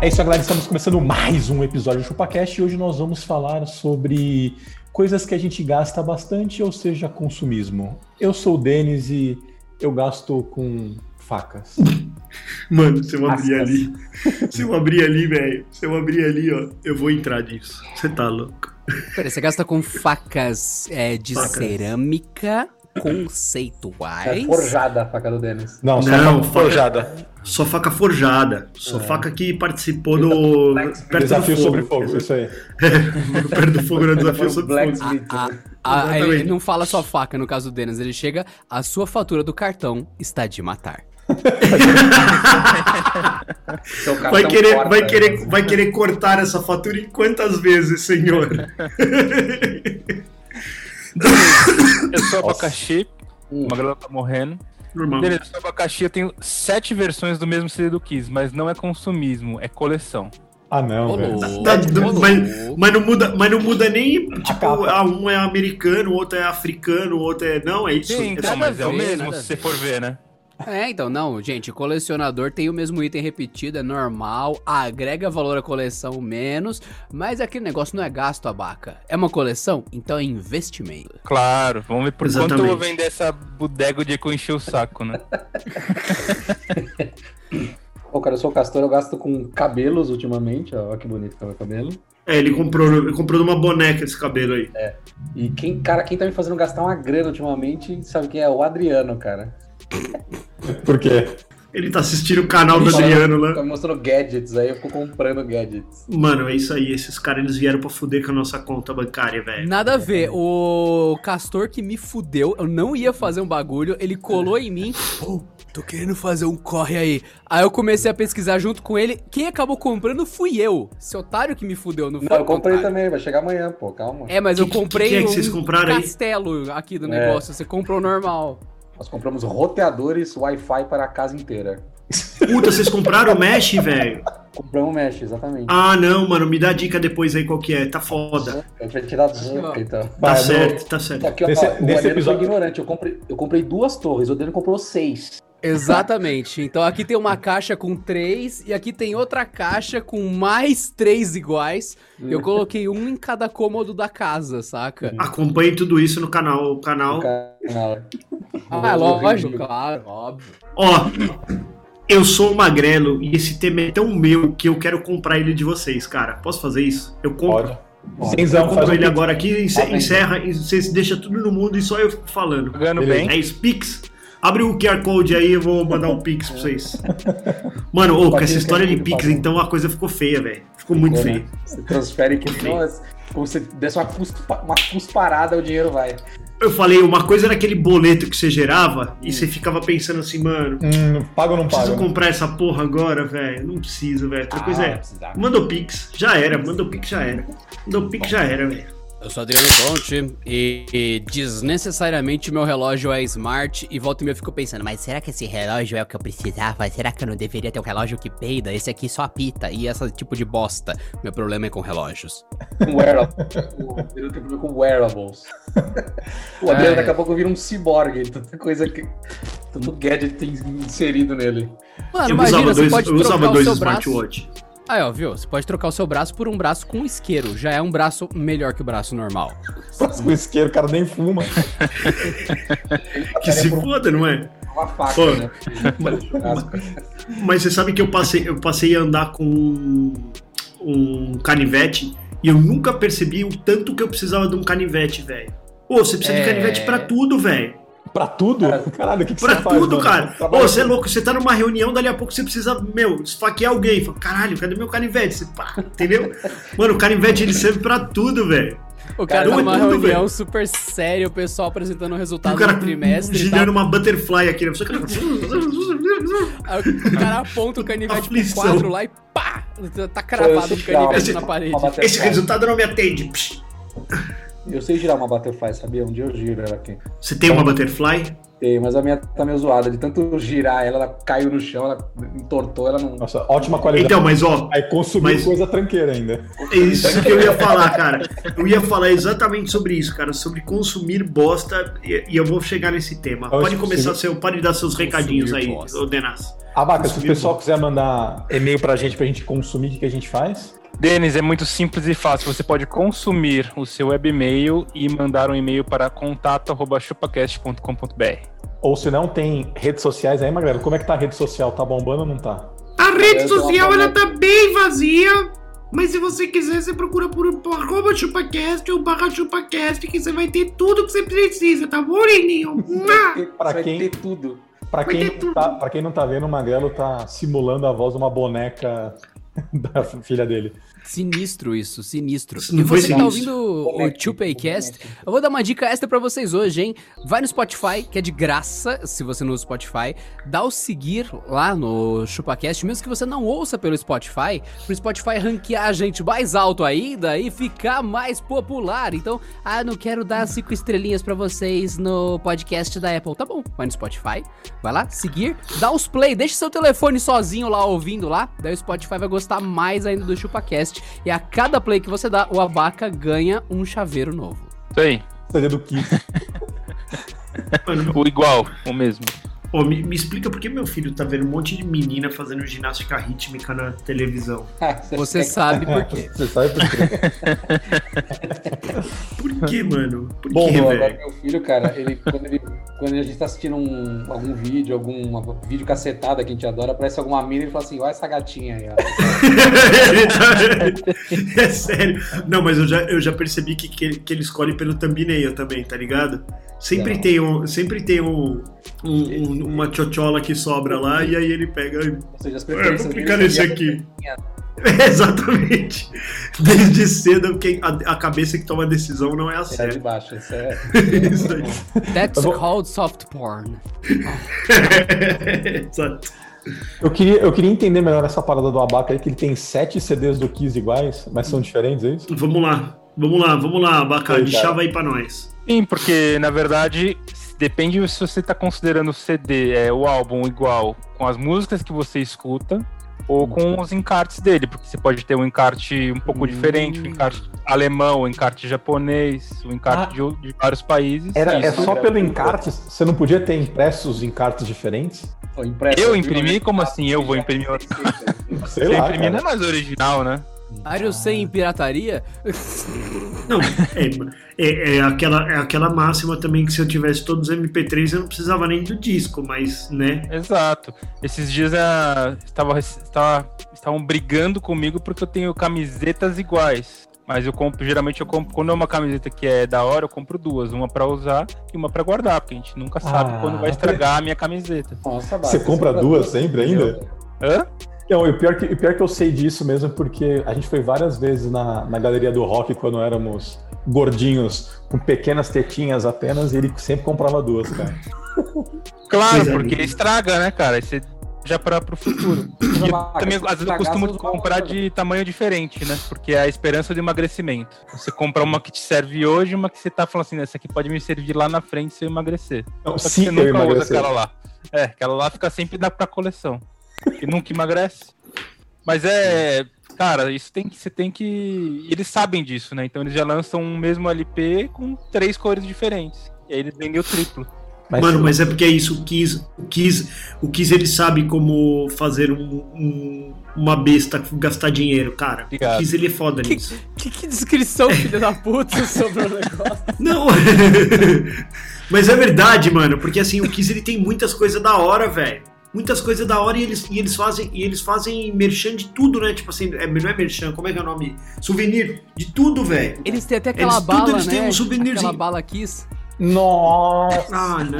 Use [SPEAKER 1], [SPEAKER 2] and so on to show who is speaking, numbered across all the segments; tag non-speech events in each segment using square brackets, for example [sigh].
[SPEAKER 1] É isso, galera. Estamos começando mais um episódio do ChupaCast e hoje nós vamos falar sobre coisas que a gente gasta bastante, ou seja, consumismo. Eu sou o Denis e eu gasto com facas.
[SPEAKER 2] Mano, se eu abrir
[SPEAKER 1] Aspas.
[SPEAKER 2] ali, [laughs] se eu abrir ali, velho, se eu abrir ali, ó, eu vou entrar nisso. Você tá louco?
[SPEAKER 3] Pera, você gasta com facas é, de
[SPEAKER 2] Facas.
[SPEAKER 3] cerâmica conceituais.
[SPEAKER 4] É forjada a faca do Denis.
[SPEAKER 1] Não, só
[SPEAKER 2] Não,
[SPEAKER 1] faca forjada.
[SPEAKER 2] Só faca forjada, só
[SPEAKER 5] É.
[SPEAKER 2] faca que participou
[SPEAKER 1] tá
[SPEAKER 2] do perto
[SPEAKER 1] Desafio
[SPEAKER 2] do fogo.
[SPEAKER 1] sobre fogo, tá isso aí.
[SPEAKER 2] perto do fogo era
[SPEAKER 4] Foi
[SPEAKER 2] desafio
[SPEAKER 4] o né?
[SPEAKER 2] sobre fogo.
[SPEAKER 4] Blacksmith.
[SPEAKER 3] Ah, Ah,
[SPEAKER 2] Exatamente.
[SPEAKER 3] ele não fala só faca no caso do Denis, ele chega, a sua fatura do cartão está de matar.
[SPEAKER 4] Seu cartão
[SPEAKER 2] Vai querer,
[SPEAKER 4] corta,
[SPEAKER 2] vai querer,
[SPEAKER 4] né?
[SPEAKER 2] vai querer cortar essa fatura em quantas
[SPEAKER 1] [laughs]
[SPEAKER 2] vezes, senhor?
[SPEAKER 5] Eu sou abacaxi, uma galera tá morrendo.
[SPEAKER 2] Normal.
[SPEAKER 5] Beleza, eu sou abacaxi, eu tenho sete versões do mesmo CD do Kiss, mas não é consumismo, é coleção.
[SPEAKER 1] Ah, não, velho.
[SPEAKER 2] Tá,
[SPEAKER 3] Ô,
[SPEAKER 2] mas, mas não muda, mas não muda nem tipo,
[SPEAKER 1] capa.
[SPEAKER 2] ah, um é americano, o outro é africano, o outro é não, é isso.
[SPEAKER 5] Sim,
[SPEAKER 2] é
[SPEAKER 5] então,
[SPEAKER 2] só-
[SPEAKER 5] mas é o
[SPEAKER 3] vez,
[SPEAKER 5] mesmo,
[SPEAKER 3] nada
[SPEAKER 5] se você for ver, né?
[SPEAKER 3] É, então, não, gente, colecionador tem o mesmo item repetido, é normal, agrega valor à coleção menos, mas aquele negócio não é gasto, abaca. É uma coleção? Então é investimento.
[SPEAKER 5] Claro, vamos ver por quanto eu vou
[SPEAKER 2] Exatamente.
[SPEAKER 5] vender essa bodega de que eu enchi o saco, né?
[SPEAKER 4] Pô, cara, eu sou o castor, eu gasto com cabelos ultimamente. Ó, Olha que bonito que é o meu cabelo.
[SPEAKER 2] É, ele comprou, ele comprou numa boneca esse cabelo aí.
[SPEAKER 4] E quem, cara, quem tá me fazendo gastar uma grana ultimamente, sabe quem é? O Adriano, cara.
[SPEAKER 1] Por quê?
[SPEAKER 2] Ele tá assistindo o canal do
[SPEAKER 4] Ele fala-
[SPEAKER 2] Adriano né? lá.
[SPEAKER 4] Tá me mostrando gadgets, aí eu fico comprando gadgets.
[SPEAKER 2] Mano, é isso aí. Esses caras eles vieram pra fuder com a nossa conta bancária, velho.
[SPEAKER 3] Nada a ver, o Castor que me fudeu, eu não ia fazer um bagulho, ele colou em mim, pô, tô querendo fazer um corre aí. Aí eu comecei a pesquisar junto com ele, quem acabou comprando fui eu, esse otário que me fudeu, não foi
[SPEAKER 4] Não,
[SPEAKER 3] o
[SPEAKER 4] eu comprei
[SPEAKER 3] contrário.
[SPEAKER 4] também, vai chegar amanhã, pô, calma.
[SPEAKER 3] É, mas eu
[SPEAKER 2] Que- que-
[SPEAKER 3] comprei
[SPEAKER 2] que é que vocês
[SPEAKER 3] um
[SPEAKER 2] compraram aí?
[SPEAKER 3] castelo aqui do
[SPEAKER 4] É.
[SPEAKER 3] negócio, você
[SPEAKER 2] [laughs]
[SPEAKER 3] comprou normal.
[SPEAKER 4] Nós compramos roteadores Wi-Fi para a casa inteira.
[SPEAKER 2] Puta, vocês compraram o Mesh, velho?
[SPEAKER 4] Compramos mesh, exatamente.
[SPEAKER 2] Ah, não, mano. Me dá a dica depois aí qual que é. Tá foda.
[SPEAKER 4] Eu tinha tirado zuca, então.
[SPEAKER 2] Tá
[SPEAKER 1] Vai, não.
[SPEAKER 2] certo, tá certo.
[SPEAKER 4] Aqui, ó,
[SPEAKER 1] Nesse-
[SPEAKER 4] o
[SPEAKER 1] nesse
[SPEAKER 4] Adriano
[SPEAKER 1] episódio-
[SPEAKER 4] foi ignorante. Eu comprei, eu comprei duas torres, o Adriano comprou seis.
[SPEAKER 3] Exatamente. Então aqui tem uma caixa com três e aqui tem outra caixa com mais três iguais. Eu
[SPEAKER 4] Hum,
[SPEAKER 3] coloquei um em cada cômodo da casa, saca?
[SPEAKER 4] Uhum.
[SPEAKER 2] Acompanhe tudo isso no canal. O canal.
[SPEAKER 4] canal.
[SPEAKER 3] um. [laughs] Ah,
[SPEAKER 4] Uhum.
[SPEAKER 3] lógico, claro, óbvio.
[SPEAKER 2] Ó, eu sou um magrelo e esse tema é tão meu que eu quero comprar ele de vocês, cara. Posso fazer isso? Eu compro.
[SPEAKER 1] Pode.
[SPEAKER 4] Ó,
[SPEAKER 2] Eu
[SPEAKER 1] Zenzão, faz
[SPEAKER 2] compro
[SPEAKER 1] um
[SPEAKER 2] ele
[SPEAKER 1] pix.
[SPEAKER 2] agora aqui e
[SPEAKER 4] Tá bem.
[SPEAKER 2] encerra. E vocês deixam tudo no mundo e só eu fico falando.
[SPEAKER 5] Pagando
[SPEAKER 1] Beleza.
[SPEAKER 5] bem.
[SPEAKER 2] É isso, Pix. Abre o QR Code aí, eu vou mandar um Pix pra vocês. Mano, ô, com essa história de Pix, então a coisa ficou feia, velho. Ficou muito
[SPEAKER 4] Ficou, né?
[SPEAKER 2] feia.
[SPEAKER 4] Você transfere que
[SPEAKER 2] Sim.
[SPEAKER 4] nossa, como se desse uma, cuspa, uma cusparada, o dinheiro vai.
[SPEAKER 2] Eu falei, uma coisa era aquele boleto que você gerava e você ficava pensando assim, mano,
[SPEAKER 1] Hum, pago ou não
[SPEAKER 2] preciso
[SPEAKER 1] pago?
[SPEAKER 2] comprar essa porra agora, velho? Não preciso, velho. Outra
[SPEAKER 4] Ah,
[SPEAKER 2] coisa é,
[SPEAKER 4] precisava.
[SPEAKER 2] manda o Pix, já era, manda o Pix, já era. Manda o Pix, já era, velho.
[SPEAKER 3] Eu sou Adriano Conte e, e desnecessariamente meu relógio é smart e volta e meia eu fico pensando, mas será que esse relógio é o que eu precisava? Será que eu não deveria ter um relógio que peida? Esse aqui só apita e essa tipo de bosta. Meu problema é com relógios.
[SPEAKER 4] Um wearable. O Adriano tem problema com wearables. O Adriano
[SPEAKER 3] É.
[SPEAKER 4] daqui a pouco vira um ciborgue. Tanta coisa que. Tanto gadget tem inserido nele.
[SPEAKER 3] Mano,
[SPEAKER 2] Eu usava dois, eu usava dois smartwatch.
[SPEAKER 3] Aí, ó, viu? Você pode trocar o seu braço por um braço com isqueiro. Já é um braço melhor que o braço normal.
[SPEAKER 1] Próximo isqueiro, o cara nem fuma.
[SPEAKER 2] Que se foda, não é?
[SPEAKER 4] Uma faca,
[SPEAKER 2] Pô.
[SPEAKER 4] né?
[SPEAKER 2] Mas você sabe que eu passei, eu passei a andar com um, um canivete e eu nunca percebi o tanto que eu precisava de um canivete, velho. Ô, você precisa de
[SPEAKER 3] É.
[SPEAKER 2] canivete pra tudo, velho.
[SPEAKER 1] Pra tudo? Caralho, o que, que
[SPEAKER 2] Pra
[SPEAKER 1] você faz?
[SPEAKER 2] tudo,
[SPEAKER 1] é mano?
[SPEAKER 2] cara. Ô,
[SPEAKER 1] Trabalha-
[SPEAKER 2] você é louco, você tá numa reunião, dali a pouco você precisa, meu, esfaquear alguém. Fala, caralho, cadê meu canivete? Você pá, entendeu? Mano, o canivete ele serve pra tudo, velho.
[SPEAKER 3] O cara
[SPEAKER 2] Caramba,
[SPEAKER 3] tá numa
[SPEAKER 2] tudo,
[SPEAKER 3] reunião
[SPEAKER 2] velho.
[SPEAKER 3] super séria, o pessoal apresentando o
[SPEAKER 2] E
[SPEAKER 3] resultado
[SPEAKER 2] o cara
[SPEAKER 3] do Tá trimestre. e tal.
[SPEAKER 2] girando uma butterfly aqui, né? Você-
[SPEAKER 3] Aí o cara aponta o canivete pro
[SPEAKER 2] Aflição.
[SPEAKER 3] quadro lá e pá! Tá cravado
[SPEAKER 4] Sou eu,
[SPEAKER 3] um
[SPEAKER 4] esse cara.
[SPEAKER 3] canivete na
[SPEAKER 4] Esse-
[SPEAKER 3] parede.
[SPEAKER 4] Uma butterfly.
[SPEAKER 2] Esse resultado não me atende. Psh.
[SPEAKER 4] Eu sei girar uma butterfly, sabia? Um dia eu giro ela aqui.
[SPEAKER 2] Você tem uma butterfly?
[SPEAKER 4] Tem, mas a minha tá meio zoada. De tanto girar ela, ela caiu no chão, ela entortou, ela não.
[SPEAKER 1] Nossa, ótima qualidade.
[SPEAKER 2] Então, mas ó,
[SPEAKER 1] Aí consumiu
[SPEAKER 2] mas-
[SPEAKER 1] coisa tranqueira ainda.
[SPEAKER 2] é isso que eu ia falar, cara. Eu ia falar exatamente sobre isso, cara, sobre consumir bosta e, e eu vou chegar nesse tema.
[SPEAKER 1] Eu acho
[SPEAKER 2] Pode
[SPEAKER 1] que
[SPEAKER 2] começar
[SPEAKER 1] sim.
[SPEAKER 2] seu, pode dar seus recadinhos aí,
[SPEAKER 3] bosta.
[SPEAKER 2] ô Denas.
[SPEAKER 1] Abaca, se o
[SPEAKER 2] Consumiu.
[SPEAKER 1] pessoal quiser mandar e-mail pra gente, pra gente consumir, o que que a gente faz?
[SPEAKER 5] Denis, é muito simples e fácil. Você pode consumir o seu webmail e mandar um e-mail para contato.chupacast.com.br.
[SPEAKER 1] Ou se não, tem redes sociais aí, Magrelo? Como é que tá a rede social? Tá bombando ou não tá?
[SPEAKER 2] A
[SPEAKER 4] rede Eu tô social, ela
[SPEAKER 2] tá bem vazia. Mas se você quiser, você procura por arroba chupacast ou barra chupacast, que você vai ter tudo que você precisa, tá bom, Leninho?
[SPEAKER 1] pra
[SPEAKER 4] Você vai
[SPEAKER 1] quem-
[SPEAKER 4] ter tudo.
[SPEAKER 1] Pra
[SPEAKER 2] Vai
[SPEAKER 1] quem,
[SPEAKER 2] ter
[SPEAKER 1] não
[SPEAKER 2] tudo.
[SPEAKER 1] tá, pra quem não tá vendo, o Magrelo tá simulando a voz de uma boneca [laughs] da filha dele.
[SPEAKER 3] Sinistro isso, sinistro.
[SPEAKER 2] Isso
[SPEAKER 3] E
[SPEAKER 2] não foi
[SPEAKER 3] você que tá ouvindo
[SPEAKER 2] sinistro.
[SPEAKER 3] o o Chupacast,
[SPEAKER 4] [laughs]
[SPEAKER 3] eu vou dar uma dica extra pra vocês hoje, hein? Vai no Spotify, que é de graça, se você não usa o Spotify. Dá o seguir lá no ChupaCast, mesmo que você não ouça pelo Spotify, pro Spotify ranquear a gente mais alto ainda e ficar mais popular. Então, ah, não quero dar cinco estrelinhas pra vocês no podcast da Apple. Tá bom, vai no Spotify, vai lá, seguir, dá os play, deixa seu telefone sozinho lá ouvindo lá, daí o Spotify vai gostar mais ainda do ChupaCast. E a cada play que você dá, o Abaca ganha um chaveiro novo.
[SPEAKER 5] Isso aí.
[SPEAKER 1] Seria do Kiss.
[SPEAKER 5] O igual, o mesmo.
[SPEAKER 2] Ô, me, me explica por que meu filho tá vendo um monte de menina fazendo ginástica rítmica na televisão.
[SPEAKER 4] Ah,
[SPEAKER 3] Você sabe por quê.
[SPEAKER 1] [laughs] Você sabe por quê?
[SPEAKER 2] Por que, mano? Por
[SPEAKER 1] Bom,
[SPEAKER 2] que,
[SPEAKER 1] bom,
[SPEAKER 4] Pô,
[SPEAKER 2] velho?
[SPEAKER 4] agora meu filho, cara, ele quando, ele- quando a gente tá assistindo um- algum vídeo, algum vídeo cacetado que a gente adora, aparece alguma mina e ele fala assim, olha essa gatinha aí, ó.
[SPEAKER 2] Ele tá- [laughs] é sério. Não, mas eu já, eu já percebi que, que, ele- que ele escolhe pelo thumbnail também, tá ligado? Sempre
[SPEAKER 4] É.
[SPEAKER 2] tem, um, sempre tem um, um- um- uma tchotchola que sobra lá e aí ele pega. e-
[SPEAKER 4] Ou seja, as
[SPEAKER 2] É,
[SPEAKER 4] preferências
[SPEAKER 2] vou
[SPEAKER 4] dele
[SPEAKER 2] clicar nesse
[SPEAKER 4] seriam-
[SPEAKER 2] aqui. [laughs] Exatamente. Desde cedo, quem, a, a cabeça que toma a decisão não é a
[SPEAKER 4] Era de
[SPEAKER 2] certa.
[SPEAKER 4] baixo, isso é...
[SPEAKER 2] Isso aí. [laughs]
[SPEAKER 3] That's
[SPEAKER 1] Eu vou-
[SPEAKER 3] called soft porn.
[SPEAKER 2] Exato.
[SPEAKER 1] Eu queria, eu queria entender melhor essa parada do Abaca aí, que ele tem sete CDs do Kiss iguais, mas são diferentes, é isso?
[SPEAKER 2] Vamos lá. Vamos lá, vamos lá, Baca.
[SPEAKER 1] Aí, cara.
[SPEAKER 2] Lixava aí pra nós.
[SPEAKER 5] Sim, porque na verdade depende se você está considerando o CD, é, o álbum igual com as músicas que você escuta
[SPEAKER 1] Uhum.
[SPEAKER 5] ou com os encartes dele, porque você pode ter um encarte um pouco diferente,
[SPEAKER 1] Hum.
[SPEAKER 5] um encarte alemão, um encarte japonês, um encarte
[SPEAKER 1] Ah.
[SPEAKER 5] de, ou- de vários países.
[SPEAKER 1] Era,
[SPEAKER 4] Sim,
[SPEAKER 1] é
[SPEAKER 4] sim.
[SPEAKER 1] só pelo encartes? Você não podia ter impressos encartes diferentes?
[SPEAKER 4] Foi impresso.
[SPEAKER 5] Eu imprimi? Como assim eu vou imprimir?
[SPEAKER 1] Sei
[SPEAKER 5] Você
[SPEAKER 1] lá,
[SPEAKER 5] imprimir não é
[SPEAKER 1] cara.
[SPEAKER 5] mais original, né?
[SPEAKER 3] Ariel sem pirataria? [laughs]
[SPEAKER 2] Não, é, é- é aquela, é aquela máxima também que se eu tivesse todos os MP3 eu não precisava nem do disco, mas, né?
[SPEAKER 5] Exato. Esses dias a... estava, estava- estavam brigando comigo porque eu tenho camisetas iguais. Mas eu compro, geralmente eu compro, quando é uma camiseta que é da hora, eu compro duas, uma pra usar e uma pra guardar, porque a gente nunca sabe
[SPEAKER 1] Ah,
[SPEAKER 5] quando vai estragar a minha camiseta.
[SPEAKER 4] Nossa, tá
[SPEAKER 1] Você compra duas sempre ainda?
[SPEAKER 5] Hã?
[SPEAKER 1] Não, e o pior, que, o pior que eu sei disso mesmo, é porque a gente foi várias vezes na, na galeria do rock quando éramos gordinhos, com pequenas tetinhas apenas, e ele sempre comprava duas, cara.
[SPEAKER 5] Claro,
[SPEAKER 2] Pois é,
[SPEAKER 5] porque
[SPEAKER 2] amigo.
[SPEAKER 5] estraga, né, cara? Isso é já para
[SPEAKER 2] [coughs]
[SPEAKER 5] pro futuro. Também, às vezes eu costumo comprar
[SPEAKER 2] né?
[SPEAKER 5] de tamanho diferente, né? Porque é a esperança do emagrecimento. Você compra uma que te serve hoje, uma que você tá falando assim, essa aqui pode me servir lá na frente se eu emagrecer.
[SPEAKER 1] Então,
[SPEAKER 5] Só que
[SPEAKER 1] se
[SPEAKER 5] você
[SPEAKER 1] eu
[SPEAKER 5] nunca usa
[SPEAKER 1] emagrecer.
[SPEAKER 5] aquela lá. É, aquela lá fica sempre na, pra coleção. E nunca emagrece. Mas é. Cara, isso tem que. Você tem que. Eles sabem disso, né? Então eles já lançam um mesmo LP com três cores diferentes. E aí eles vendem o triplo.
[SPEAKER 1] Mas,
[SPEAKER 2] Mano, mas é porque é isso, o Kiss, o Kiss, o Kiss ele sabe como fazer um- um- uma besta gastar dinheiro, cara.
[SPEAKER 5] Obrigado.
[SPEAKER 2] O Kiss ele é foda nisso.
[SPEAKER 3] Que, que descrição, filha da puta, [laughs] sobre o negócio.
[SPEAKER 2] Não. [laughs] Mas é verdade, mano, porque assim, o Kiss ele tem muitas coisas da hora, velho. Muitas coisas da hora e eles, e eles fazem e eles fazem merchan de tudo, né? Tipo assim, é, não é merchan, como é que é o nome? Souvenir de tudo, velho.
[SPEAKER 3] Eles têm até aquela
[SPEAKER 2] Eles- tudo
[SPEAKER 3] bala,
[SPEAKER 2] eles
[SPEAKER 3] né?
[SPEAKER 2] têm um souvenirzinho.
[SPEAKER 3] Aquela bala Kiss.
[SPEAKER 1] Nossa!
[SPEAKER 2] Ah, não.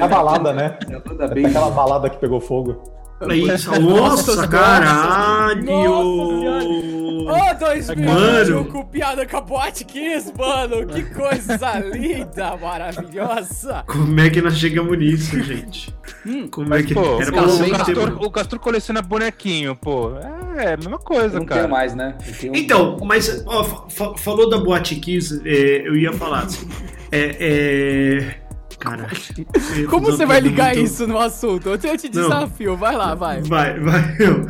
[SPEAKER 4] A
[SPEAKER 1] A balada, né? Tá
[SPEAKER 4] A banda bem. Tá
[SPEAKER 1] Aquela balada né? que pegou fogo.
[SPEAKER 2] Olha isso. Nossa,
[SPEAKER 3] Ô,
[SPEAKER 2] caralho!
[SPEAKER 3] 2021
[SPEAKER 2] Mano.
[SPEAKER 3] com piada com a Boate Kiss, mano. Que coisa [laughs] linda, maravilhosa.
[SPEAKER 2] Como é que nós chegamos nisso, gente? Como é
[SPEAKER 5] Mas,
[SPEAKER 2] que
[SPEAKER 5] pô,
[SPEAKER 2] era
[SPEAKER 5] o-
[SPEAKER 2] pra ser
[SPEAKER 5] o,
[SPEAKER 2] um
[SPEAKER 5] Castor,
[SPEAKER 2] tema?
[SPEAKER 5] o Castor coleciona bonequinho, pô. É, é a mesma
[SPEAKER 4] Eu
[SPEAKER 5] coisa,
[SPEAKER 4] não
[SPEAKER 5] cara.
[SPEAKER 4] tenho mais, né? Eu tenho-
[SPEAKER 2] Então, mas ó, fa- fa- falou da Boate Kiss, é, eu ia falar assim. É, é... Caralho. Eu
[SPEAKER 3] Como
[SPEAKER 2] tô-
[SPEAKER 3] você vai
[SPEAKER 2] tô
[SPEAKER 3] ligar
[SPEAKER 2] muito-
[SPEAKER 3] isso no assunto? Eu te, eu te
[SPEAKER 2] Não.
[SPEAKER 3] desafio, vai lá, vai.
[SPEAKER 2] Vai, vai. Eu,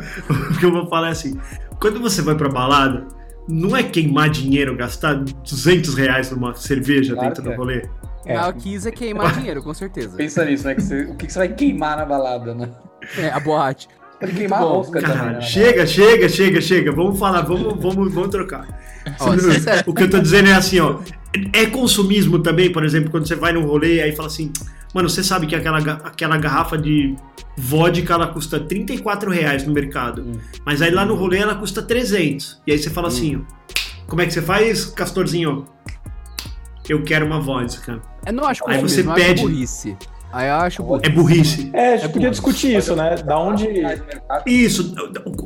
[SPEAKER 2] o que eu vou falar é assim: quando você vai pra balada, não é queimar dinheiro, gastar 200 reais numa cerveja
[SPEAKER 4] Claro
[SPEAKER 2] dentro
[SPEAKER 4] que
[SPEAKER 2] do
[SPEAKER 4] é.
[SPEAKER 2] rolê.
[SPEAKER 4] É.
[SPEAKER 3] A Kiss é queimar dinheiro, com certeza.
[SPEAKER 4] Pensa nisso, né? que você- o que que você vai queimar na balada, né?
[SPEAKER 3] É, a boate.
[SPEAKER 4] Você Pode queimar a
[SPEAKER 3] bom,
[SPEAKER 4] rosca também.
[SPEAKER 2] Caralho,
[SPEAKER 4] né?
[SPEAKER 2] chega, chega, chega, chega. Vamos falar, vamos, vamos, vamos trocar.
[SPEAKER 3] Ó, sincero-
[SPEAKER 2] o que eu tô dizendo é assim, ó. É consumismo também, por exemplo, quando você vai num rolê e aí fala assim, mano, você sabe que aquela, ga- aquela garrafa de vodka ela custa 34 reais no mercado.
[SPEAKER 4] Hum.
[SPEAKER 2] Mas aí lá no rolê ela custa 300. E aí você fala assim, ó, como é que você faz, Castorzinho? Eu quero uma vodka.
[SPEAKER 3] Eu não acho
[SPEAKER 2] Aí você
[SPEAKER 3] consumismo, eu
[SPEAKER 2] pede.
[SPEAKER 3] acho burrice. Aí eu acho burrice.
[SPEAKER 2] É burrice.
[SPEAKER 1] É, a gente podia
[SPEAKER 3] bom.
[SPEAKER 1] discutir isso, né? Da onde.
[SPEAKER 2] Isso,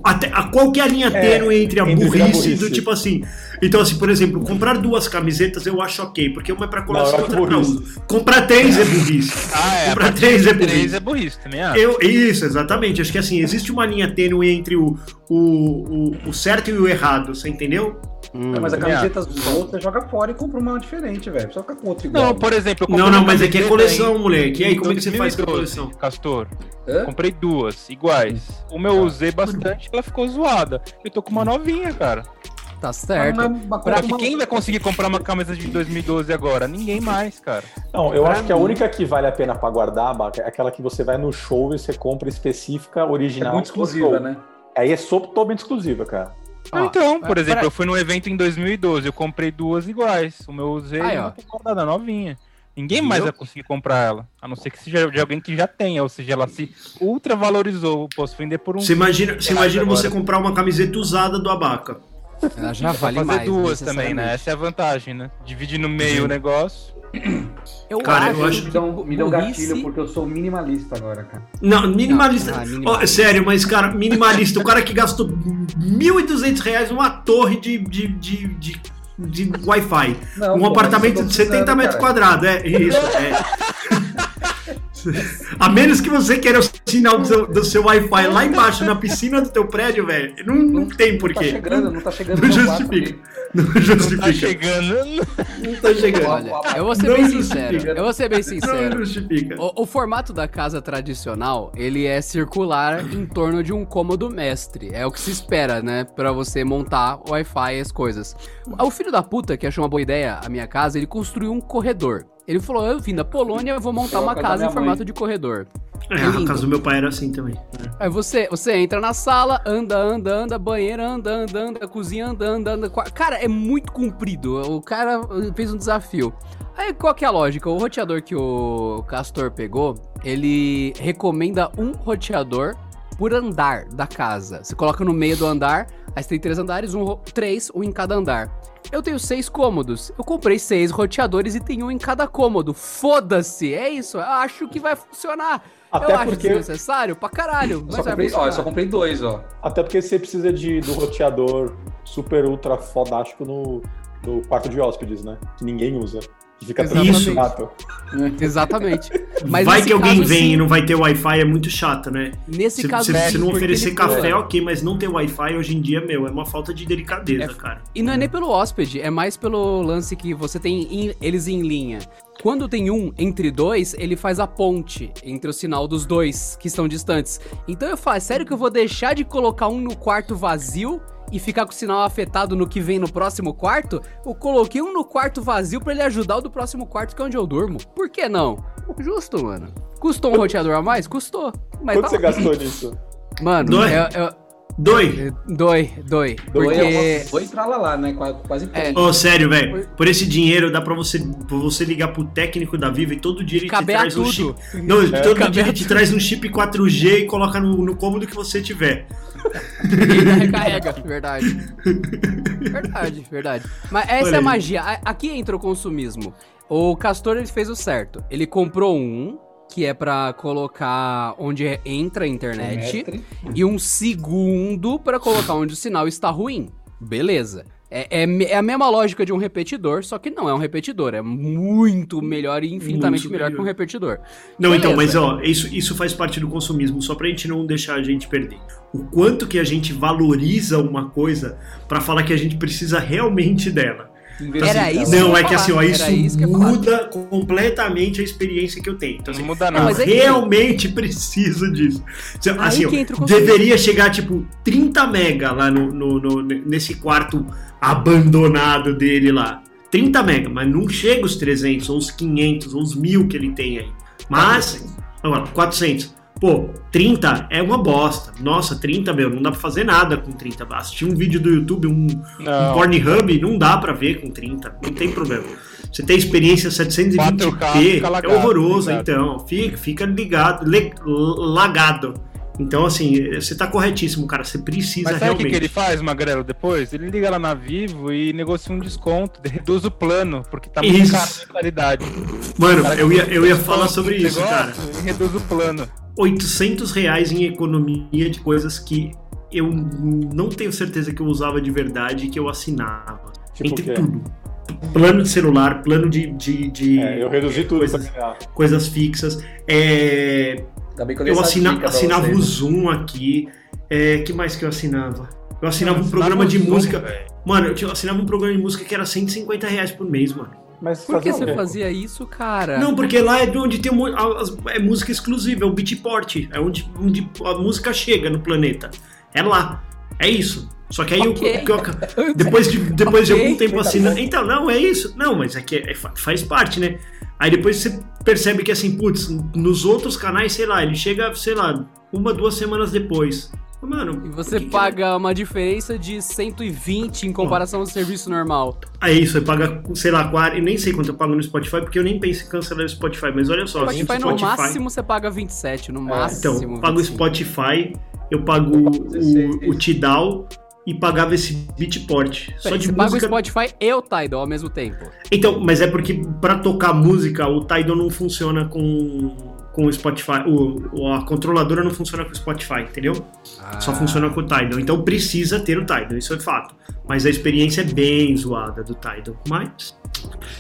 [SPEAKER 2] até, a, qual que é a linha
[SPEAKER 1] É,
[SPEAKER 2] tênue entre a
[SPEAKER 1] entre a
[SPEAKER 2] burrice, e
[SPEAKER 1] burrice.
[SPEAKER 2] do tipo assim? Então, assim, por exemplo, comprar duas camisetas eu acho ok, porque uma é pra
[SPEAKER 1] Não, eu
[SPEAKER 2] coleção e
[SPEAKER 1] acho
[SPEAKER 2] outra é pra
[SPEAKER 1] burrice.
[SPEAKER 2] uso. Comprar três é burrice.
[SPEAKER 5] Ah, é. a
[SPEAKER 2] Comprar
[SPEAKER 5] partir
[SPEAKER 2] três
[SPEAKER 5] de
[SPEAKER 2] é
[SPEAKER 5] três
[SPEAKER 2] burrice.
[SPEAKER 5] é burrice também, ah.
[SPEAKER 2] Eu, isso, exatamente. Acho que assim, existe uma linha tênue entre o, o, o, o certo e o errado, você entendeu?
[SPEAKER 4] Mas a
[SPEAKER 5] também
[SPEAKER 4] camiseta azul você joga fora e compra uma diferente, velho. Precisa ficar com outra igual.
[SPEAKER 5] Não, por exemplo, eu comprei um
[SPEAKER 2] Não, não,
[SPEAKER 5] uma
[SPEAKER 2] mas é que é
[SPEAKER 5] camiseta
[SPEAKER 2] coleção,
[SPEAKER 5] em-
[SPEAKER 2] moleque. E aí, como é que você faz com a
[SPEAKER 5] 2012,
[SPEAKER 2] coleção?
[SPEAKER 5] Castor,
[SPEAKER 4] Hã?
[SPEAKER 5] comprei duas iguais.
[SPEAKER 3] Hum.
[SPEAKER 5] Uma
[SPEAKER 3] Tá.
[SPEAKER 5] eu usei bastante, ela ficou zoada. Eu tô com uma novinha, cara.
[SPEAKER 3] Tá
[SPEAKER 4] Mas
[SPEAKER 3] certo.
[SPEAKER 4] uma- uma
[SPEAKER 5] Pra
[SPEAKER 4] coisa- uma-
[SPEAKER 5] quem vai conseguir comprar uma camisa de 2012 agora? Ninguém mais, cara.
[SPEAKER 1] Não, eu
[SPEAKER 2] Pra
[SPEAKER 1] acho que a
[SPEAKER 2] mim.
[SPEAKER 1] única que vale a pena pra guardar, Baca, é aquela que você vai no show e você compra específica,
[SPEAKER 4] É
[SPEAKER 1] original.
[SPEAKER 4] muito
[SPEAKER 1] do
[SPEAKER 4] exclusiva,
[SPEAKER 1] show.
[SPEAKER 4] né?
[SPEAKER 1] Aí é sob- totalmente exclusiva, cara.
[SPEAKER 3] Ó,
[SPEAKER 5] então, por
[SPEAKER 3] Ah, pra-
[SPEAKER 5] exemplo, eu fui num evento em 2012, eu comprei duas iguais. Uma eu usei
[SPEAKER 3] Aí,
[SPEAKER 5] e
[SPEAKER 3] ó.
[SPEAKER 5] uma ficou guardada novinha. Ninguém mais
[SPEAKER 3] Viu?
[SPEAKER 5] vai conseguir comprar ela. A não ser que seja de alguém que já tenha, ou seja, ela se ultravalorizou. Eu Posso vender por um.
[SPEAKER 2] Você imagina, você,
[SPEAKER 5] Errado
[SPEAKER 2] imagina você
[SPEAKER 5] agora.
[SPEAKER 2] comprar uma camiseta usada do abaca.
[SPEAKER 3] Ela já
[SPEAKER 5] Pra
[SPEAKER 3] vale
[SPEAKER 5] Ah, fazer
[SPEAKER 3] mais.
[SPEAKER 5] duas também, né?
[SPEAKER 3] necessariamente.
[SPEAKER 5] Essa é a vantagem, né? Divide no meio o negócio.
[SPEAKER 3] né? Eu
[SPEAKER 2] Cara, eu acho
[SPEAKER 4] Me
[SPEAKER 3] que
[SPEAKER 4] dá um, me dá um
[SPEAKER 3] burrice-
[SPEAKER 4] gatilho, porque eu sou minimalista agora, cara.
[SPEAKER 2] Não, minimalista.
[SPEAKER 3] Não, ah, minimalista.
[SPEAKER 2] Ó, sério, mas, cara, minimalista. o cara que gastou 1.200 reais numa torre de, de, de, de, de Wi-Fi.
[SPEAKER 4] Não,
[SPEAKER 2] um
[SPEAKER 4] pô,
[SPEAKER 2] apartamento
[SPEAKER 4] mas
[SPEAKER 2] de
[SPEAKER 4] eu
[SPEAKER 2] 70
[SPEAKER 4] tô precisando,
[SPEAKER 2] metros
[SPEAKER 4] cara.
[SPEAKER 2] quadrados. É isso. É. [laughs] A menos que você queira o sinal do seu, do seu Wi-Fi lá embaixo, na piscina do teu prédio, velho. Não, não tem
[SPEAKER 4] Não tá
[SPEAKER 2] porquê.
[SPEAKER 4] chegando, não tá chegando.
[SPEAKER 2] Não
[SPEAKER 4] no meu quarto
[SPEAKER 2] justifica.
[SPEAKER 4] aqui.
[SPEAKER 2] Não
[SPEAKER 5] Tá
[SPEAKER 2] justifica.
[SPEAKER 5] chegando.
[SPEAKER 2] Não tá chegando.
[SPEAKER 3] Olha, eu vou ser
[SPEAKER 2] Não
[SPEAKER 3] bem
[SPEAKER 2] justifica.
[SPEAKER 3] sincero. Eu vou ser bem
[SPEAKER 2] Não
[SPEAKER 3] sincero.
[SPEAKER 2] justifica.
[SPEAKER 3] O, o formato da casa tradicional, ele é circular em torno de um cômodo mestre. É o que se espera, né? Pra você montar o Wi-Fi e as coisas. O filho da puta, que achou uma boa ideia a minha casa, ele construiu um corredor. Ele falou, eu vim da Polônia, eu vou montar
[SPEAKER 4] Eu
[SPEAKER 3] uma
[SPEAKER 4] vou casar
[SPEAKER 3] casa em
[SPEAKER 4] minha mãe."
[SPEAKER 3] formato de corredor.
[SPEAKER 2] É, a casa do meu pai era assim também.
[SPEAKER 3] Aí você, você entra na sala, anda, anda, anda, banheiro, anda, anda, anda, cozinha, anda, anda, anda. qua- Cara, é muito comprido. O cara fez um desafio. Aí qual que é a lógica? O roteador que o Castor pegou, ele recomenda um roteador por andar da casa. Você coloca no meio do andar, aí você tem três andares, um, ro- três, um em cada andar. Eu tenho seis cômodos. Eu comprei seis roteadores e tem um em cada cômodo. Foda-se, é isso. Eu acho que vai funcionar.
[SPEAKER 1] Até
[SPEAKER 3] eu acho
[SPEAKER 1] porque-
[SPEAKER 3] desnecessário pra caralho.
[SPEAKER 4] Eu
[SPEAKER 3] Mas
[SPEAKER 4] só,
[SPEAKER 3] vai
[SPEAKER 4] comprei, ó, eu só
[SPEAKER 3] funcionar.
[SPEAKER 4] comprei dois, ó.
[SPEAKER 1] Até porque você precisa de, do roteador super ultra fodástico no, no quarto de hóspedes, né? Que ninguém usa. Que fica
[SPEAKER 3] Exatamente.
[SPEAKER 1] atrás do mato.
[SPEAKER 4] né?
[SPEAKER 3] Exatamente.
[SPEAKER 2] [laughs]
[SPEAKER 3] Mas
[SPEAKER 2] vai
[SPEAKER 3] nesse
[SPEAKER 2] que alguém
[SPEAKER 3] caso,
[SPEAKER 2] vem
[SPEAKER 3] sim.
[SPEAKER 2] e não vai ter Wi-Fi, é muito chato, né?
[SPEAKER 3] Nesse
[SPEAKER 2] Se,
[SPEAKER 3] caso,
[SPEAKER 2] se- se
[SPEAKER 3] sim,
[SPEAKER 2] não
[SPEAKER 3] porque
[SPEAKER 2] oferecer
[SPEAKER 3] ele pula.
[SPEAKER 2] café, ok, mas não ter Wi-Fi hoje em dia, meu, é uma falta de delicadeza, cara.
[SPEAKER 3] E não é nem pelo hóspede, é mais pelo lance que você tem em- eles em linha. Quando tem um entre dois, ele faz a ponte entre o sinal dos dois que estão distantes. Então eu falo, é sério que eu vou deixar de colocar um no quarto vazio e ficar com o sinal afetado no que vem no próximo quarto? Eu coloquei um no quarto vazio pra ele ajudar o do próximo quarto, que é onde eu durmo. Por que não? Justo, mano. Custou um roteador a mais? Custou. Mas
[SPEAKER 1] Quanto
[SPEAKER 3] tá
[SPEAKER 1] você
[SPEAKER 3] lá.
[SPEAKER 1] gastou nisso?
[SPEAKER 3] Mano, é,
[SPEAKER 2] Dói?
[SPEAKER 3] eu, eu, É.
[SPEAKER 2] Doi.
[SPEAKER 3] Dói, dói.
[SPEAKER 4] Dois, É.
[SPEAKER 3] Porque.
[SPEAKER 4] eu- dois pra lá, lá, né? Quase, quase
[SPEAKER 3] É,
[SPEAKER 2] Ô, sério, velho. Por esse dinheiro dá pra você, pra você ligar pro técnico da Vivo e todo dia ele te
[SPEAKER 3] Cabear
[SPEAKER 2] traz um
[SPEAKER 3] tudo. É.
[SPEAKER 2] chip. Não, todo
[SPEAKER 3] Cabear
[SPEAKER 2] dia ele te traz um chip 4G e coloca no, no cômodo que você tiver. [laughs]
[SPEAKER 3] Ainda recarrega, verdade. Verdade, verdade. Mas essa
[SPEAKER 2] Olha
[SPEAKER 3] é a
[SPEAKER 2] aí.
[SPEAKER 3] magia. A- Aqui entra o consumismo. O Castor ele fez o certo. Ele comprou um, que é pra colocar onde é- entra a internet,
[SPEAKER 4] Metri.
[SPEAKER 3] e um segundo pra colocar onde o sinal está ruim. Beleza. É, é me- é a mesma lógica de um repetidor, só que não é um repetidor. É muito melhor e infinitamente
[SPEAKER 2] Muito
[SPEAKER 3] melhor que um
[SPEAKER 2] melhor.
[SPEAKER 3] repetidor.
[SPEAKER 2] Não, então, mas
[SPEAKER 3] Beleza.
[SPEAKER 2] ó, isso, isso faz parte do consumismo, só pra gente não deixar a gente perder. O quanto que a gente valoriza uma coisa pra falar que a gente precisa realmente dela.
[SPEAKER 3] Era isso que eu
[SPEAKER 2] Não,
[SPEAKER 3] ia
[SPEAKER 2] é que assim, ó,
[SPEAKER 3] falar,
[SPEAKER 2] isso,
[SPEAKER 3] era isso que eu ia falar.
[SPEAKER 2] muda completamente a experiência que eu tenho. Então, assim,
[SPEAKER 5] Não muda
[SPEAKER 3] Não,
[SPEAKER 5] nada.
[SPEAKER 3] mas é que-
[SPEAKER 2] realmente preciso disso. Então,
[SPEAKER 3] Aí
[SPEAKER 2] Assim, ó,
[SPEAKER 3] que entra o consumismo.
[SPEAKER 2] deveria chegar tipo 30 mega lá no, no- no- nesse quarto abandonado dele lá. 30 mega, mas não chega os 300 ou os 500 ou os 1000 que ele tem aí. Mas, agora, 400. Pô, 30 é uma bosta. Nossa, 30, meu, não dá pra fazer nada com 30. Assistir um vídeo do YouTube, um um
[SPEAKER 5] Não.
[SPEAKER 2] Pornhub não dá pra ver com 30, não tem problema. Você tem experiência
[SPEAKER 5] 4K,
[SPEAKER 2] 720p,
[SPEAKER 5] fica lagado,
[SPEAKER 2] é horroroso,
[SPEAKER 5] ligado.
[SPEAKER 2] então. Fica, fica ligado, le- lagado. Então, assim, você tá corretíssimo, cara. Você precisa
[SPEAKER 5] Mas sabe o
[SPEAKER 2] realmente.
[SPEAKER 5] que, que ele faz, Magrelo, depois? Ele liga lá na Vivo e negocia um desconto, reduz o plano, porque tá muito
[SPEAKER 2] Isso.
[SPEAKER 5] caro a qualidade.
[SPEAKER 2] Mano,
[SPEAKER 5] Cara,
[SPEAKER 2] eu ia, eu ia
[SPEAKER 5] Desconto
[SPEAKER 2] falar
[SPEAKER 5] do
[SPEAKER 2] sobre isso, cara.
[SPEAKER 5] negócio e Reduz o plano.
[SPEAKER 2] 800 reais em economia de coisas que eu não tenho certeza que eu usava de verdade e que eu assinava.
[SPEAKER 1] Tipo o
[SPEAKER 2] Entre
[SPEAKER 1] quê?
[SPEAKER 2] tudo. Plano de celular, plano de, de, de
[SPEAKER 1] É, eu reduzi tudo
[SPEAKER 2] coisas,
[SPEAKER 1] pra ganhar.
[SPEAKER 2] coisas fixas. É,
[SPEAKER 4] Ainda bem que eu dei
[SPEAKER 2] Eu
[SPEAKER 4] essa
[SPEAKER 2] assina-
[SPEAKER 4] dica pra
[SPEAKER 2] assinava
[SPEAKER 4] vocês,
[SPEAKER 2] o
[SPEAKER 4] né?
[SPEAKER 2] Zoom aqui. É, que mais que eu assinava? Eu assinava um programa de
[SPEAKER 5] Zoom,
[SPEAKER 2] música.
[SPEAKER 5] velho.
[SPEAKER 2] Mano, eu tinha- eu assinava um programa de música que era 150 reais por mês, mano.
[SPEAKER 1] Mas
[SPEAKER 3] Por que
[SPEAKER 1] o
[SPEAKER 2] um-
[SPEAKER 1] quê?
[SPEAKER 3] você fazia isso, cara?
[SPEAKER 2] Não, porque lá é de onde tem mu- a- as- é música exclusiva, é o beatport. É onde, onde a música chega no planeta. É lá. É isso. Só que aí eu-
[SPEAKER 3] [laughs] Ok.
[SPEAKER 2] eu, depois de, depois de
[SPEAKER 3] Ok. tá
[SPEAKER 2] algum tempo assim, não- então, não, é isso. Não, mas é que é- fa- faz parte, né? Aí depois você percebe que assim, putz, nos outros canais, sei lá, ele chega, sei lá, uma, duas semanas depois. Mano,
[SPEAKER 3] E
[SPEAKER 2] por
[SPEAKER 3] você
[SPEAKER 2] que que-
[SPEAKER 3] paga uma diferença de 120 em comparação ao serviço normal.
[SPEAKER 2] É isso, eu paga, sei lá, 40, eu nem sei quanto eu pago no Spotify, porque eu nem penso em cancelar o Spotify, mas olha só,
[SPEAKER 3] O
[SPEAKER 2] assim,
[SPEAKER 3] Spotify, no máximo, você paga 27, no máximo.
[SPEAKER 2] Então, eu pago o
[SPEAKER 3] 25.
[SPEAKER 2] Spotify, eu pago o, o Tidal e pagava esse beatport. Só
[SPEAKER 3] Peraí,
[SPEAKER 2] de
[SPEAKER 3] você paga o
[SPEAKER 2] música
[SPEAKER 3] Spotify e o Tidal ao mesmo tempo.
[SPEAKER 2] Então, mas é porque pra tocar música, o Tidal não funciona com, com o Spotify. O, o- a controladora não funciona com o Spotify, entendeu?
[SPEAKER 3] Ah.
[SPEAKER 2] Só funciona com o Tidal. Então precisa ter o Tidal, isso é fato. Mas a experiência é bem zoada do Tidal. Mas.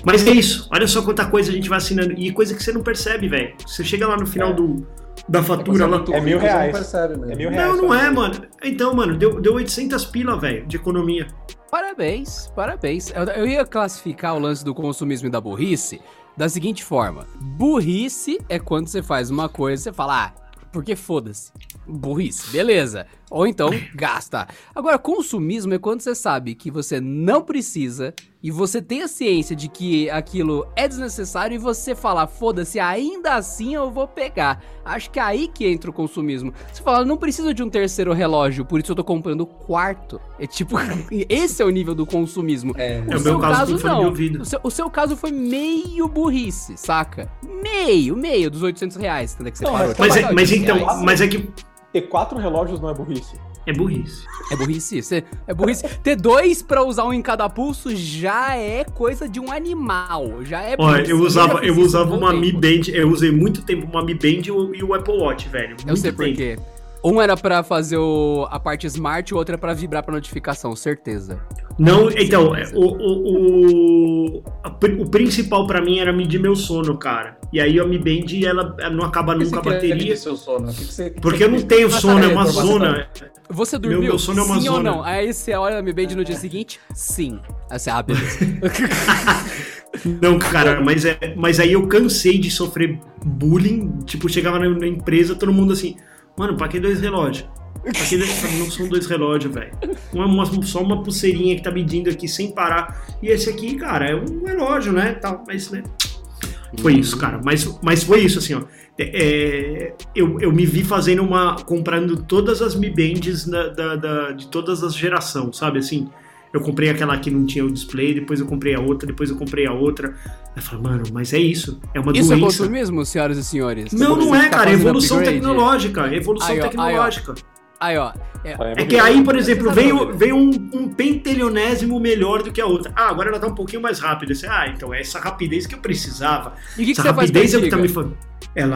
[SPEAKER 2] Mas é isso. Olha só quanta coisa a gente vai assinando. E coisa que você não percebe, velho. Você chega lá no final
[SPEAKER 1] É.
[SPEAKER 2] do, da fatura
[SPEAKER 4] Quando você
[SPEAKER 2] lá.
[SPEAKER 4] muito
[SPEAKER 1] É
[SPEAKER 4] rico,
[SPEAKER 1] mil
[SPEAKER 4] você não
[SPEAKER 1] reais.
[SPEAKER 4] percebe um mesmo.
[SPEAKER 1] É mil reais.
[SPEAKER 2] Não, não
[SPEAKER 1] só.
[SPEAKER 2] é, mano. Então, mano, deu, deu 800 pila, velho, de economia.
[SPEAKER 3] Parabéns, parabéns. Eu, eu ia classificar o lance do consumismo e da burrice da seguinte forma: burrice é quando você faz uma coisa e você fala, ah, porque foda-se. Burrice, beleza. Ou então gasta. Agora, consumismo é quando você sabe que você não precisa e você tem a ciência de que aquilo é desnecessário e você fala, foda-se, ainda assim eu vou pegar. Acho que é aí que entra o consumismo. Você fala, não preciso de um terceiro relógio, por isso eu tô comprando o quarto. É tipo, [laughs] esse é o nível do consumismo.
[SPEAKER 4] É,
[SPEAKER 2] É o meu caso que foi no meu ouvido.
[SPEAKER 3] O seu, o seu caso foi meio burrice, saca? Meio, meio dos 800 reais. Quando é que você
[SPEAKER 1] Não,
[SPEAKER 3] parou?
[SPEAKER 1] mas
[SPEAKER 3] Você
[SPEAKER 2] Mas, é-
[SPEAKER 3] parou
[SPEAKER 2] mas
[SPEAKER 3] 800
[SPEAKER 2] então,
[SPEAKER 3] reais.
[SPEAKER 2] mas é que
[SPEAKER 1] Ter quatro relógios não é burrice.
[SPEAKER 2] é burrice.
[SPEAKER 3] É burrice? Você, é burrice. Ter dois pra usar um em cada pulso já é coisa de um animal. Já é
[SPEAKER 2] Olha,
[SPEAKER 3] burrice.
[SPEAKER 2] eu
[SPEAKER 3] nunca
[SPEAKER 2] usava,
[SPEAKER 3] fiz
[SPEAKER 2] eu
[SPEAKER 3] isso
[SPEAKER 2] usava
[SPEAKER 3] por um
[SPEAKER 2] uma Mi
[SPEAKER 3] tempo.
[SPEAKER 2] Band, eu usei muito tempo uma Mi Band e o, e o Apple Watch, velho.
[SPEAKER 3] Eu
[SPEAKER 2] muito
[SPEAKER 3] sei por
[SPEAKER 2] tempo.
[SPEAKER 3] quê. Um era pra fazer o- a parte smart, o outro era pra vibrar pra notificação, certeza.
[SPEAKER 2] Não, então, é, o, o, o, a pri- o principal pra mim era medir meu sono, cara. E aí a Mi Band, ela ela não acaba
[SPEAKER 4] Por que é
[SPEAKER 2] nunca a
[SPEAKER 4] você quer medir
[SPEAKER 2] bateria.
[SPEAKER 4] seu sono? O que que você- o que
[SPEAKER 2] Porque
[SPEAKER 4] que
[SPEAKER 2] eu não tenho
[SPEAKER 4] Ah, tá,
[SPEAKER 2] sono, é
[SPEAKER 4] eu
[SPEAKER 2] uma
[SPEAKER 4] tô passando-
[SPEAKER 2] zona.
[SPEAKER 3] Você dormiu?
[SPEAKER 2] meu sono é uma
[SPEAKER 3] sim ou
[SPEAKER 2] zona.
[SPEAKER 3] não? Aí você olha a Mi Band no dia seguinte? Sim. Aí você, ah, beleza.
[SPEAKER 2] Não, cara, mas, é, mas aí eu cansei de sofrer bullying. Tipo, chegava na, na empresa, todo mundo assim, mano, pra que dois relógios? Pra que dois, não são dois relógios, velho. Uma, uma- só uma pulseirinha que tá medindo aqui sem parar. E esse aqui, cara, é um relógio, né? Tal, mas, né? Foi isso, cara. Mas, mas foi isso, assim, ó. É, é, eu, eu me vi fazendo uma. comprando todas as Mi Bands da- da- da- de todas as gerações, sabe? Assim, eu comprei aquela que não tinha o display, depois eu comprei a outra, depois eu comprei a outra. Eu falei, mano, mas é isso. É uma
[SPEAKER 3] Isso é
[SPEAKER 2] doença.
[SPEAKER 3] consumismo, senhoras e senhores?
[SPEAKER 2] não, não
[SPEAKER 3] Você
[SPEAKER 2] é,
[SPEAKER 3] tá
[SPEAKER 2] cara. É
[SPEAKER 3] fazendo
[SPEAKER 2] evolução
[SPEAKER 3] upgrade?
[SPEAKER 2] tecnológica. é Evolução
[SPEAKER 3] Aí, ó, aí, ó.
[SPEAKER 2] tecnológica.
[SPEAKER 3] Aí, ó. É,
[SPEAKER 2] É que aí, por exemplo, veio, veio um, um pentelionésimo melhor do que a outra. Ah, agora ela tá um pouquinho mais rápida. Você, ah, então é essa rapidez que eu precisava.
[SPEAKER 3] E o que, que
[SPEAKER 2] essa
[SPEAKER 3] você faz com a
[SPEAKER 2] rapidez é o que tá
[SPEAKER 3] antiga?
[SPEAKER 2] me falando.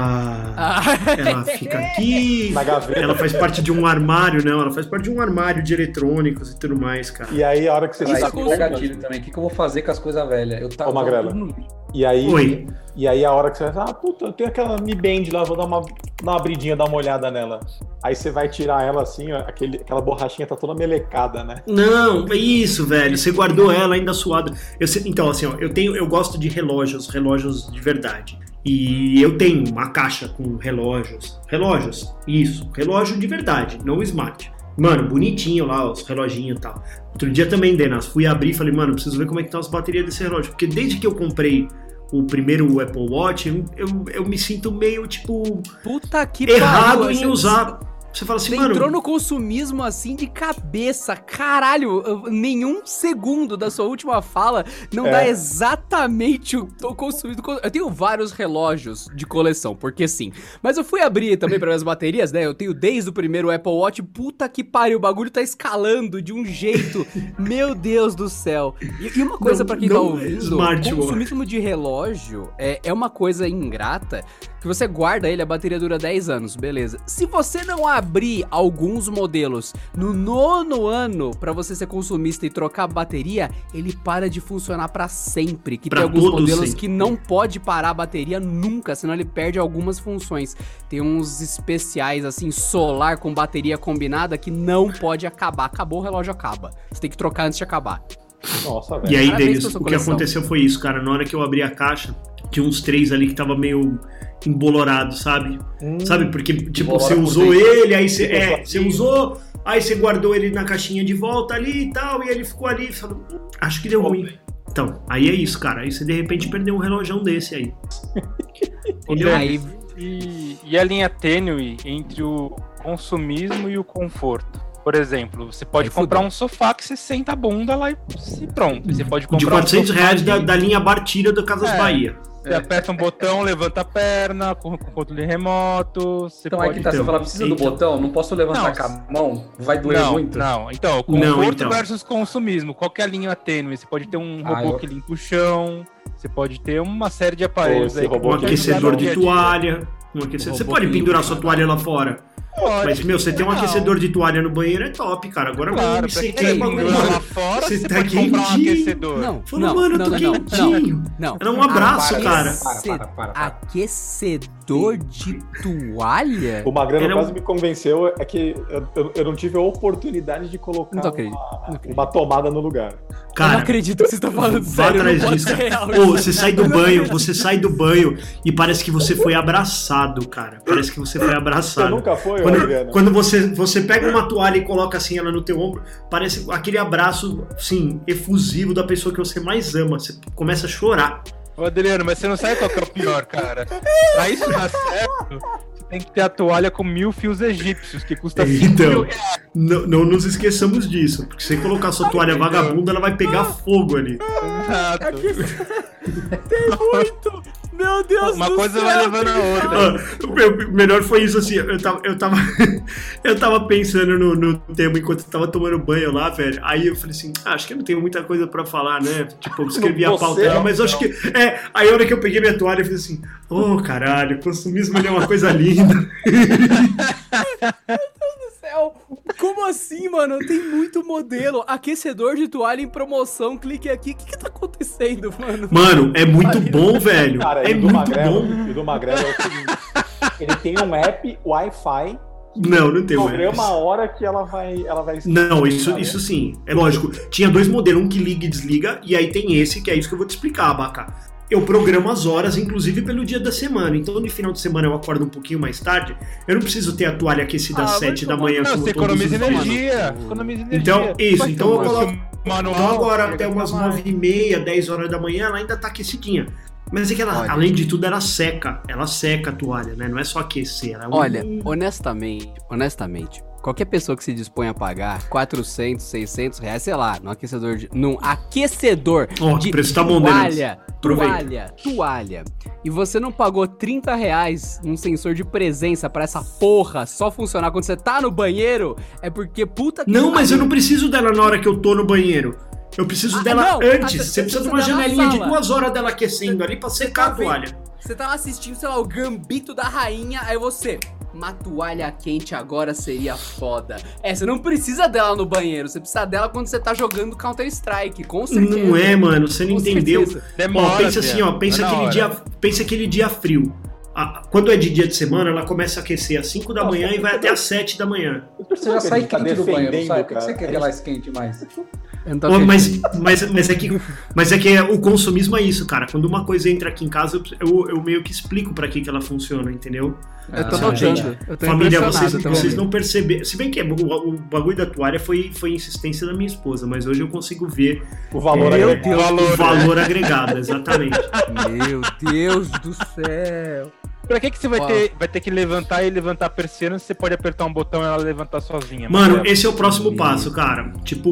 [SPEAKER 2] ela,
[SPEAKER 3] Ah,
[SPEAKER 2] [laughs]
[SPEAKER 3] [laughs]
[SPEAKER 2] ela fica aqui,
[SPEAKER 1] Na gaveta.
[SPEAKER 2] ela faz parte de um armário, não, ela faz parte de um armário de eletrônicos e tudo mais, cara.
[SPEAKER 1] E aí, a hora que você
[SPEAKER 4] Isso
[SPEAKER 1] sai.
[SPEAKER 3] com
[SPEAKER 4] me dá gatilho também. O que, que eu vou fazer com as coisas velhas? Eu Então, tava
[SPEAKER 1] Ô, Magrela.
[SPEAKER 4] tudo no lixo.
[SPEAKER 1] E aí,
[SPEAKER 2] Oi.
[SPEAKER 1] e aí a hora que você vai, ah, puta, tem aquela Mi Band lá, vou dar uma, dar uma abridinha, dar uma olhada nela. Aí você vai tirar ela assim, ó, aquele, aquela borrachinha tá toda melecada, né?
[SPEAKER 2] Não, é isso, velho. Você guardou ela ainda suada. Eu sei- então, assim, ó, eu tenho, eu gosto de relógios, relógios de verdade. E eu tenho uma caixa com relógios. Relógios, isso, relógio de verdade, não smart. Mano, bonitinho lá, os reloginhos e tal. Outro dia também, Denas, fui abrir e falei, mano, preciso ver como é que tá as baterias desse relógio. Porque desde que eu comprei o primeiro Apple Watch, eu, eu, eu me sinto meio, tipo,
[SPEAKER 3] Puta que
[SPEAKER 2] errado
[SPEAKER 3] pariu,
[SPEAKER 2] em
[SPEAKER 3] você-
[SPEAKER 2] usar. Você fala assim,
[SPEAKER 3] Você
[SPEAKER 2] mano.
[SPEAKER 3] entrou no consumismo assim de cabeça, caralho. eu- Nenhum segundo da sua última fala não
[SPEAKER 1] É.
[SPEAKER 3] dá exatamente o tô consumindo. Eu tenho vários relógios de coleção, porque sim. Mas eu fui abrir também para minhas baterias, né? Eu tenho desde o primeiro Apple Watch. Puta que pariu, o bagulho tá escalando de um
[SPEAKER 2] [laughs]
[SPEAKER 3] jeito. Meu Deus do céu. E, e uma coisa
[SPEAKER 2] Não-
[SPEAKER 3] pra quem tá
[SPEAKER 2] não é
[SPEAKER 3] ouvindo,
[SPEAKER 2] smartwatch.
[SPEAKER 3] consumismo de relógio é, é uma coisa ingrata que você guarda ele, a bateria dura 10 anos, beleza. Se você não abrir alguns modelos no nono ano pra você ser consumista e trocar a bateria, ele para de funcionar pra sempre. Que
[SPEAKER 2] Pra
[SPEAKER 3] tem alguns
[SPEAKER 2] todo
[SPEAKER 3] modelos
[SPEAKER 2] sempre.
[SPEAKER 3] que não pode parar a bateria nunca, senão ele perde algumas funções. Tem uns especiais assim, solar com bateria combinada que não pode acabar. Acabou, o relógio acaba. Você tem que trocar antes de acabar.
[SPEAKER 1] Nossa,
[SPEAKER 2] E
[SPEAKER 1] velho.
[SPEAKER 2] aí,
[SPEAKER 3] Parabéns
[SPEAKER 2] Denis,
[SPEAKER 3] pela sua
[SPEAKER 2] o que
[SPEAKER 3] coleção.
[SPEAKER 2] aconteceu foi isso, cara. Na hora que eu abri a caixa, tinha uns três ali que tava meio embolorado, sabe?
[SPEAKER 1] Hum,
[SPEAKER 2] Sabe? Porque, tipo,
[SPEAKER 4] Embolora
[SPEAKER 2] você
[SPEAKER 4] por
[SPEAKER 2] usou
[SPEAKER 4] dentro.
[SPEAKER 2] ele, aí você,
[SPEAKER 1] Ficou
[SPEAKER 2] é,
[SPEAKER 1] flaquinho.
[SPEAKER 2] você usou, aí você guardou ele na caixinha de volta ali e tal, e ele ficou ali e falou, "Hum, acho que deu ruim. Então, aí é isso, cara. Aí você de repente perdeu um relojão desse aí. Entendeu?
[SPEAKER 3] Aí
[SPEAKER 5] E, e a linha tênue entre o consumismo e o conforto. Por exemplo, você pode
[SPEAKER 3] Aí
[SPEAKER 5] comprar
[SPEAKER 3] fudeu.
[SPEAKER 5] um sofá que você senta a bunda lá e se pronto. Você pode comprar
[SPEAKER 2] De
[SPEAKER 5] um
[SPEAKER 2] 400
[SPEAKER 5] sofá
[SPEAKER 2] reais
[SPEAKER 5] que
[SPEAKER 2] da, da linha Bartira do Casas
[SPEAKER 5] É.
[SPEAKER 2] Bahia.
[SPEAKER 5] Você aperta um botão, levanta a perna, com, com controle remoto. Você
[SPEAKER 4] Então é
[SPEAKER 5] pode
[SPEAKER 4] que tá,
[SPEAKER 2] então.
[SPEAKER 4] você fala, precisa do
[SPEAKER 2] Então.
[SPEAKER 4] botão? Não posso levantar
[SPEAKER 5] Não.
[SPEAKER 4] com a mão? Vai doer
[SPEAKER 5] não,
[SPEAKER 4] muito?
[SPEAKER 5] Não, então,
[SPEAKER 2] Não,
[SPEAKER 5] conforto
[SPEAKER 2] então.
[SPEAKER 5] versus consumismo. Qual que é a linha tênue? Você pode ter um
[SPEAKER 4] Ah,
[SPEAKER 5] robô
[SPEAKER 4] eu-
[SPEAKER 5] que limpa o chão, você pode ter uma série de aparelhos
[SPEAKER 1] Pô, esse
[SPEAKER 5] aí.
[SPEAKER 1] robô
[SPEAKER 2] Um
[SPEAKER 1] Bom, aqui.
[SPEAKER 2] aquecedor de
[SPEAKER 5] Dia a dia.
[SPEAKER 2] toalha. Um aquecedor. Você
[SPEAKER 3] Robô
[SPEAKER 2] pode
[SPEAKER 3] que
[SPEAKER 2] pendurar
[SPEAKER 3] limpa.
[SPEAKER 2] sua toalha lá fora.
[SPEAKER 5] Pode.
[SPEAKER 2] Mas, meu, você tem um
[SPEAKER 5] Não.
[SPEAKER 2] aquecedor de toalha no banheiro, é top, cara. Agora eu
[SPEAKER 5] Claro,
[SPEAKER 2] me
[SPEAKER 5] pra
[SPEAKER 2] sei
[SPEAKER 5] quem
[SPEAKER 2] que é
[SPEAKER 5] tem
[SPEAKER 2] bagulho.
[SPEAKER 3] Não,
[SPEAKER 5] lá fora,
[SPEAKER 2] Você
[SPEAKER 5] você,
[SPEAKER 2] tá
[SPEAKER 5] pode comprar um
[SPEAKER 2] quentinho.
[SPEAKER 5] aquecedor.
[SPEAKER 3] Não,
[SPEAKER 2] Falou,
[SPEAKER 3] não,
[SPEAKER 2] mano, eu
[SPEAKER 3] não,
[SPEAKER 2] tô
[SPEAKER 3] não, não,
[SPEAKER 2] quentinho.
[SPEAKER 3] não.
[SPEAKER 2] Era um abraço,
[SPEAKER 4] para,
[SPEAKER 2] cara. tá
[SPEAKER 4] Para, para, para, para.
[SPEAKER 3] Aquecedor de toalha?
[SPEAKER 1] O Magrano
[SPEAKER 2] Ele é um-
[SPEAKER 1] quase me convenceu, é que eu, eu- eu não tive a oportunidade de colocar
[SPEAKER 3] Não tô acredito,
[SPEAKER 1] uma,
[SPEAKER 3] acredito.
[SPEAKER 1] uma tomada no lugar.
[SPEAKER 3] eu não
[SPEAKER 2] Cara,
[SPEAKER 3] acredito que vocês estão falando
[SPEAKER 2] vá
[SPEAKER 3] sério.
[SPEAKER 2] atrás
[SPEAKER 3] não pode
[SPEAKER 2] disso,
[SPEAKER 3] ser
[SPEAKER 2] cara.
[SPEAKER 3] real.
[SPEAKER 2] Pô, você sai do banho, você sai do banho e parece que você foi abraçado, cara. Parece que você foi
[SPEAKER 1] Você
[SPEAKER 2] abraçado.
[SPEAKER 1] nunca foi,
[SPEAKER 2] Quando,
[SPEAKER 1] Adriano?
[SPEAKER 2] quando você, você pega uma toalha e coloca assim ela no teu ombro, parece aquele abraço, assim, efusivo da pessoa que você mais ama. Você começa a chorar.
[SPEAKER 5] Ô, Adriano, mas você não sabe qual que é o pior, cara. Pra isso dar certo, você tem que ter a toalha com mil fios egípcios, que
[SPEAKER 3] Tá
[SPEAKER 5] custa 5
[SPEAKER 2] [laughs]
[SPEAKER 5] mil
[SPEAKER 2] Então,
[SPEAKER 5] reais.
[SPEAKER 2] não, não nos esqueçamos disso. Porque se você colocar sua toalha
[SPEAKER 3] é?
[SPEAKER 2] vagabunda, ela vai
[SPEAKER 3] Ah.
[SPEAKER 2] pegar fogo ali.
[SPEAKER 5] Exato.
[SPEAKER 3] Meu Deus
[SPEAKER 5] Uma
[SPEAKER 3] do
[SPEAKER 5] coisa
[SPEAKER 3] céu.
[SPEAKER 5] vai levando a outra.
[SPEAKER 2] Ah, o meu- o melhor foi isso, assim, eu tava, eu tava, [laughs] eu tava pensando no, no tema enquanto eu tava tomando banho lá, velho. Aí eu falei assim, ah, acho que eu não tenho muita coisa pra falar, né? Tipo, eu escrevi a
[SPEAKER 1] Você
[SPEAKER 2] pauta,
[SPEAKER 1] não,
[SPEAKER 2] mas eu acho que. É, aí a hora que eu peguei minha toalha, eu falei assim, ô caralho, consumismo ele é uma coisa linda.
[SPEAKER 3] céu. Como assim, mano? Tem muito modelo. Aquecedor de toalha em promoção. Clique aqui. O que, que tá acontecendo, mano?
[SPEAKER 2] Mano, é muito bom, velho.
[SPEAKER 1] Cara,
[SPEAKER 2] é
[SPEAKER 1] e do
[SPEAKER 2] muito
[SPEAKER 1] Magrelo,
[SPEAKER 2] bom.
[SPEAKER 1] e do Magrelo é o seguinte. Ele tem um app Wi-Fi,
[SPEAKER 2] Não, não tem
[SPEAKER 1] programa a
[SPEAKER 2] mais.
[SPEAKER 1] hora que ela vai. Ela vai
[SPEAKER 2] Não,
[SPEAKER 1] né?
[SPEAKER 2] isso, isso sim. É lógico. Tinha dois modelos, um que liga e desliga, e aí tem esse, que é isso que eu vou te explicar, Abaca. Eu programo as horas, inclusive pelo dia da semana. Então, no final de semana, eu acordo um pouquinho mais tarde. Eu não preciso ter a toalha aquecida
[SPEAKER 3] Ah,
[SPEAKER 2] às
[SPEAKER 3] vai
[SPEAKER 2] 7 da
[SPEAKER 3] tomar-
[SPEAKER 2] manhã.
[SPEAKER 5] Não,
[SPEAKER 2] como
[SPEAKER 5] você
[SPEAKER 2] todos os
[SPEAKER 5] economiza
[SPEAKER 2] dias.
[SPEAKER 5] energia. Economiza energia.
[SPEAKER 2] Então, isso. Então, eu
[SPEAKER 5] Mas
[SPEAKER 2] coloco.
[SPEAKER 5] o manual.
[SPEAKER 2] Então, agora, até
[SPEAKER 5] pega
[SPEAKER 2] umas
[SPEAKER 5] mais.
[SPEAKER 2] 9 e meia, 10 horas da manhã, ela ainda tá aquecidinha. Mas é que ela,
[SPEAKER 3] Olha.
[SPEAKER 2] além de tudo, ela seca. Ela seca a toalha, né? Não é só aquecer. Ela é um-
[SPEAKER 3] Olha, honestamente, honestamente, qualquer pessoa que se dispõe a pagar 400, 600 reais, sei lá, num aquecedor de, num aquecedor
[SPEAKER 2] Ó,
[SPEAKER 3] de
[SPEAKER 2] o preço tá bom, Denis.
[SPEAKER 3] toalha,
[SPEAKER 2] Aproveita.
[SPEAKER 3] toalha, toalha, e você não pagou 30 reais num sensor de presença pra essa porra só funcionar quando você tá no banheiro, é porque puta que
[SPEAKER 2] Não, mas eu
[SPEAKER 3] pariu.
[SPEAKER 2] não preciso dela na hora que eu tô no banheiro. Eu preciso
[SPEAKER 3] Ah,
[SPEAKER 2] dela
[SPEAKER 3] não,
[SPEAKER 2] antes.
[SPEAKER 3] ah,
[SPEAKER 2] Você precisa de
[SPEAKER 3] precisa
[SPEAKER 2] uma
[SPEAKER 3] dela na
[SPEAKER 2] janelinha de
[SPEAKER 3] sala.
[SPEAKER 2] duas horas dela aquecendo ali pra secar a
[SPEAKER 3] tá vendo?
[SPEAKER 2] toalha.
[SPEAKER 3] Você tá lá assistindo, sei lá, o Gambito da Rainha, aí você. Uma toalha quente agora seria foda. É, você não precisa dela no banheiro, você precisa dela quando você tá jogando Counter-Strike, com certeza.
[SPEAKER 2] Não é, mano, você não
[SPEAKER 3] Com
[SPEAKER 2] entendeu.
[SPEAKER 3] certeza.
[SPEAKER 2] Ó, pensa assim, ó, pensa
[SPEAKER 5] é na
[SPEAKER 2] aquele,
[SPEAKER 5] hora.
[SPEAKER 2] dia, pensa aquele dia frio. Ah, quando é de dia de semana, ela começa a aquecer às 5 da
[SPEAKER 1] Ó,
[SPEAKER 2] manhã e
[SPEAKER 1] eu
[SPEAKER 2] vai
[SPEAKER 1] tô-
[SPEAKER 2] até às 7 da manhã.
[SPEAKER 4] Você já sai
[SPEAKER 1] tá
[SPEAKER 4] quente do banheiro,
[SPEAKER 1] defendendo,
[SPEAKER 4] sai. O que que você
[SPEAKER 1] cara. É
[SPEAKER 4] quer que ela esquente mais?
[SPEAKER 3] Eu não tô
[SPEAKER 2] Ó,
[SPEAKER 3] acreditando.
[SPEAKER 2] mas, mas, mas, é que, mas é que o consumismo é isso, cara. Quando uma coisa entra aqui em casa, eu, eu meio que explico pra que, que ela funciona, entendeu?
[SPEAKER 3] Eu tô
[SPEAKER 4] Ah,
[SPEAKER 3] notando.
[SPEAKER 2] gente,
[SPEAKER 3] eu tô
[SPEAKER 2] Família,
[SPEAKER 3] impressionado
[SPEAKER 2] vocês,
[SPEAKER 3] também.
[SPEAKER 2] vocês não perceberam. Se bem que é, o, o bagulho da toalha foi, foi insistência da minha esposa, mas hoje eu consigo ver
[SPEAKER 1] O valor
[SPEAKER 2] Meu
[SPEAKER 1] agregado.
[SPEAKER 2] o
[SPEAKER 3] né?
[SPEAKER 2] valor, agregado,
[SPEAKER 3] [laughs]
[SPEAKER 2] exatamente.
[SPEAKER 3] [laughs] Meu Deus do céu.
[SPEAKER 5] Pra que, que você vai
[SPEAKER 3] Ó.
[SPEAKER 5] ter, vai ter que levantar e levantar a persiana se você pode apertar um botão e ela levantar sozinha?
[SPEAKER 2] Mano,
[SPEAKER 5] Marcelo?
[SPEAKER 2] esse é o próximo passo, cara. Tipo,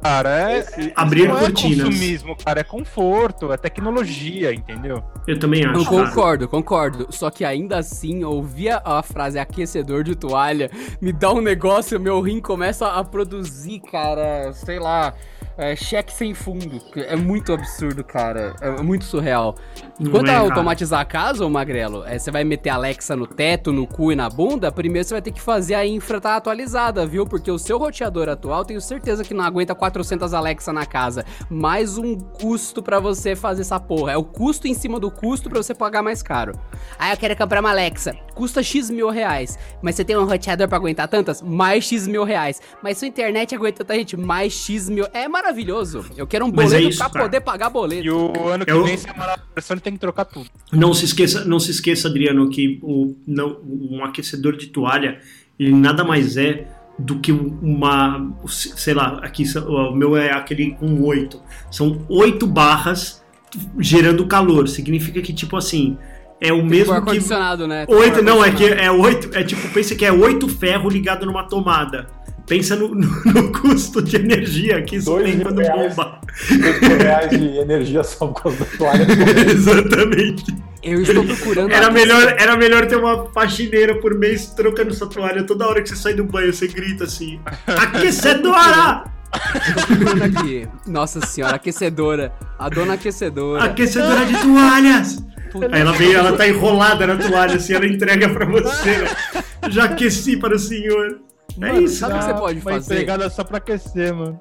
[SPEAKER 5] cara, é,
[SPEAKER 2] abrir
[SPEAKER 5] não é
[SPEAKER 2] cortinas.
[SPEAKER 5] consumismo, cara, é conforto, é tecnologia, entendeu?
[SPEAKER 2] Eu também
[SPEAKER 3] Eu
[SPEAKER 2] acho, né? cara.
[SPEAKER 3] concordo, concordo. Só que ainda assim, ouvir a- a frase aquecedor de toalha me dá um negócio, meu rim começa a produzir, cara, sei lá, é, cheque sem fundo. É muito absurdo, cara. É muito surreal.
[SPEAKER 2] Não
[SPEAKER 3] Enquanto
[SPEAKER 2] é,
[SPEAKER 3] a
[SPEAKER 2] cara.
[SPEAKER 3] automatizar a casa, ô Magrelo, é, você vai meter a Alexa no teto, no cu e na bunda, primeiro você vai ter que fazer a infra estar atualizada, viu? Porque o seu roteador atual, tenho certeza que não aguenta 400 Alexa na casa. Mais um custo pra você fazer essa porra. É o custo em cima do custo pra você pagar mais caro. Ah, eu quero comprar uma Alexa. Custa X mil reais. Mas você tem um roteador pra aguentar tantas? Mais X mil reais. Mas sua internet aguenta tanta gente? Mais X mil. É maravilhoso. Eu quero um
[SPEAKER 2] Mas é
[SPEAKER 3] boleto
[SPEAKER 2] isso,
[SPEAKER 3] pra
[SPEAKER 2] cara.
[SPEAKER 3] poder pagar boleto.
[SPEAKER 5] E o ano que
[SPEAKER 2] Eu-
[SPEAKER 5] vem, se a Marcelo tem que trocar tudo.
[SPEAKER 2] Não se esqueça, não se esqueça, Adriano, que o, não, um aquecedor de toalha ele nada mais é do que uma, sei lá, aqui são- o meu é aquele com oito. São oito barras gerando calor. Significa que tipo assim é o
[SPEAKER 3] o
[SPEAKER 2] mesmo que
[SPEAKER 3] ar-condicionado, né?
[SPEAKER 2] oito. Não é que
[SPEAKER 3] Ar-condicionado.
[SPEAKER 2] é oito. É tipo pensa que é oito ferro ligado numa tomada. Pensa no, no- no [laughs] custo de energia que isso
[SPEAKER 1] Dois
[SPEAKER 2] tem
[SPEAKER 1] mil
[SPEAKER 2] quando
[SPEAKER 1] reais.
[SPEAKER 2] bomba.
[SPEAKER 1] R$ reais de energia só por causa da toalha.
[SPEAKER 2] [laughs] Exatamente.
[SPEAKER 3] Eu estou procurando.
[SPEAKER 2] [laughs] Era
[SPEAKER 3] aqui-
[SPEAKER 2] melhor, era melhor ter uma faxineira por mês trocando sua toalha. Toda hora que você sai do banho, você grita assim: Aquecedora!
[SPEAKER 3] procurando aqui. Nossa senhora, aquecedora. A dona aquecedora.
[SPEAKER 2] Aquecedora de toalhas!
[SPEAKER 3] Puta,
[SPEAKER 2] Aí ela veio, ela tá enrolada na toalha, assim, ela entrega pra você. né? Já aqueci para o senhor.
[SPEAKER 3] Mano,
[SPEAKER 2] é isso,
[SPEAKER 3] sabe o que
[SPEAKER 2] cara.
[SPEAKER 3] você pode
[SPEAKER 5] Uma
[SPEAKER 3] fazer?
[SPEAKER 5] empregada só pra aquecer, mano.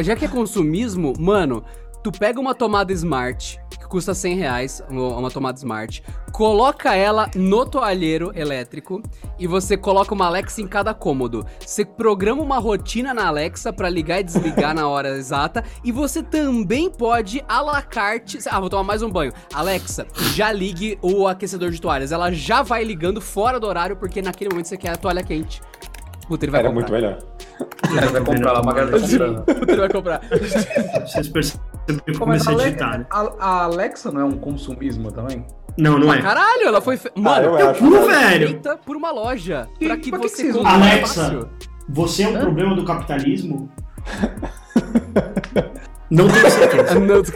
[SPEAKER 3] Já que é consumismo, mano, tu pega uma tomada smart, que custa 100 reais, uma uma tomada smart, coloca ela no toalheiro elétrico e você coloca uma Alexa em cada cômodo. Você programa uma rotina na Alexa pra ligar e desligar na hora [laughs] exata e você também pode à la carte... Ah, vou tomar mais um banho. Alexa, já ligue o aquecedor de toalhas. Ela já vai ligando fora do horário porque naquele momento você quer a toalha quente. Puta, ele vai
[SPEAKER 1] Era É muito
[SPEAKER 3] comprar.
[SPEAKER 1] melhor. Ah,
[SPEAKER 4] Ela vai comprar lá, uma garota comprando.
[SPEAKER 3] [laughs] Puta, ele vai comprar.
[SPEAKER 2] Vocês percebem que eu
[SPEAKER 4] Como é,
[SPEAKER 2] comecei a
[SPEAKER 4] Ale-
[SPEAKER 2] digitar, né?
[SPEAKER 4] a, a Alexa não é um consumismo também?
[SPEAKER 2] Não, não
[SPEAKER 3] Pra
[SPEAKER 2] é.
[SPEAKER 3] Caralho, ela foi. Fe... Mano,
[SPEAKER 1] Ah, eu
[SPEAKER 3] eu
[SPEAKER 1] acho,
[SPEAKER 3] fui
[SPEAKER 2] cara.
[SPEAKER 3] feita por uma loja.
[SPEAKER 4] E
[SPEAKER 3] Pra que
[SPEAKER 4] por que que
[SPEAKER 3] você
[SPEAKER 4] vocês não-
[SPEAKER 3] consuma
[SPEAKER 2] Alexa. Você é um problema do capitalismo? Não tenho certeza.
[SPEAKER 3] Ah, não,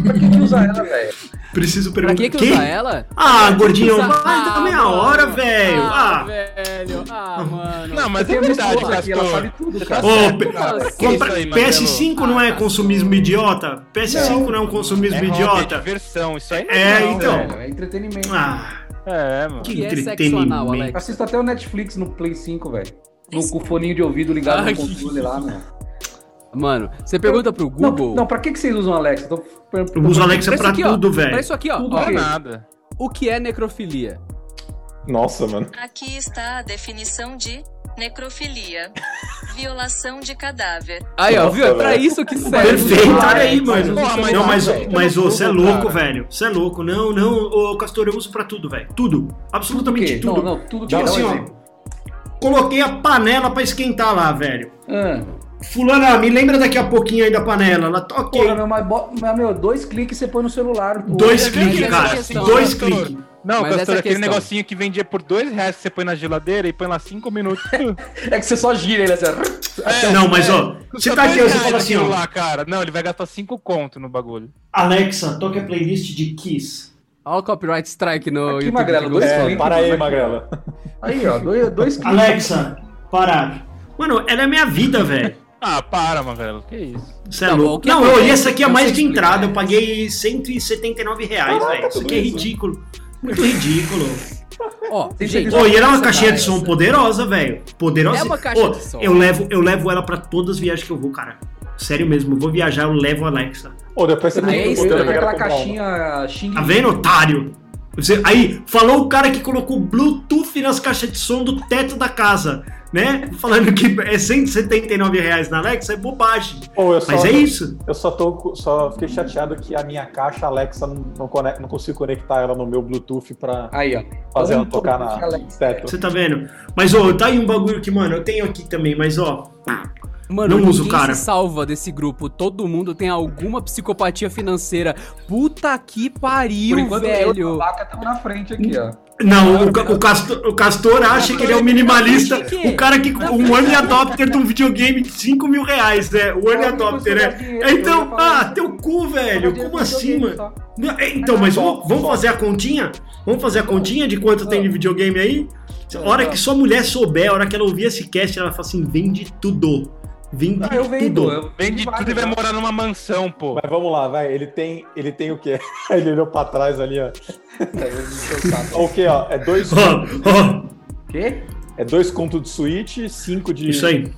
[SPEAKER 4] Pra que, que usa ela, velho?
[SPEAKER 2] Preciso
[SPEAKER 3] Pra
[SPEAKER 2] perguntar.
[SPEAKER 3] que, que
[SPEAKER 2] Quem?
[SPEAKER 3] usa ela?
[SPEAKER 2] Ah, gordinho,
[SPEAKER 3] Usa-
[SPEAKER 2] vai dar meia
[SPEAKER 3] mano.
[SPEAKER 2] hora, velho.
[SPEAKER 3] Ah,
[SPEAKER 2] Ah,
[SPEAKER 3] velho. Ah, mano.
[SPEAKER 5] Não, mas
[SPEAKER 4] Tem
[SPEAKER 5] é
[SPEAKER 4] a minha
[SPEAKER 5] verdade,
[SPEAKER 4] esposa aqui, ela sabe
[SPEAKER 5] Castor.
[SPEAKER 4] tudo, cara.
[SPEAKER 2] Ô,
[SPEAKER 5] certo,
[SPEAKER 2] pe-
[SPEAKER 5] cara.
[SPEAKER 3] Nossa,
[SPEAKER 2] compra-
[SPEAKER 5] Isso aí, Marcelo.
[SPEAKER 2] PS5 não é consumismo idiota? PS5 não, é um consumismo
[SPEAKER 5] É hobby, é
[SPEAKER 2] idiota?
[SPEAKER 5] diversão, isso aí. não
[SPEAKER 2] É,
[SPEAKER 5] não,
[SPEAKER 2] então.
[SPEAKER 5] velho.
[SPEAKER 4] Velho, é entretenimento.
[SPEAKER 2] Ah,
[SPEAKER 5] É, mano.
[SPEAKER 2] que
[SPEAKER 3] Que é sexo anal,
[SPEAKER 2] entretenimento.
[SPEAKER 3] Alex?
[SPEAKER 4] Eu Assisto até o Netflix no Play 5, velho. No com o foninho de ouvido ligado
[SPEAKER 3] Ai,
[SPEAKER 4] no controle lá, meu.
[SPEAKER 3] Mano, você pergunta pro
[SPEAKER 4] Não,
[SPEAKER 3] Google.
[SPEAKER 4] não, pra que, que vocês usam Alexa? Então, Tô per-
[SPEAKER 2] Eu uso Alexa
[SPEAKER 3] Pra isso
[SPEAKER 2] é pra
[SPEAKER 3] aqui, ó.
[SPEAKER 2] tudo,
[SPEAKER 3] Pra
[SPEAKER 2] velho.
[SPEAKER 3] isso aqui, ó.
[SPEAKER 4] Tudo
[SPEAKER 3] ó
[SPEAKER 5] Não é
[SPEAKER 4] ok.
[SPEAKER 5] nada.
[SPEAKER 3] o que é necrofilia?
[SPEAKER 1] Nossa, mano.
[SPEAKER 6] Aqui está a definição de necrofilia: violação de cadáver.
[SPEAKER 3] Aí, ó,
[SPEAKER 1] Nossa,
[SPEAKER 3] viu? É pra
[SPEAKER 1] velho.
[SPEAKER 3] isso que serve.
[SPEAKER 2] Perfeito,
[SPEAKER 4] Ah,
[SPEAKER 2] olha aí,
[SPEAKER 4] é,
[SPEAKER 2] mano.
[SPEAKER 5] mas usa
[SPEAKER 2] Não,
[SPEAKER 5] pra
[SPEAKER 2] mas,
[SPEAKER 5] tudo,
[SPEAKER 2] mas ô,
[SPEAKER 5] velho.
[SPEAKER 2] você é louco,
[SPEAKER 5] Cara.
[SPEAKER 2] velho. Você é louco. Não, não, ô, Castor, eu uso pra tudo, velho. Tudo.
[SPEAKER 4] Tudo que?
[SPEAKER 2] Absolutamente
[SPEAKER 4] Não,
[SPEAKER 2] tudo.
[SPEAKER 4] não, tudo que
[SPEAKER 2] Tipo
[SPEAKER 4] dá um
[SPEAKER 2] assim, ó.
[SPEAKER 4] exemplo.
[SPEAKER 2] Coloquei a panela pra esquentar lá, velho.
[SPEAKER 3] é.
[SPEAKER 4] Ah,
[SPEAKER 2] Fulana, me lembra daqui a pouquinho aí da panela. Ela tá ok.
[SPEAKER 4] porra, meu, mas, bo- mas, meu, dois cliques você põe no celular. pô.
[SPEAKER 2] Dois
[SPEAKER 3] Mas
[SPEAKER 2] cliques,
[SPEAKER 3] essa
[SPEAKER 2] cara.
[SPEAKER 3] questão,
[SPEAKER 2] Dois
[SPEAKER 5] Castor.
[SPEAKER 2] cliques.
[SPEAKER 5] Não,
[SPEAKER 3] Mas essa é
[SPEAKER 5] Castor,
[SPEAKER 3] a
[SPEAKER 5] aquele
[SPEAKER 3] questão.
[SPEAKER 5] negocinho que vendia por dois reais que você põe na geladeira e põe lá cinco minutos.
[SPEAKER 4] É que você só gira ele assim. ó.
[SPEAKER 2] Não, mas ó, [laughs] você tá aqui,
[SPEAKER 5] Dois
[SPEAKER 2] você
[SPEAKER 5] reais
[SPEAKER 2] fala assim,
[SPEAKER 5] aquilo
[SPEAKER 2] ó.
[SPEAKER 5] lá, cara. Não, ele vai gastar cinco conto no bagulho.
[SPEAKER 2] Alexa, toque a playlist de Kiss.
[SPEAKER 3] Olha o copyright strike no
[SPEAKER 4] Aqui,
[SPEAKER 3] YouTube.
[SPEAKER 4] Magrelo,
[SPEAKER 3] do
[SPEAKER 4] dois
[SPEAKER 3] Google.
[SPEAKER 1] É,
[SPEAKER 4] cliques,
[SPEAKER 1] para aí,
[SPEAKER 4] mano.
[SPEAKER 1] Magrela.
[SPEAKER 2] [laughs]
[SPEAKER 4] Aí, ó, dois, dois cliques.
[SPEAKER 2] Alexa, parar. Mano, ela é minha vida, velho.
[SPEAKER 5] Ah, para, Magrelo. Que isso?
[SPEAKER 2] Você é
[SPEAKER 3] Tá bom,
[SPEAKER 2] louco.
[SPEAKER 3] que
[SPEAKER 2] Não,
[SPEAKER 3] acontece?
[SPEAKER 2] eu, e essa aqui é
[SPEAKER 3] Eu
[SPEAKER 2] mais
[SPEAKER 3] sei
[SPEAKER 2] de
[SPEAKER 3] explicar.
[SPEAKER 2] entrada. Eu paguei 179 reais, velho. Isso
[SPEAKER 7] tudo
[SPEAKER 2] aqui é
[SPEAKER 7] isso?
[SPEAKER 2] ridículo. Muito ridículo.
[SPEAKER 3] Ó,
[SPEAKER 4] Tem
[SPEAKER 3] gente,
[SPEAKER 2] Pô, e ela é uma
[SPEAKER 3] essa
[SPEAKER 2] caixinha de
[SPEAKER 3] cara,
[SPEAKER 2] som
[SPEAKER 3] essa.
[SPEAKER 2] poderosa, velho. Poderosa.
[SPEAKER 3] É uma caixa
[SPEAKER 2] Ô,
[SPEAKER 3] de som.
[SPEAKER 2] Eu levo, eu levo ela pra todas as viagens que eu vou, cara. Sério mesmo, eu vou viajar, eu levo a Alexa.
[SPEAKER 1] Ou depois você
[SPEAKER 4] Aí é
[SPEAKER 1] me
[SPEAKER 4] isso,
[SPEAKER 1] conta, eu
[SPEAKER 4] né?
[SPEAKER 1] quero
[SPEAKER 4] aquela
[SPEAKER 5] Tá
[SPEAKER 1] comprar uma.
[SPEAKER 4] caixinha Xing.
[SPEAKER 2] Tá vendo, otário? Você, aí, falou o cara que colocou Bluetooth nas caixas de som do teto da casa, né? Falando que é 179 reais na Alexa, é bobagem.
[SPEAKER 1] Pô, um. eu só,
[SPEAKER 2] Mas é isso.
[SPEAKER 1] Eu só, tô, co- só fiquei chateado que a minha caixa Alexa não, não, conec- não consigo conectar ela no meu Bluetooth pra
[SPEAKER 4] Aí, ó.
[SPEAKER 1] fazer ela
[SPEAKER 4] Ponto
[SPEAKER 1] tocar
[SPEAKER 4] que
[SPEAKER 1] na no
[SPEAKER 4] Alexa- é.
[SPEAKER 1] teto.
[SPEAKER 2] Você tá vendo? Mas, ó, tá aí um bagulho que, mano, eu tenho aqui também, mas, ó.
[SPEAKER 3] Mano,
[SPEAKER 2] Não
[SPEAKER 3] ninguém
[SPEAKER 2] uso, cara.
[SPEAKER 3] se salva desse grupo. Todo mundo tem alguma psicopatia financeira. Puta que
[SPEAKER 4] Por
[SPEAKER 3] pariu,
[SPEAKER 4] enquanto, eu e o
[SPEAKER 3] velho.
[SPEAKER 4] vaca estão tá na frente aqui, ó.
[SPEAKER 2] Não, o, Ca- o Castor, o Castor acha que ele é um minimalista. O cara que. Um early adopter de um videogame de 5 mil reais, né? O early adopter, né? Então, ah, teu cu, velho. Como assim, mano? Não, é, Então, mas vamos, vamos fazer a continha? Vamos fazer a continha de quanto tem de videogame aí? A hora que sua mulher souber, a hora que ela ouvir esse cast, ela fala assim: vende tudo. Vende
[SPEAKER 4] Ah, eu vendo.
[SPEAKER 2] tudo.
[SPEAKER 4] eu-
[SPEAKER 5] Vende tudo e vai morar numa mansão, pô.
[SPEAKER 1] Mas vamos lá, vai. Ele tem, ele tem o quê? [laughs] Ele olhou pra trás ali, ó.
[SPEAKER 4] É, Eu enchi o saco.
[SPEAKER 1] O quê, ó? É dois,
[SPEAKER 2] [laughs] Ó, ó,
[SPEAKER 4] Quê?
[SPEAKER 1] é dois conto de Switch, cinco de
[SPEAKER 2] isso aí.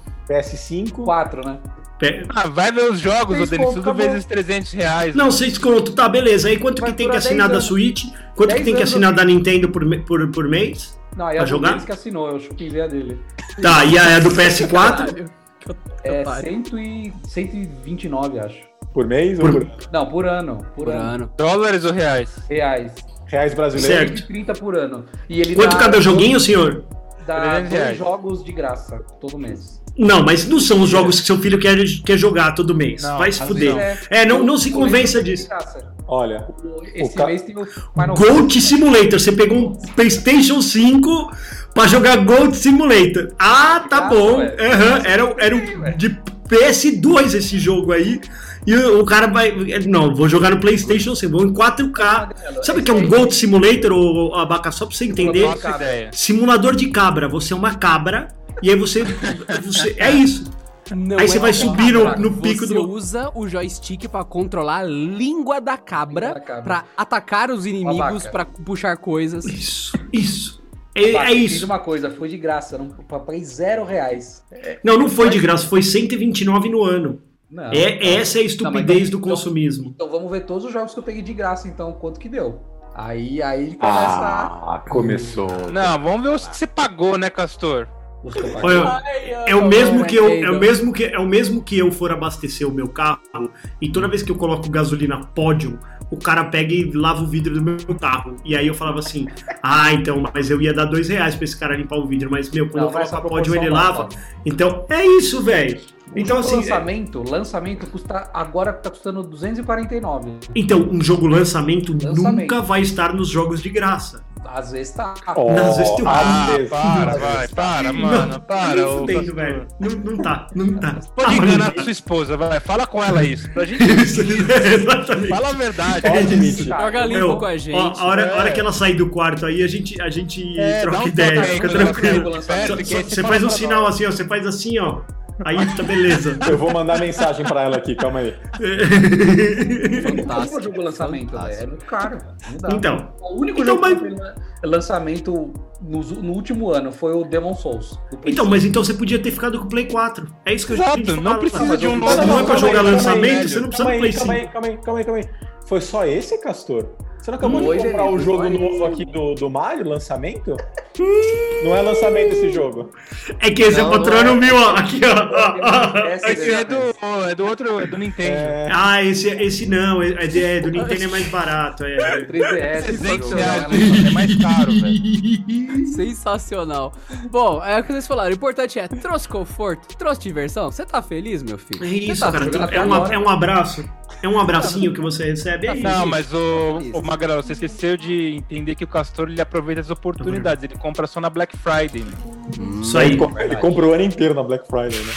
[SPEAKER 1] PS5.
[SPEAKER 4] Quatro, né?
[SPEAKER 2] Pe-
[SPEAKER 5] Ah, vai ver os jogos, ô
[SPEAKER 4] Fez
[SPEAKER 5] Denis,
[SPEAKER 4] pouco,
[SPEAKER 5] tudo
[SPEAKER 4] acabou.
[SPEAKER 5] vezes 300 reais.
[SPEAKER 2] Não, seis conto, tá, beleza. Aí quanto
[SPEAKER 4] Vai
[SPEAKER 2] que tem que
[SPEAKER 4] durar
[SPEAKER 2] assinar
[SPEAKER 4] 10
[SPEAKER 2] da
[SPEAKER 4] anos.
[SPEAKER 2] Switch? Quanto que
[SPEAKER 4] 10
[SPEAKER 2] tem que
[SPEAKER 4] anos.
[SPEAKER 2] assinar da Nintendo por, me- por, por mês?
[SPEAKER 4] Não, aí
[SPEAKER 2] Pra
[SPEAKER 4] é o
[SPEAKER 2] jogar?
[SPEAKER 4] Denis que assinou, eu chupinhei a dele.
[SPEAKER 2] Tá, e a, a do
[SPEAKER 4] Ah,
[SPEAKER 2] PS4?
[SPEAKER 3] Caralho, que
[SPEAKER 4] É
[SPEAKER 3] otário.
[SPEAKER 4] 100 e... 129, acho.
[SPEAKER 1] Por mês ou
[SPEAKER 2] Por-
[SPEAKER 1] por
[SPEAKER 4] Não, por ano. Por,
[SPEAKER 3] Por
[SPEAKER 4] ano.
[SPEAKER 3] ano.
[SPEAKER 5] Dólares ou reais?
[SPEAKER 4] Reais.
[SPEAKER 1] reais brasileiros?
[SPEAKER 2] Certo.
[SPEAKER 4] 30 por ano. E ele
[SPEAKER 2] Quanto
[SPEAKER 4] dá-
[SPEAKER 2] cada joguinho, senhor?
[SPEAKER 4] Dá
[SPEAKER 5] 300 reais.
[SPEAKER 4] dois jogos de graça todo mês.
[SPEAKER 2] Não, mas não são os
[SPEAKER 4] É.
[SPEAKER 2] jogos que seu filho quer, quer jogar todo mês.
[SPEAKER 5] Não,
[SPEAKER 2] Vai se
[SPEAKER 5] às
[SPEAKER 2] fuder.
[SPEAKER 5] vezes
[SPEAKER 2] É, não, não se
[SPEAKER 4] Todo mês
[SPEAKER 2] convença
[SPEAKER 4] tem né? de
[SPEAKER 2] disso.
[SPEAKER 4] graça.
[SPEAKER 1] Olha,
[SPEAKER 4] Esse
[SPEAKER 1] O ca-
[SPEAKER 4] mês tem o Final
[SPEAKER 2] Gold Simulator. Você pegou um PlayStation 5 pra jogar Gold Simulator. Ah, tá
[SPEAKER 4] Ah,
[SPEAKER 2] bom.
[SPEAKER 4] ué.
[SPEAKER 2] Aham, era, um- era um de PS2 esse jogo aí. E o, o cara vai. é, Não, vou jogar no PlayStation 5, vou em 4K.
[SPEAKER 4] Ah,
[SPEAKER 2] Sabe o que é um Gold Simulator, ou abaca? Só pra você entender.
[SPEAKER 5] Nossa ideia.
[SPEAKER 2] Simulador de cabra. Você é uma cabra. E aí você. você- é isso.
[SPEAKER 3] Não
[SPEAKER 2] Aí você
[SPEAKER 3] é
[SPEAKER 2] vai
[SPEAKER 3] uma
[SPEAKER 2] subir no-
[SPEAKER 3] cabra.
[SPEAKER 2] no pico
[SPEAKER 3] você
[SPEAKER 2] do-
[SPEAKER 3] usa o joystick pra controlar a língua da cabra,
[SPEAKER 4] Língua da cabra.
[SPEAKER 3] pra atacar os inimigos,
[SPEAKER 4] Babaca.
[SPEAKER 3] pra puxar coisas.
[SPEAKER 2] Isso, isso. É, é
[SPEAKER 4] Diz
[SPEAKER 2] isso.
[SPEAKER 4] uma coisa, foi de graça, não paguei zero reais.
[SPEAKER 2] Não, não foi de graça, foi 129 no ano.
[SPEAKER 4] Não.
[SPEAKER 2] É, essa é a
[SPEAKER 4] Tá. Não, mas
[SPEAKER 2] estupidez do
[SPEAKER 4] então-
[SPEAKER 2] consumismo.
[SPEAKER 4] Então vamos ver todos os jogos que eu peguei de graça, então, quanto que deu. Aí, aí ele começa
[SPEAKER 7] Ah, começou.
[SPEAKER 5] Não, vamos ver os que você pagou, né, Castor?
[SPEAKER 4] a...
[SPEAKER 2] Olha, é o mesmo que eu, é o
[SPEAKER 3] Nintendo.
[SPEAKER 2] mesmo que é o mesmo que eu for abastecer o meu carro e toda vez que eu coloco gasolina pódio, o cara pega e lava o vidro do meu carro. E aí eu falava assim: "Ah, então, mas eu ia dar dois reais pra esse cara limpar o vidro, mas meu, quando
[SPEAKER 4] Não,
[SPEAKER 2] eu
[SPEAKER 4] não é essa
[SPEAKER 2] coloco pódio ele
[SPEAKER 4] proporção, não,
[SPEAKER 2] lava". Então, é isso, velho. Então assim, é-
[SPEAKER 4] lançamento, lançamento custa agora tá custando 249.
[SPEAKER 2] então um jogo lançamento,
[SPEAKER 4] Lançamento.
[SPEAKER 2] nunca vai estar nos jogos de graça.
[SPEAKER 4] Às vezes tá.
[SPEAKER 1] Ó,
[SPEAKER 2] Não, às vezes tem um-
[SPEAKER 1] às
[SPEAKER 5] Ah,
[SPEAKER 1] vezes.
[SPEAKER 5] para, vai, para, mano, para.
[SPEAKER 2] Não,
[SPEAKER 5] ô,
[SPEAKER 2] fudendo,
[SPEAKER 5] Castor.
[SPEAKER 2] velho. Não, não tá, não tá.
[SPEAKER 5] Pode enganar
[SPEAKER 2] [laughs]
[SPEAKER 5] sua esposa, vai. Fala com ela isso. Pra gente.
[SPEAKER 2] Exatamente.
[SPEAKER 5] Fala a verdade.
[SPEAKER 1] Pode
[SPEAKER 2] isso.
[SPEAKER 1] admitir.
[SPEAKER 3] Joga limpo
[SPEAKER 2] Meu,
[SPEAKER 3] um com a gente.
[SPEAKER 2] ó, a, hora, a hora
[SPEAKER 5] é.
[SPEAKER 2] que ela sair do quarto aí, a gente, a gente troca
[SPEAKER 5] dá um
[SPEAKER 2] ideia,
[SPEAKER 5] toque aí,
[SPEAKER 2] fica
[SPEAKER 5] quando ela
[SPEAKER 2] tranquilo.
[SPEAKER 5] for lançar,
[SPEAKER 2] Só-
[SPEAKER 5] que
[SPEAKER 2] só-
[SPEAKER 5] aí você
[SPEAKER 2] Você
[SPEAKER 5] fala
[SPEAKER 2] faz um
[SPEAKER 5] pra
[SPEAKER 2] sinal
[SPEAKER 5] nós.
[SPEAKER 2] assim, ó, você faz assim, ó.
[SPEAKER 5] [laughs]
[SPEAKER 2] Aí tá beleza.
[SPEAKER 1] Eu vou mandar mensagem pra ela aqui, calma aí.
[SPEAKER 4] tá. Fantástico. O jogo lançamento né? é muito caro. Não
[SPEAKER 5] Tá.
[SPEAKER 4] dá.
[SPEAKER 2] então,
[SPEAKER 4] o único
[SPEAKER 2] então,
[SPEAKER 4] jogo
[SPEAKER 2] mas-
[SPEAKER 4] que teve lançamento nos- no, último ano foi o Demon Souls. do Play
[SPEAKER 2] então, mas então você podia ter ficado com o Play 4. É isso que eu
[SPEAKER 5] Exato,
[SPEAKER 2] eu te
[SPEAKER 5] não
[SPEAKER 2] falava.
[SPEAKER 5] precisa de um
[SPEAKER 2] Você
[SPEAKER 5] novo- né?
[SPEAKER 2] não é pra
[SPEAKER 1] calma
[SPEAKER 2] jogar
[SPEAKER 1] aí, calma aí,
[SPEAKER 2] lançamento,
[SPEAKER 5] velho.
[SPEAKER 2] você não precisa
[SPEAKER 1] Calma
[SPEAKER 2] do Play
[SPEAKER 1] aí,
[SPEAKER 2] 5.
[SPEAKER 1] calma aí, calma aí, calma aí, calma aí. Foi só esse, Castor? Você não acabou
[SPEAKER 4] Foi,
[SPEAKER 1] de comprar o
[SPEAKER 4] Denise,
[SPEAKER 1] jogo
[SPEAKER 4] foi
[SPEAKER 1] novo
[SPEAKER 4] esse.
[SPEAKER 1] aqui do, do Mario, lançamento? não é lançamento esse jogo.
[SPEAKER 2] É que esse é
[SPEAKER 5] Não,
[SPEAKER 2] patrono
[SPEAKER 5] não
[SPEAKER 2] meu, ó. Aqui, ó, ó. ó. [laughs]
[SPEAKER 4] Essa
[SPEAKER 5] Esse
[SPEAKER 4] ideia
[SPEAKER 5] é do, é do outro, é do Nintendo.
[SPEAKER 1] É,
[SPEAKER 2] Ah, esse, esse não, é, de- é do Nintendo é mais barato. É.
[SPEAKER 4] 3DS.
[SPEAKER 5] 300
[SPEAKER 4] foi o-
[SPEAKER 2] [laughs]
[SPEAKER 5] reais, é mais caro, velho.
[SPEAKER 3] Sensacional. Bom, é o que vocês falaram. O importante é, trouxe conforto, trouxe diversão. Você tá feliz, meu filho?
[SPEAKER 2] É
[SPEAKER 3] Você
[SPEAKER 2] isso,
[SPEAKER 3] tá
[SPEAKER 2] cara.
[SPEAKER 3] feliz?
[SPEAKER 2] É, uma- é um abraço. É um abracinho que você recebe. É isso.
[SPEAKER 5] Não, mas o,
[SPEAKER 3] Isso.
[SPEAKER 5] o Magrão, você esqueceu de entender que o Castor ele aproveita as oportunidades, ele compra só na Black Friday. né?
[SPEAKER 2] Isso aí.
[SPEAKER 1] ele com- ele compra o ano inteiro na Black Friday, né?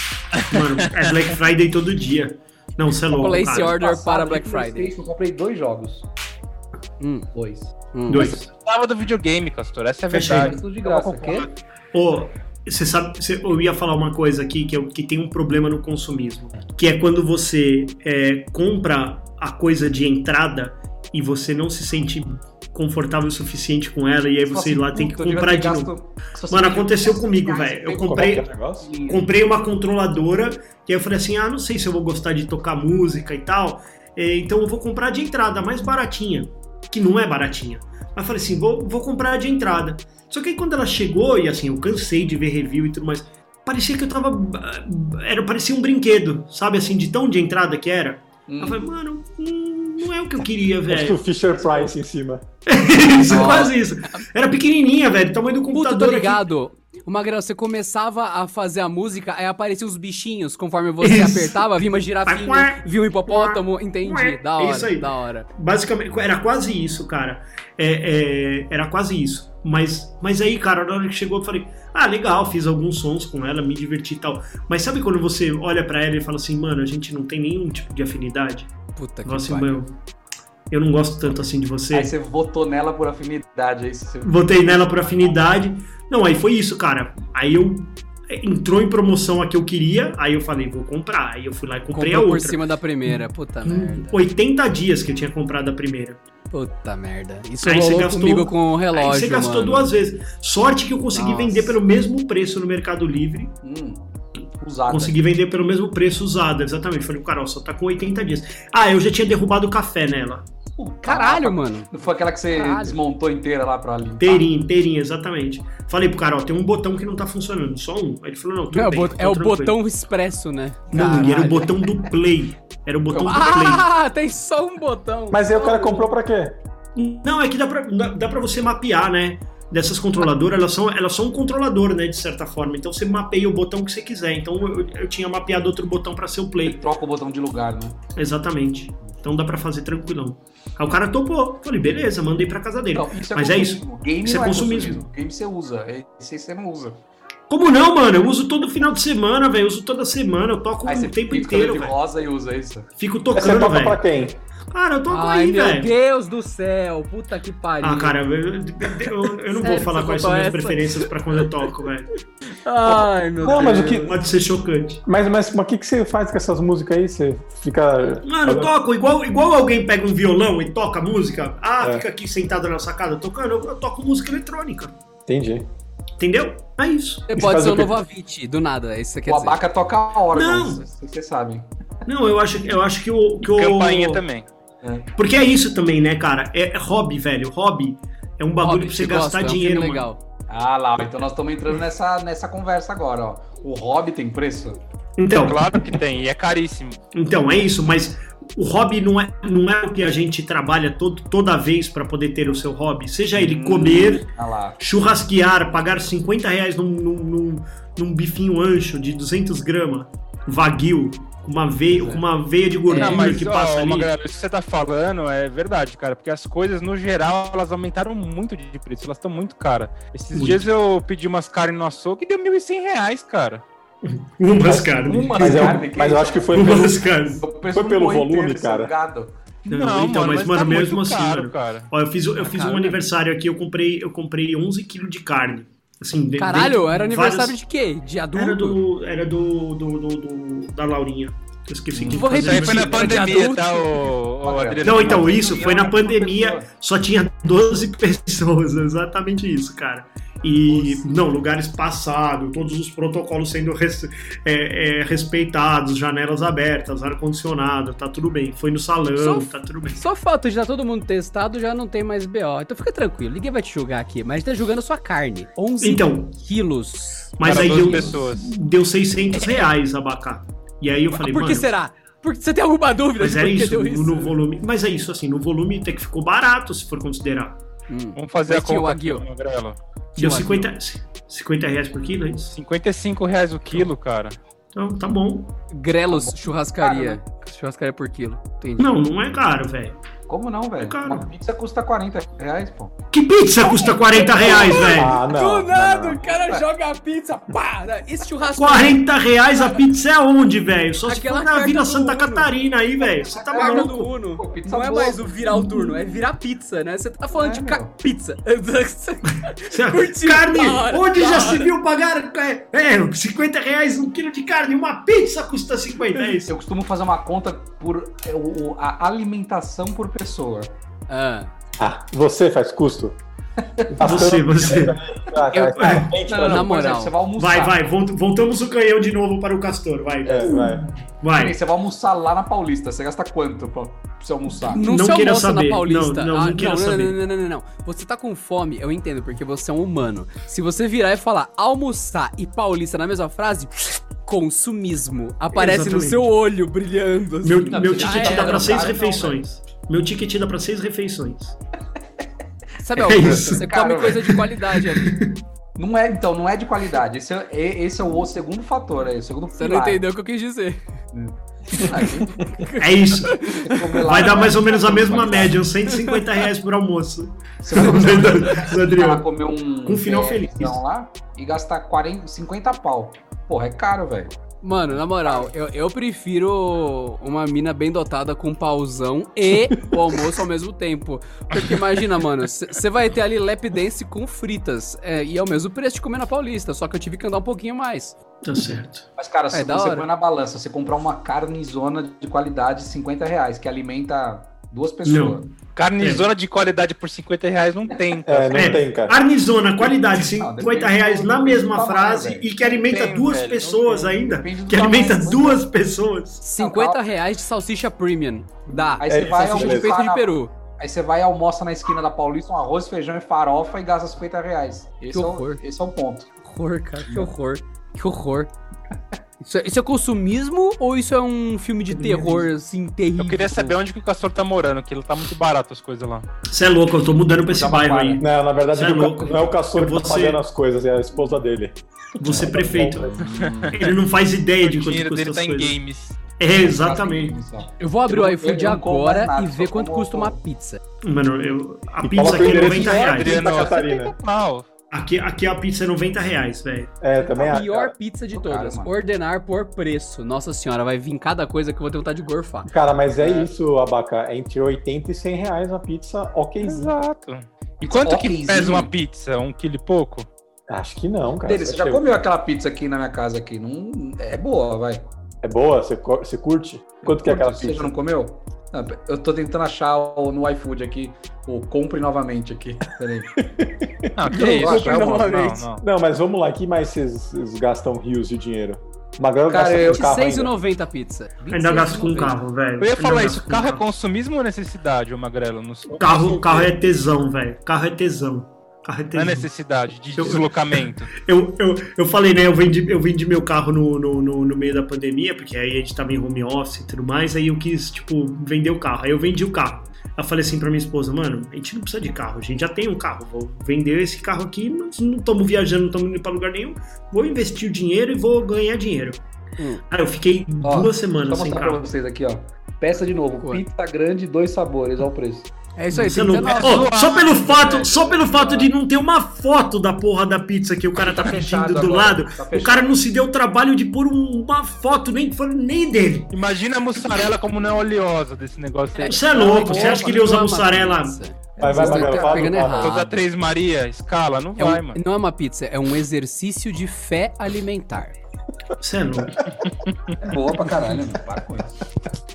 [SPEAKER 2] Mano, é Black Friday todo dia. Não, você é louco.
[SPEAKER 3] Place
[SPEAKER 2] cara.
[SPEAKER 3] order
[SPEAKER 4] Passado,
[SPEAKER 3] para
[SPEAKER 4] de
[SPEAKER 3] Black Friday.
[SPEAKER 4] PlayStation, Eu comprei dois jogos.
[SPEAKER 3] Hum.
[SPEAKER 4] Dois.
[SPEAKER 3] Hum.
[SPEAKER 2] Dois.
[SPEAKER 5] Tava do videogame, Castor, essa é a
[SPEAKER 2] Fechei.
[SPEAKER 5] verdade.
[SPEAKER 4] Tudo de graça.
[SPEAKER 5] Eu vou
[SPEAKER 4] Quê?
[SPEAKER 2] Ô, Você sabe, você- eu ia falar uma coisa aqui que, é, o- que tem um problema no consumismo, que é quando você é, compra a coisa de entrada e você não se sente confortável o suficiente com ela e aí você ir lá tem que comprar de novo. Mano, aconteceu comigo, velho. Eu
[SPEAKER 1] Como é que
[SPEAKER 2] comprei,
[SPEAKER 1] é o negócio?
[SPEAKER 2] comprei uma controladora e aí eu falei assim, ah, não sei se eu vou gostar de tocar música e tal, eh, então eu vou comprar de entrada, mais baratinha, que não é baratinha. Mas eu falei assim, vou, vou comprar a de entrada. Só que aí quando ela chegou, e assim, eu cansei de ver review e tudo mais, parecia que eu tava... Era, parecia um brinquedo, sabe assim, de tão de entrada que era. Eu falei, mano, hum, não é o que eu queria,
[SPEAKER 1] Acho que
[SPEAKER 3] [laughs]
[SPEAKER 2] velho.
[SPEAKER 1] o Fisher Price em cima.
[SPEAKER 2] isso, quase isso. Era pequenininha, velho, tamanho do
[SPEAKER 3] Puta,
[SPEAKER 2] computador
[SPEAKER 3] tô
[SPEAKER 2] aqui.
[SPEAKER 3] ligado. O Magrão, você começava a fazer a música, aí apareciam os bichinhos conforme você
[SPEAKER 2] Isso.
[SPEAKER 3] apertava, vinha uma girafinha, vinha um hipopótamo, entendi.
[SPEAKER 2] É
[SPEAKER 3] Da hora,
[SPEAKER 2] isso aí.
[SPEAKER 3] da hora.
[SPEAKER 2] Basicamente, era quase isso, cara. É, é, era quase isso. Mas, mas aí, cara, na hora que chegou, eu falei: ah, legal, fiz alguns sons com ela, me diverti e tal. Mas sabe quando você olha pra ela e fala assim, mano, a gente não tem nenhum tipo de afinidade?
[SPEAKER 3] Puta que
[SPEAKER 2] Nossa,
[SPEAKER 3] pariu.
[SPEAKER 2] mano, eu não gosto tanto assim de você.
[SPEAKER 4] Aí você votou nela por afinidade, é isso. Você...
[SPEAKER 2] Votei nela por afinidade. Não, aí foi isso, cara. Aí eu. é, Entrou em promoção a que eu queria, aí eu falei, vou comprar. Aí eu fui lá e comprei
[SPEAKER 3] Comprou
[SPEAKER 2] a Hum.
[SPEAKER 3] por
[SPEAKER 2] outra.
[SPEAKER 3] cima da primeira. Puta
[SPEAKER 2] Em
[SPEAKER 3] merda.
[SPEAKER 2] 80 dias que eu tinha comprado a primeira.
[SPEAKER 3] Puta merda. Isso
[SPEAKER 2] Aí você
[SPEAKER 3] rolou
[SPEAKER 2] gastou-
[SPEAKER 3] comigo com o relógio,
[SPEAKER 2] Aí você gastou
[SPEAKER 3] mano.
[SPEAKER 2] duas vezes. Sorte que eu consegui
[SPEAKER 4] Nossa.
[SPEAKER 2] vender pelo mesmo preço no Mercado Livre.
[SPEAKER 4] Hum,
[SPEAKER 3] Ah,
[SPEAKER 4] usada.
[SPEAKER 2] Consegui
[SPEAKER 3] né?
[SPEAKER 2] vender pelo mesmo preço usada, exatamente. Falei, cara, ó, só tá com 80 dias. Ah, eu já tinha derrubado o café nela.
[SPEAKER 3] Caralho, mano.
[SPEAKER 4] Não foi aquela que você
[SPEAKER 3] Caralho.
[SPEAKER 4] desmontou inteira lá pra limpar?
[SPEAKER 3] Ah.
[SPEAKER 2] Inteirinha, inteirinha, exatamente. Falei pro cara, ó, tem um botão que não tá funcionando, só um. Aí ele falou, não, tudo
[SPEAKER 3] É o,
[SPEAKER 2] bem,
[SPEAKER 3] bot-
[SPEAKER 2] tá
[SPEAKER 3] é o
[SPEAKER 2] tranquilo.
[SPEAKER 3] botão expresso, né?
[SPEAKER 2] Não, e era o
[SPEAKER 3] Caralho.
[SPEAKER 2] botão do play. Era o botão do play.
[SPEAKER 3] Ah, tem só um botão.
[SPEAKER 1] Mas aí o cara comprou pra quê?
[SPEAKER 2] Não, é que dá pra, dá, dá pra você mapear, né? Dessas controladoras, elas são, elas são um controlador, né? De certa forma. Então você mapeia o botão que você quiser. Então eu, eu tinha mapeado outro botão pra ser o play.
[SPEAKER 4] Ele troca o botão de lugar, né?
[SPEAKER 2] Exatamente. Então dá pra fazer tranquilão. Aí o cara topou. Falei, beleza, mandei pra casa dele.
[SPEAKER 4] Não, isso
[SPEAKER 2] Mas é
[SPEAKER 4] consumismo. O game
[SPEAKER 2] Isso é
[SPEAKER 4] não
[SPEAKER 2] consumismo.
[SPEAKER 4] O game você usa. Esse aí você não usa.
[SPEAKER 2] Como não, mano? Eu uso todo final de semana, velho. Eu uso toda semana. Eu toco
[SPEAKER 4] Aí você
[SPEAKER 2] o tempo
[SPEAKER 4] pinta o cabelo
[SPEAKER 2] inteiro,
[SPEAKER 4] de
[SPEAKER 2] velho.
[SPEAKER 4] rosa e usa isso.
[SPEAKER 2] Fico
[SPEAKER 1] Aí Você
[SPEAKER 2] tocando,
[SPEAKER 1] é toca pra
[SPEAKER 2] velho.
[SPEAKER 1] quem?
[SPEAKER 2] Cara, eu toco
[SPEAKER 3] Ai,
[SPEAKER 2] aí,
[SPEAKER 3] meu
[SPEAKER 2] velho.
[SPEAKER 3] Deus do céu. Puta que pariu.
[SPEAKER 2] Ah, cara, eu, eu- eu não vou
[SPEAKER 3] Sério,
[SPEAKER 2] falar
[SPEAKER 3] você
[SPEAKER 2] quais são minhas
[SPEAKER 3] botou essa?
[SPEAKER 2] preferências pra quando eu toco, velho.
[SPEAKER 3] Ai, meu
[SPEAKER 1] Não, mas
[SPEAKER 3] Deus.
[SPEAKER 1] o que.
[SPEAKER 2] Pode ser chocante.
[SPEAKER 1] Mas, mas, mas o que, que você faz com essas músicas aí? Você fica.
[SPEAKER 2] Mano, eu toco igual, igual alguém pega um violão e toca música. Ah,
[SPEAKER 1] É.
[SPEAKER 2] fica aqui sentado na sacada tocando. Eu, eu toco música eletrônica.
[SPEAKER 1] Entendi.
[SPEAKER 2] Entendeu? É isso.
[SPEAKER 3] Você
[SPEAKER 1] Isso
[SPEAKER 3] pode
[SPEAKER 1] faz
[SPEAKER 3] ser
[SPEAKER 1] o
[SPEAKER 3] o
[SPEAKER 1] quê?
[SPEAKER 3] novo Avit, do nada, é isso que você quer
[SPEAKER 4] O
[SPEAKER 3] dizer.
[SPEAKER 4] abaca toca né?
[SPEAKER 2] Não.
[SPEAKER 4] órgãos, vocês vocês sabem.
[SPEAKER 2] Não, eu acho, eu acho que o. Que o...
[SPEAKER 5] Campainha tá também.
[SPEAKER 2] Porque é isso também, né, cara? É, é hobby, velho. Hobby é um bagulho
[SPEAKER 3] Hobbit,
[SPEAKER 2] pra você
[SPEAKER 3] gosta,
[SPEAKER 2] gastar
[SPEAKER 3] é um filme
[SPEAKER 2] dinheiro, mano.
[SPEAKER 3] legal.
[SPEAKER 4] Ah lá, ó, então nós estamos entrando nessa, nessa conversa agora, ó. O hobby tem preço?
[SPEAKER 2] Então,
[SPEAKER 5] Claro que tem, e é caríssimo.
[SPEAKER 2] então, é isso, mas o hobby não é, não é o que a gente trabalha todo, toda vez pra poder ter o seu hobby. Seja ele comer,
[SPEAKER 4] Ah lá.
[SPEAKER 2] churrasquear, pagar 50 reais num, num, num, num bifinho ancho de 200 gramas, vaguio, com uma veia, com uma veia de gordura
[SPEAKER 5] Não, mas
[SPEAKER 2] que
[SPEAKER 5] ó,
[SPEAKER 2] passa ali.
[SPEAKER 5] Magrelo, isso que você tá falando é verdade, cara, porque as coisas, no geral, elas aumentaram muito de preço, elas estão muito caras. Esses
[SPEAKER 2] Muito.
[SPEAKER 5] dias eu pedi umas carnes no açougue e deu 1.100 reais, cara.
[SPEAKER 2] Umas carnes.
[SPEAKER 4] Uma
[SPEAKER 1] Mas, é eu,
[SPEAKER 4] carne, que
[SPEAKER 1] mas eu
[SPEAKER 4] isso?
[SPEAKER 1] acho que foi pelo.
[SPEAKER 2] Umas carnes.
[SPEAKER 4] O preço
[SPEAKER 1] foi
[SPEAKER 4] do
[SPEAKER 1] pelo
[SPEAKER 4] boi inteiro
[SPEAKER 1] volume,
[SPEAKER 4] de
[SPEAKER 1] cara.
[SPEAKER 4] salgado.
[SPEAKER 2] Não, então, mas, mano, mesmo assim, mano.
[SPEAKER 5] cara.
[SPEAKER 2] Ó, eu fiz, eu fiz
[SPEAKER 3] caro,
[SPEAKER 2] um
[SPEAKER 3] né?
[SPEAKER 2] aniversário aqui, eu comprei, eu comprei 11 quilos de carne. Assim, de-
[SPEAKER 3] Caralho,
[SPEAKER 2] dentro-
[SPEAKER 3] era aniversário
[SPEAKER 2] vários-
[SPEAKER 3] de quê? De adulto?
[SPEAKER 2] Era do. Era do. do, do, do- da Laurinha. Eu esqueci quem que
[SPEAKER 3] Vou
[SPEAKER 5] Isso
[SPEAKER 2] fazia
[SPEAKER 5] aí
[SPEAKER 3] repetir,
[SPEAKER 5] foi na
[SPEAKER 3] Era de
[SPEAKER 5] pandemia,
[SPEAKER 3] adulto.
[SPEAKER 5] tá, ô, ô, Adriano?
[SPEAKER 2] Não, então, isso foi na
[SPEAKER 4] Uma
[SPEAKER 2] pandemia,
[SPEAKER 4] pessoa.
[SPEAKER 2] só tinha 12 [laughs] pessoas, exatamente isso, cara. E, não, lugares passados, todos os protocolos sendo res- é, é, respeitados, janelas abertas, ar-condicionado, tá tudo bem. Foi no salão,
[SPEAKER 3] Só-
[SPEAKER 2] tá tudo bem.
[SPEAKER 3] Só falta de dar todo mundo testado, já não tem mais BO. Então fica tranquilo, ninguém vai te julgar aqui, mas tá julgando a sua carne. 11
[SPEAKER 2] Então,
[SPEAKER 3] quilos.
[SPEAKER 2] mas
[SPEAKER 5] Para
[SPEAKER 2] aí
[SPEAKER 5] 12
[SPEAKER 2] deu,
[SPEAKER 5] pessoas.
[SPEAKER 2] deu 600 reais abacá. E aí eu falei,
[SPEAKER 3] Por que
[SPEAKER 2] mano...
[SPEAKER 3] será? Porque você tem alguma dúvida
[SPEAKER 2] Mas
[SPEAKER 3] de
[SPEAKER 2] é
[SPEAKER 3] por que
[SPEAKER 2] isso,
[SPEAKER 3] deu
[SPEAKER 2] no- no volume. Mas é isso, assim, no volume até que ficou barato, se for considerar.
[SPEAKER 3] Hum.
[SPEAKER 5] Vamos fazer
[SPEAKER 3] Mas
[SPEAKER 5] a
[SPEAKER 3] tinha o
[SPEAKER 5] conta,
[SPEAKER 3] Aguil.
[SPEAKER 5] aqui, Magrelo.
[SPEAKER 2] Deu
[SPEAKER 3] Tinha
[SPEAKER 2] 50, 50 reais por quilo, é isso?
[SPEAKER 5] 55 reais o quilo, cara.
[SPEAKER 2] Então tá bom. né?
[SPEAKER 3] Grelos Churrascaria. Churrascaria por quilo. Entendi.
[SPEAKER 2] Não, não é caro, velho.
[SPEAKER 4] Como não, velho?
[SPEAKER 2] É caro.
[SPEAKER 4] Uma pizza custa 40 reais, pô.
[SPEAKER 2] Que pizza custa 40 reais, velho?
[SPEAKER 1] Ah,
[SPEAKER 3] Do
[SPEAKER 1] não.
[SPEAKER 3] nada,
[SPEAKER 1] não, não.
[SPEAKER 3] o cara joga a pizza, pá! Esse churrasco.
[SPEAKER 2] 40 reais a pizza é onde, velho? Só se
[SPEAKER 3] Aquela
[SPEAKER 2] for na
[SPEAKER 3] carta
[SPEAKER 2] Vila
[SPEAKER 3] do
[SPEAKER 2] Santa
[SPEAKER 3] Uno.
[SPEAKER 2] Catarina aí, velho. Você tá
[SPEAKER 4] Aquela
[SPEAKER 3] Paga
[SPEAKER 4] carta
[SPEAKER 2] maluco?
[SPEAKER 3] do Uno.
[SPEAKER 4] Pô, pizza
[SPEAKER 3] Não é
[SPEAKER 4] boa.
[SPEAKER 3] mais o virar o turno, é virar pizza, né? Você tá falando
[SPEAKER 4] É,
[SPEAKER 3] de ca-
[SPEAKER 4] meu.
[SPEAKER 3] pizza. [laughs]
[SPEAKER 2] Você- é
[SPEAKER 3] Curtiu,
[SPEAKER 2] carne,
[SPEAKER 3] da hora,
[SPEAKER 2] onde
[SPEAKER 3] da
[SPEAKER 2] já
[SPEAKER 3] hora.
[SPEAKER 2] se viu pagar é, é, 50 reais um quilo de carne? Uma pizza custa 50, é isso.
[SPEAKER 4] Eu costumo fazer uma conta por é, o- o- a alimentação por pessoa.
[SPEAKER 3] ah,
[SPEAKER 1] Ah, você faz [laughs] custo?
[SPEAKER 2] Você, você.
[SPEAKER 1] Ah, cara,
[SPEAKER 3] Eu-
[SPEAKER 1] tá bem,
[SPEAKER 4] Não, não,
[SPEAKER 3] Na
[SPEAKER 4] não, por
[SPEAKER 3] moral.
[SPEAKER 4] exemplo, você vai almoçar.
[SPEAKER 2] Vai, vai, volt- voltamos o canhão de novo para o Castor, vai.
[SPEAKER 1] É, vai.
[SPEAKER 2] Vai.
[SPEAKER 4] Você vai almoçar lá na Paulista. Você gasta quanto pra pra você almoçar?
[SPEAKER 3] não,
[SPEAKER 2] Não
[SPEAKER 3] se
[SPEAKER 2] queira
[SPEAKER 3] almoça
[SPEAKER 2] saber.
[SPEAKER 3] na Paulista.
[SPEAKER 2] Não, não, não
[SPEAKER 3] Ah,
[SPEAKER 2] queira
[SPEAKER 3] não,
[SPEAKER 2] saber.
[SPEAKER 3] não, não, não, não. Você tá com fome, eu entendo, porque você é um humano. Se você virar e falar almoçar e paulista na mesma frase, consumismo. Aparece
[SPEAKER 2] Exatamente.
[SPEAKER 3] no seu olho brilhando. assim.
[SPEAKER 2] Meu,
[SPEAKER 4] Não,
[SPEAKER 2] meu
[SPEAKER 4] já
[SPEAKER 2] ticket
[SPEAKER 4] era,
[SPEAKER 2] dá para
[SPEAKER 4] não
[SPEAKER 2] seis
[SPEAKER 4] para não,
[SPEAKER 2] refeições. Meu ticket dá para seis refeições.
[SPEAKER 3] Sabe, Augusto?
[SPEAKER 2] isso,
[SPEAKER 3] você
[SPEAKER 4] cara,
[SPEAKER 3] come coisa de qualidade ali.
[SPEAKER 4] Não é, então, não é de qualidade. Esse é, e- esse é o segundo fator aí, o segundo
[SPEAKER 3] Você não
[SPEAKER 4] pilar.
[SPEAKER 3] entendeu o que eu quis dizer.
[SPEAKER 4] Aí,
[SPEAKER 2] É isso.
[SPEAKER 4] você come lá-
[SPEAKER 2] Vai dar mais ou menos a mesma média, uns 150 reais por almoço.
[SPEAKER 4] Você vai comer- você vai lá
[SPEAKER 2] Adriano.
[SPEAKER 4] comer um
[SPEAKER 2] Com um final
[SPEAKER 4] PFzão
[SPEAKER 2] feliz.
[SPEAKER 4] lá e gastar 40, 50 pau. Porra, é caro, velho.
[SPEAKER 3] Mano, na moral, eu, eu prefiro uma mina bem dotada com pausão e o almoço ao mesmo tempo. Porque imagina, mano, você vai ter ali lap dance com fritas. é, e é o mesmo preço de comer na Paulista, só que eu tive que andar um pouquinho mais.
[SPEAKER 2] Tá certo.
[SPEAKER 4] Mas, cara,
[SPEAKER 3] É,
[SPEAKER 4] se
[SPEAKER 3] da
[SPEAKER 4] você
[SPEAKER 3] hora.
[SPEAKER 4] põe na balança, você comprar uma carnezona de qualidade, 50 reais, que alimenta duas pessoas.
[SPEAKER 5] Carnizona de qualidade por 50 reais não tem,
[SPEAKER 1] É,
[SPEAKER 5] cara.
[SPEAKER 1] não
[SPEAKER 2] É.
[SPEAKER 1] tem, cara.
[SPEAKER 2] Arnizona, qualidade,
[SPEAKER 4] Ah,
[SPEAKER 2] 50
[SPEAKER 4] depende
[SPEAKER 2] reais
[SPEAKER 4] do-
[SPEAKER 2] na
[SPEAKER 4] do
[SPEAKER 2] mesma
[SPEAKER 4] tamanho,
[SPEAKER 2] frase
[SPEAKER 4] velho.
[SPEAKER 2] e que alimenta
[SPEAKER 4] Tem,
[SPEAKER 2] duas
[SPEAKER 4] velho,
[SPEAKER 2] pessoas
[SPEAKER 4] não tem.
[SPEAKER 2] ainda.
[SPEAKER 4] Depende do
[SPEAKER 2] Que
[SPEAKER 4] tamanho, né?
[SPEAKER 2] alimenta
[SPEAKER 4] mas-
[SPEAKER 2] duas pessoas.
[SPEAKER 3] 50 reais de salsicha premium. Dá.
[SPEAKER 4] Aí você
[SPEAKER 1] É,
[SPEAKER 4] vai
[SPEAKER 1] isso,
[SPEAKER 3] salsicha de
[SPEAKER 1] beleza.
[SPEAKER 3] peito
[SPEAKER 4] almoçar
[SPEAKER 3] de
[SPEAKER 4] na,
[SPEAKER 3] peru.
[SPEAKER 4] Aí você vai e almoça na esquina da Paulista, um arroz, feijão e farofa e gasta 50 reais. Esse, é o,
[SPEAKER 3] horror.
[SPEAKER 4] esse é o ponto.
[SPEAKER 3] Que horror, cara, que horror. Que horror. Isso é, isso é consumismo ou isso é um filme de terror, assim, terrível?
[SPEAKER 5] Eu queria saber onde que o Castor tá morando, que ele tá muito barato as coisas lá.
[SPEAKER 2] Você é louco, eu tô mudando pra esse bairro aí.
[SPEAKER 1] Não, na verdade,
[SPEAKER 2] Você é
[SPEAKER 1] o ca-
[SPEAKER 2] louco.
[SPEAKER 1] não é o caçor
[SPEAKER 2] Eu
[SPEAKER 1] que
[SPEAKER 2] vou
[SPEAKER 1] tá
[SPEAKER 2] ser-
[SPEAKER 1] pagando as coisas, é a esposa dele. Então,
[SPEAKER 2] Você é prefeito.
[SPEAKER 1] Bom, velho.
[SPEAKER 2] Ele não faz ideia de
[SPEAKER 5] o
[SPEAKER 2] quanto
[SPEAKER 5] dinheiro
[SPEAKER 2] custa
[SPEAKER 5] dele
[SPEAKER 2] as
[SPEAKER 5] tá em
[SPEAKER 2] coisas.
[SPEAKER 5] games.
[SPEAKER 2] É, exatamente.
[SPEAKER 3] Eu vou abrir
[SPEAKER 4] Eu
[SPEAKER 3] o
[SPEAKER 4] não-
[SPEAKER 3] iFood
[SPEAKER 4] eu não como mais
[SPEAKER 3] agora
[SPEAKER 4] nada,
[SPEAKER 3] e ver
[SPEAKER 4] só
[SPEAKER 3] quanto
[SPEAKER 4] como-
[SPEAKER 3] custa uma pizza.
[SPEAKER 2] Mano, eu, a
[SPEAKER 1] E
[SPEAKER 2] pizza
[SPEAKER 1] coloca o
[SPEAKER 2] aqui é
[SPEAKER 1] endereço
[SPEAKER 2] 90
[SPEAKER 1] de
[SPEAKER 2] reais.
[SPEAKER 1] ordem.
[SPEAKER 5] Adriano,
[SPEAKER 1] Santa Catarina.
[SPEAKER 5] 70 pau.
[SPEAKER 2] Aqui, aqui a pizza é 90 reais, velho.
[SPEAKER 1] É, também
[SPEAKER 3] A
[SPEAKER 1] é.
[SPEAKER 3] pior
[SPEAKER 1] Cara.
[SPEAKER 3] pizza de
[SPEAKER 4] Tô caro,
[SPEAKER 3] todas.
[SPEAKER 4] mano.
[SPEAKER 3] Ordenar por preço. Nossa senhora, vai vir cada coisa que eu vou ter vontade de gorfar.
[SPEAKER 1] Cara, mas é isso, Abaca. É entre 80 e 100 reais uma pizza okzinha.
[SPEAKER 5] Exato. E quanto que
[SPEAKER 4] okzinho.
[SPEAKER 5] pesa uma pizza? Um quilo e pouco?
[SPEAKER 1] Acho que não, cara. É tipo,
[SPEAKER 4] Dele, você já
[SPEAKER 1] Você-
[SPEAKER 4] comeu aquela pizza aqui na minha casa aqui? Não, é boa, vai.
[SPEAKER 1] É boa? Você, co- você curte? Quanto que é aquela
[SPEAKER 4] Você já
[SPEAKER 1] pizza?
[SPEAKER 4] não comeu? Ah, Eu tô tentando achar o- no iFood aqui, o compre novamente aqui. Peraí.
[SPEAKER 3] [laughs]
[SPEAKER 5] Não, que
[SPEAKER 4] Não,
[SPEAKER 5] isso,
[SPEAKER 4] acho
[SPEAKER 5] é bom.
[SPEAKER 3] novamente.
[SPEAKER 5] Não, não.
[SPEAKER 1] Não, mas vamos lá. que mais vocês, vocês gastam rios de dinheiro? Magrelo
[SPEAKER 4] Cara,
[SPEAKER 1] gasta com
[SPEAKER 4] eu-
[SPEAKER 1] o carro ainda.
[SPEAKER 3] 26,90 a pizza.
[SPEAKER 2] Ainda gasto com
[SPEAKER 3] 26,90.
[SPEAKER 2] carro, velho.
[SPEAKER 5] é Eu ia
[SPEAKER 2] Ainda
[SPEAKER 5] falar
[SPEAKER 2] gasto
[SPEAKER 5] isso,
[SPEAKER 2] com
[SPEAKER 5] carro é consumismo ou necessidade, ô Magrelo? Não, sei.
[SPEAKER 2] Carro, carro é tesão, velho. Carro é tesão. Carro é
[SPEAKER 5] Não é
[SPEAKER 2] tesão.
[SPEAKER 5] necessidade de
[SPEAKER 2] Eu- [laughs]
[SPEAKER 5] deslocamento.
[SPEAKER 2] Eu, eu, eu falei, né? Eu vendi, eu vendi meu carro no, no, no, no meio da pandemia, porque aí a gente tava em home office e tudo mais. Aí eu quis, tipo, vender o carro. Aí eu vendi o carro. Eu falei assim pra minha esposa, mano, a gente não precisa de carro, a gente já tem um carro. Vou vender esse carro aqui, não estamos viajando, não estamos indo pra lugar nenhum. Vou investir o dinheiro e vou ganhar dinheiro.
[SPEAKER 3] Hum.
[SPEAKER 2] Aí eu fiquei
[SPEAKER 4] Ó,
[SPEAKER 2] duas
[SPEAKER 4] Só
[SPEAKER 2] semanas sem
[SPEAKER 4] mostrar pra
[SPEAKER 2] carro.
[SPEAKER 4] vocês aqui, ó. Peça de novo,
[SPEAKER 3] Ué.
[SPEAKER 4] pizza grande, dois sabores, olha o preço.
[SPEAKER 3] É isso aí,
[SPEAKER 2] Você não-
[SPEAKER 3] 39.
[SPEAKER 2] Ô, só pelo fato,
[SPEAKER 5] velho.
[SPEAKER 2] só pelo fato de não ter uma foto da porra da pizza que o cara tá pedindo do
[SPEAKER 4] agora,
[SPEAKER 2] lado,
[SPEAKER 4] tá
[SPEAKER 2] o
[SPEAKER 4] fechado.
[SPEAKER 2] cara não se deu o trabalho de pôr um- uma foto nem nem dele.
[SPEAKER 5] Imagina a mussarela como não é oleosa desse negócio aí.
[SPEAKER 2] Você é louco, você
[SPEAKER 3] Opa,
[SPEAKER 2] acha que ele usa
[SPEAKER 3] não é uma
[SPEAKER 2] mussarela?
[SPEAKER 3] pizza.
[SPEAKER 1] Vai, vai,
[SPEAKER 3] Vocês
[SPEAKER 1] vai,
[SPEAKER 3] tão
[SPEAKER 1] vai, fala do
[SPEAKER 3] pegando
[SPEAKER 1] carro.
[SPEAKER 3] errado.
[SPEAKER 5] Toda Três Maria, escala, não
[SPEAKER 3] É um-
[SPEAKER 5] vai, mano.
[SPEAKER 3] não é uma pizza, é um exercício de fé alimentar.
[SPEAKER 2] Você é louco.
[SPEAKER 4] É boa pra caralho, mano. Para com isso.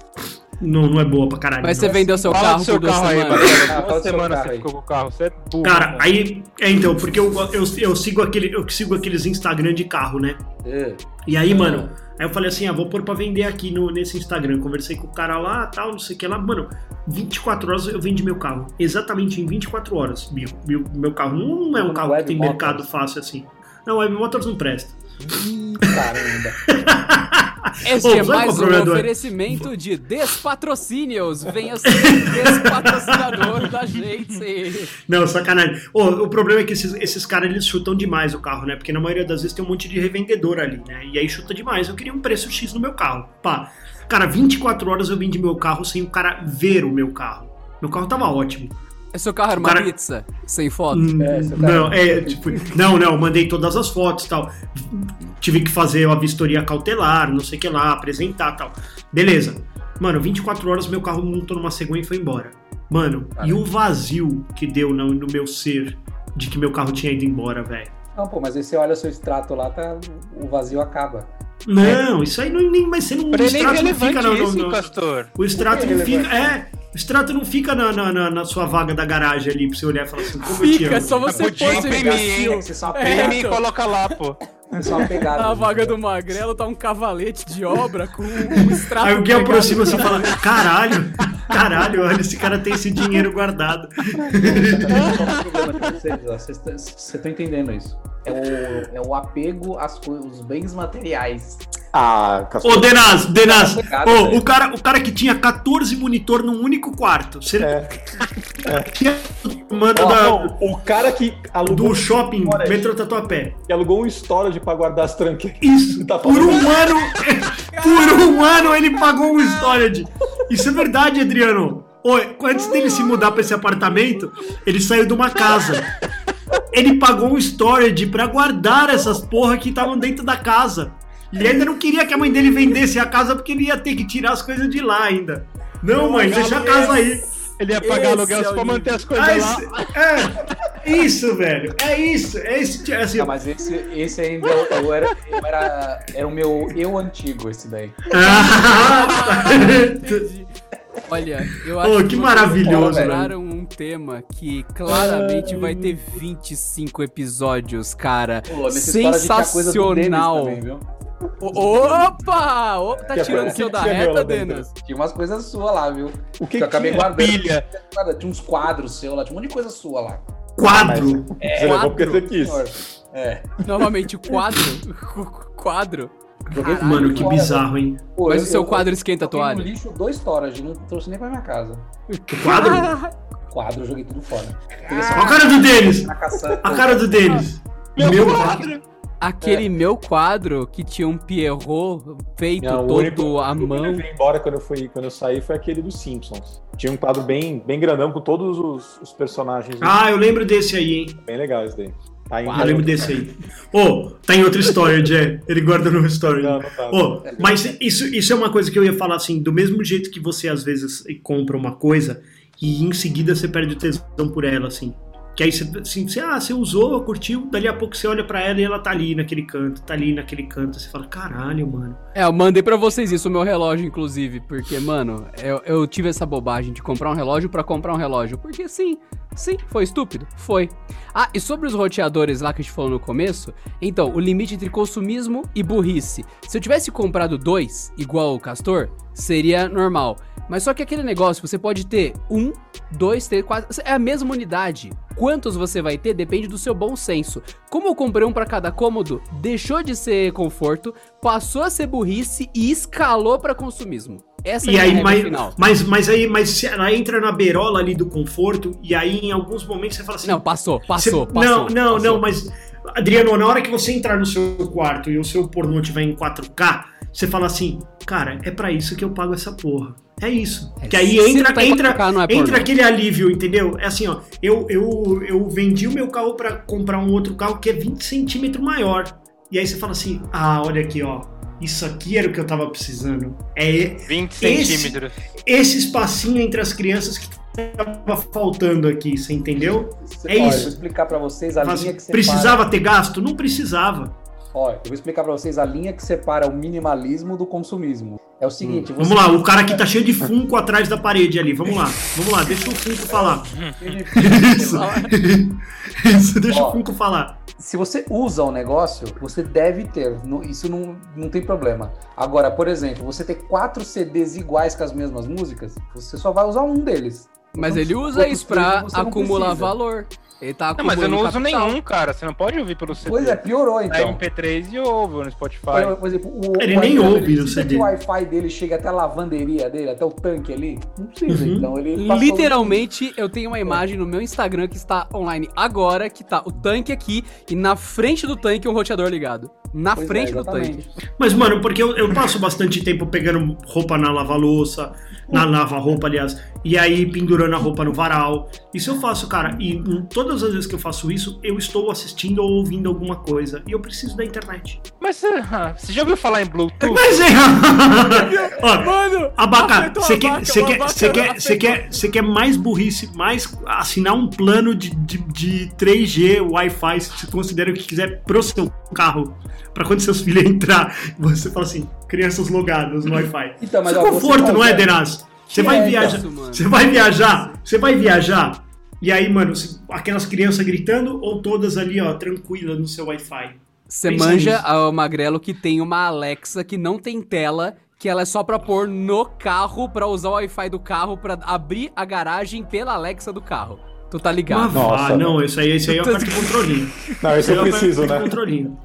[SPEAKER 2] Não, não é boa pra caralho.
[SPEAKER 3] Mas você
[SPEAKER 2] não.
[SPEAKER 3] vendeu seu
[SPEAKER 5] Fala do
[SPEAKER 3] carro
[SPEAKER 5] seu
[SPEAKER 3] por duas
[SPEAKER 5] carro aí,
[SPEAKER 3] semanas.
[SPEAKER 5] Magrelo.
[SPEAKER 4] Ah, fala
[SPEAKER 5] Duas
[SPEAKER 4] do seu
[SPEAKER 5] semanas
[SPEAKER 4] carro
[SPEAKER 5] você
[SPEAKER 4] aí.
[SPEAKER 5] ficou com o carro, você é burro.
[SPEAKER 2] Cara,
[SPEAKER 5] mano.
[SPEAKER 2] aí. É então, porque eu, eu, eu sigo aquele, eu sigo aqueles Instagram de carro, né?
[SPEAKER 4] É.
[SPEAKER 2] E aí, mano, aí eu falei assim, ah, vou pôr pra vender aqui no, nesse Instagram. Conversei com o cara lá, tal, não sei o que lá. Mano, 24 horas eu vendi meu carro. Exatamente em 24 horas. Meu, meu, meu carro não é um
[SPEAKER 4] No
[SPEAKER 2] carro que
[SPEAKER 4] Web
[SPEAKER 2] tem
[SPEAKER 4] Motors.
[SPEAKER 2] mercado fácil assim. Não, o Web Motors não presta.
[SPEAKER 4] Ih, Caramba.
[SPEAKER 3] Este
[SPEAKER 2] Ô,
[SPEAKER 3] é
[SPEAKER 2] vai,
[SPEAKER 3] mais um
[SPEAKER 2] comprovador.
[SPEAKER 3] oferecimento de despatrocínios. Venha ser
[SPEAKER 2] [laughs]
[SPEAKER 3] um despatrocinador da gente.
[SPEAKER 2] Não, sacanagem. Ô, o problema é que esses, esses caras eles chutam demais o carro, né? Porque na maioria das vezes tem um monte de revendedor ali, né? E aí chuta demais. Eu queria um preço X no meu carro. Pá. Cara, 24 horas eu vendi meu carro sem o cara ver o meu carro. Meu carro tava ótimo.
[SPEAKER 3] É Seu carro era uma
[SPEAKER 2] Cara-
[SPEAKER 3] pizza sem foto.
[SPEAKER 2] Hum,
[SPEAKER 4] É, seu cara-
[SPEAKER 2] Não, é, tipo, não, não, mandei todas as fotos e tal. Tive que fazer uma vistoria cautelar, não sei o que lá, apresentar e tal. Beleza. Mano, 24 horas meu carro montou numa cegonha e foi embora. Mano, e o vazio que deu no, no meu ser de que meu carro tinha ido embora, velho.
[SPEAKER 4] Não, pô, mas aí você olha o seu extrato lá, tá, o vazio acaba.
[SPEAKER 2] Não, isso aí não nem, mas você não, o
[SPEAKER 5] Pra ele é
[SPEAKER 2] extrato não fica
[SPEAKER 5] irrelevante
[SPEAKER 2] na,
[SPEAKER 5] isso,
[SPEAKER 2] no, no,
[SPEAKER 5] Castor.
[SPEAKER 2] o extrato
[SPEAKER 4] Por que
[SPEAKER 2] não
[SPEAKER 4] relevante?
[SPEAKER 2] fica, é, o extrato não fica na, na, na- na sua vaga da garagem ali pra você olhar e falar assim, como eu te
[SPEAKER 3] Fica,
[SPEAKER 2] amo.
[SPEAKER 3] só você
[SPEAKER 5] Podia
[SPEAKER 3] pôr seu
[SPEAKER 5] imprimir,
[SPEAKER 3] imbecil.
[SPEAKER 4] assim, Você só
[SPEAKER 3] É,
[SPEAKER 4] pega,
[SPEAKER 5] Ele
[SPEAKER 3] então.
[SPEAKER 5] coloca lá, pô.
[SPEAKER 4] você só é pegada.
[SPEAKER 3] Na vaga do magrelo tá um cavalete de obra com
[SPEAKER 2] [laughs]
[SPEAKER 3] um extrato.
[SPEAKER 2] Aí alguém
[SPEAKER 3] pegado.
[SPEAKER 2] aproxima assim e fala: caralho, caralho, olha, esse cara tem esse dinheiro guardado.
[SPEAKER 4] um Você tá entendendo isso? É o, é o apego às coisas, os bens materiais.
[SPEAKER 7] Ah,
[SPEAKER 2] Ô,
[SPEAKER 7] Castor.
[SPEAKER 2] Denaz, Denaz,
[SPEAKER 4] Obrigado,
[SPEAKER 2] ô,
[SPEAKER 4] velho.
[SPEAKER 2] o, cara, o cara que tinha 14 monitor num único quarto. Você [laughs] tinha manda
[SPEAKER 1] Não,
[SPEAKER 2] da,
[SPEAKER 1] o cara que alugou,
[SPEAKER 2] do shopping,
[SPEAKER 1] Fora isso.
[SPEAKER 2] metrô tatuapé.
[SPEAKER 1] que alugou um storage pra guardar as tranqueiras. [laughs]
[SPEAKER 2] Isso,
[SPEAKER 1] Tá
[SPEAKER 2] por
[SPEAKER 1] falando.
[SPEAKER 2] um ano, [laughs] por um ano ele pagou um storage. Isso é verdade, Adriano. Ô, antes dele se mudar pra esse apartamento, ele saiu de uma casa. Ele pagou um storage pra guardar essas porra que estavam dentro da casa. Ele ainda não queria que a mãe dele vendesse a casa porque ele ia ter que tirar as coisas de lá ainda. Não, mãe, deixa a casa aí.
[SPEAKER 5] Ele ia pagar
[SPEAKER 3] Esse
[SPEAKER 5] aluguel
[SPEAKER 3] é
[SPEAKER 5] só
[SPEAKER 3] o
[SPEAKER 5] pra
[SPEAKER 3] nível.
[SPEAKER 5] manter as coisas
[SPEAKER 2] Ah,
[SPEAKER 5] lá.
[SPEAKER 2] esse- é, isso, velho. É isso. É esse. ti- Assim,
[SPEAKER 4] Ah, mas esse, esse ainda eu, eu era, eu era. Era o meu eu antigo, esse daí.
[SPEAKER 3] Entendi. Olha, eu acho
[SPEAKER 2] Ô, que
[SPEAKER 3] vocês
[SPEAKER 2] maravilhoso,
[SPEAKER 3] elaboraram um tema que claramente vai ter 25 episódios, cara.
[SPEAKER 4] Pô, nessa história é a gente tinha coisa do Denis
[SPEAKER 3] Sensacional.
[SPEAKER 4] também, é viu?
[SPEAKER 3] O- Opa! Opa, tá
[SPEAKER 1] Que
[SPEAKER 3] tirando o
[SPEAKER 1] coisa-
[SPEAKER 3] seu
[SPEAKER 1] que
[SPEAKER 3] da
[SPEAKER 1] tinha
[SPEAKER 3] reta,
[SPEAKER 1] nela dentro?
[SPEAKER 3] Denis.
[SPEAKER 4] Tinha umas coisas suas lá, viu?
[SPEAKER 1] O que,
[SPEAKER 4] Que eu acabei
[SPEAKER 1] tinha?
[SPEAKER 4] guardando.
[SPEAKER 5] pilha.
[SPEAKER 4] Guarda, Tinha uns quadros seus lá, tinha um monte de coisa sua lá.
[SPEAKER 2] [laughs] quadro.
[SPEAKER 1] Você levou porque você
[SPEAKER 3] quadro.
[SPEAKER 1] quis.
[SPEAKER 4] É.
[SPEAKER 3] Novamente, o quadro. [laughs] O quadro.
[SPEAKER 4] Joguei
[SPEAKER 3] Caralho.
[SPEAKER 2] Mano, que bizarro, hein?
[SPEAKER 4] Pô,
[SPEAKER 3] Mas
[SPEAKER 4] eu-
[SPEAKER 3] o seu
[SPEAKER 4] eu-
[SPEAKER 2] é
[SPEAKER 3] quadro esquenta a
[SPEAKER 4] Eu joguei no
[SPEAKER 3] toalha.
[SPEAKER 4] lixo dois storage, não trouxe nem pra minha casa.
[SPEAKER 2] Quadro?
[SPEAKER 4] Quadro eu joguei tudo fora.
[SPEAKER 2] Olha a Ah, cara do Denis!
[SPEAKER 4] Na caçamba.
[SPEAKER 2] A cara do Denis! Meu, quadro!
[SPEAKER 3] Aquele meu quadro que tinha um Pierrot feito
[SPEAKER 1] Não, o
[SPEAKER 3] todo
[SPEAKER 1] único-
[SPEAKER 3] à
[SPEAKER 1] O que eu
[SPEAKER 3] mão.
[SPEAKER 1] levei embora quando eu, fui, quando eu saí foi aquele dos Simpsons. Tinha um quadro bem, bem grandão com todos os, os personagens.
[SPEAKER 2] Ah, eu lembro desse aí, hein?
[SPEAKER 1] Bem legal esse daí. Tá ainda-
[SPEAKER 2] Eu lembro desse aí. Ô, tá em outro storage, é. Ele guarda no storage.
[SPEAKER 1] Não, não tá.
[SPEAKER 2] Ô, mas isso, isso é uma coisa que eu ia falar assim, do mesmo jeito que você às vezes compra uma coisa e em seguida você perde o tesão por ela, assim. Que aí você, assim, você, ah, você usou, curtiu, dali a pouco você olha pra ela e ela tá ali naquele canto, tá ali naquele canto. Você fala, caralho, mano.
[SPEAKER 3] É, eu mandei pra vocês isso, o meu relógio, inclusive, porque, mano, eu, eu tive essa bobagem de comprar um relógio pra comprar um relógio. Porque sim, sim, foi estúpido, foi. Ah, e sobre os roteadores lá que a gente falou no começo, então, o limite entre consumismo e burrice. Se eu tivesse comprado dois, igual o Castor, seria normal. Mas só que aquele negócio, você pode ter um, dois, três, quatro. É a mesma unidade. Quantos você vai ter depende do seu bom senso. Como eu comprei um pra cada cômodo, deixou de ser conforto, passou a ser burrice e escalou pra consumismo. Essa
[SPEAKER 2] E
[SPEAKER 3] é a
[SPEAKER 2] aí,
[SPEAKER 3] minha regra
[SPEAKER 2] mas,
[SPEAKER 3] final.
[SPEAKER 2] mas, mas aí, mas se ela entra na berola ali do conforto, e aí em alguns momentos você fala assim.
[SPEAKER 3] Não, passou, passou,
[SPEAKER 2] você-
[SPEAKER 3] passou.
[SPEAKER 2] Não, não,
[SPEAKER 3] passou.
[SPEAKER 2] não, mas, Adriano, na hora que você entrar no seu quarto e o seu pornô tiver em 4K, você fala assim, cara, é pra isso que eu pago essa porra. É isso.
[SPEAKER 3] É,
[SPEAKER 2] que aí
[SPEAKER 3] se
[SPEAKER 2] entra,
[SPEAKER 3] não tá em
[SPEAKER 2] entra,
[SPEAKER 3] 4K não é pornô.
[SPEAKER 2] entra aquele alívio, entendeu? É assim, ó, eu, eu, eu vendi o meu carro pra comprar um outro carro que é 20 centímetros maior. E aí você fala assim, ah, olha aqui, ó. Isso aqui era o que eu tava precisando. É,
[SPEAKER 5] 20
[SPEAKER 2] Esse-
[SPEAKER 5] centímetros.
[SPEAKER 2] esse espacinho entre as crianças que tava faltando aqui, você entendeu?
[SPEAKER 4] Você-
[SPEAKER 2] É
[SPEAKER 4] olha,
[SPEAKER 2] isso.
[SPEAKER 4] Eu vou explicar pra vocês a
[SPEAKER 2] Mas
[SPEAKER 4] linha que separa.
[SPEAKER 2] precisava ter gasto? Não precisava.
[SPEAKER 4] Olha, eu vou explicar pra vocês a linha que separa o minimalismo do consumismo. É o seguinte,
[SPEAKER 2] Hum, Vamos lá, o cara aqui tá cheio de funko atrás da parede ali. Vamos lá, vamos lá, deixa o funko falar. Isso. [laughs] Isso, deixa o
[SPEAKER 4] Ó.
[SPEAKER 2] funko falar.
[SPEAKER 4] se você usa um negócio, você deve ter. não- Isso não, não tem problema. Agora, por exemplo, você ter quatro CDs iguais com as mesmas músicas, você só vai usar um deles.
[SPEAKER 3] Mas ele usa
[SPEAKER 4] Outros
[SPEAKER 3] isso pra
[SPEAKER 4] três você não
[SPEAKER 3] acumular
[SPEAKER 4] precisa.
[SPEAKER 3] valor. Ele tava com
[SPEAKER 5] Não, mas
[SPEAKER 3] o
[SPEAKER 5] eu não
[SPEAKER 3] Bruno
[SPEAKER 5] uso
[SPEAKER 3] Capital.
[SPEAKER 5] nenhum, cara. Você não pode ouvir pelo CD.
[SPEAKER 4] Pois é, piorou
[SPEAKER 5] Pega um
[SPEAKER 4] então.
[SPEAKER 5] MP3 e ouve no Spotify.
[SPEAKER 4] Por por exemplo, o,
[SPEAKER 2] Ele
[SPEAKER 4] o
[SPEAKER 2] nem
[SPEAKER 4] iPhone
[SPEAKER 2] ouve
[SPEAKER 4] dele,
[SPEAKER 2] o
[SPEAKER 4] se
[SPEAKER 2] CD.
[SPEAKER 4] O Wi-Fi dele chega até a lavanderia dele, até o tanque ali. Não precisa,
[SPEAKER 2] Uhum.
[SPEAKER 4] então. Ele passou-
[SPEAKER 3] Literalmente, eu tenho uma imagem no meu Instagram que está online agora, que tá o tanque aqui e na frente do tanque um roteador ligado. Na
[SPEAKER 4] Pois é,
[SPEAKER 3] frente do
[SPEAKER 4] exatamente.
[SPEAKER 3] tanque.
[SPEAKER 2] Mas, mano, porque eu, eu passo bastante tempo pegando roupa na lava-louça, na lava-roupa, aliás, e aí pendurando a roupa no varal. Isso eu faço, cara, e em todas as vezes que eu faço isso, eu estou assistindo ou ouvindo alguma coisa. E eu preciso da internet.
[SPEAKER 5] Mas você, ah, você já ouviu falar em Bluetooth?
[SPEAKER 2] Mas, é... Ó,
[SPEAKER 3] Mano!
[SPEAKER 2] Abacá,
[SPEAKER 3] Apertou
[SPEAKER 2] você
[SPEAKER 3] a
[SPEAKER 2] quer,
[SPEAKER 3] vaca,
[SPEAKER 2] você
[SPEAKER 3] uma
[SPEAKER 2] quer,
[SPEAKER 3] vaca
[SPEAKER 2] você quer, você
[SPEAKER 3] apertou.
[SPEAKER 2] quer, você quer mais burrice, mais assinar um plano de, de, de 3G, Wi-Fi, se você considera o que quiser pro seu carro, pra quando seus filhos [laughs] entrar, você fala assim, crianças logadas no Wi-Fi.
[SPEAKER 4] Então, mas,
[SPEAKER 2] Isso é
[SPEAKER 4] ó, você
[SPEAKER 2] conforto,
[SPEAKER 4] tá
[SPEAKER 2] não é,
[SPEAKER 4] usando-
[SPEAKER 2] Denaz? Você
[SPEAKER 4] Que
[SPEAKER 2] vai
[SPEAKER 4] é
[SPEAKER 2] viajar,
[SPEAKER 3] isso, mano?
[SPEAKER 2] você vai viajar, você vai viajar. E aí, mano, se- aquelas crianças gritando ou todas ali, ó, tranquilas no seu Wi-Fi.
[SPEAKER 3] Você
[SPEAKER 2] Pensa
[SPEAKER 3] manja
[SPEAKER 2] nisso.
[SPEAKER 3] ao magrelo que tem uma Alexa que não tem tela, que ela é só pra pôr no carro, pra usar o Wi-Fi do carro, pra abrir a garagem pela Alexa do carro. Tu tá
[SPEAKER 2] Mas
[SPEAKER 3] ligado?
[SPEAKER 1] Nossa,
[SPEAKER 2] Ah,
[SPEAKER 1] né?
[SPEAKER 2] vá, não, isso aí, isso aí é a parte do controlinho.
[SPEAKER 1] [laughs] Não, isso eu
[SPEAKER 2] Isso aí é a parte
[SPEAKER 1] preciso,
[SPEAKER 2] do
[SPEAKER 1] né?
[SPEAKER 2] Controlinho.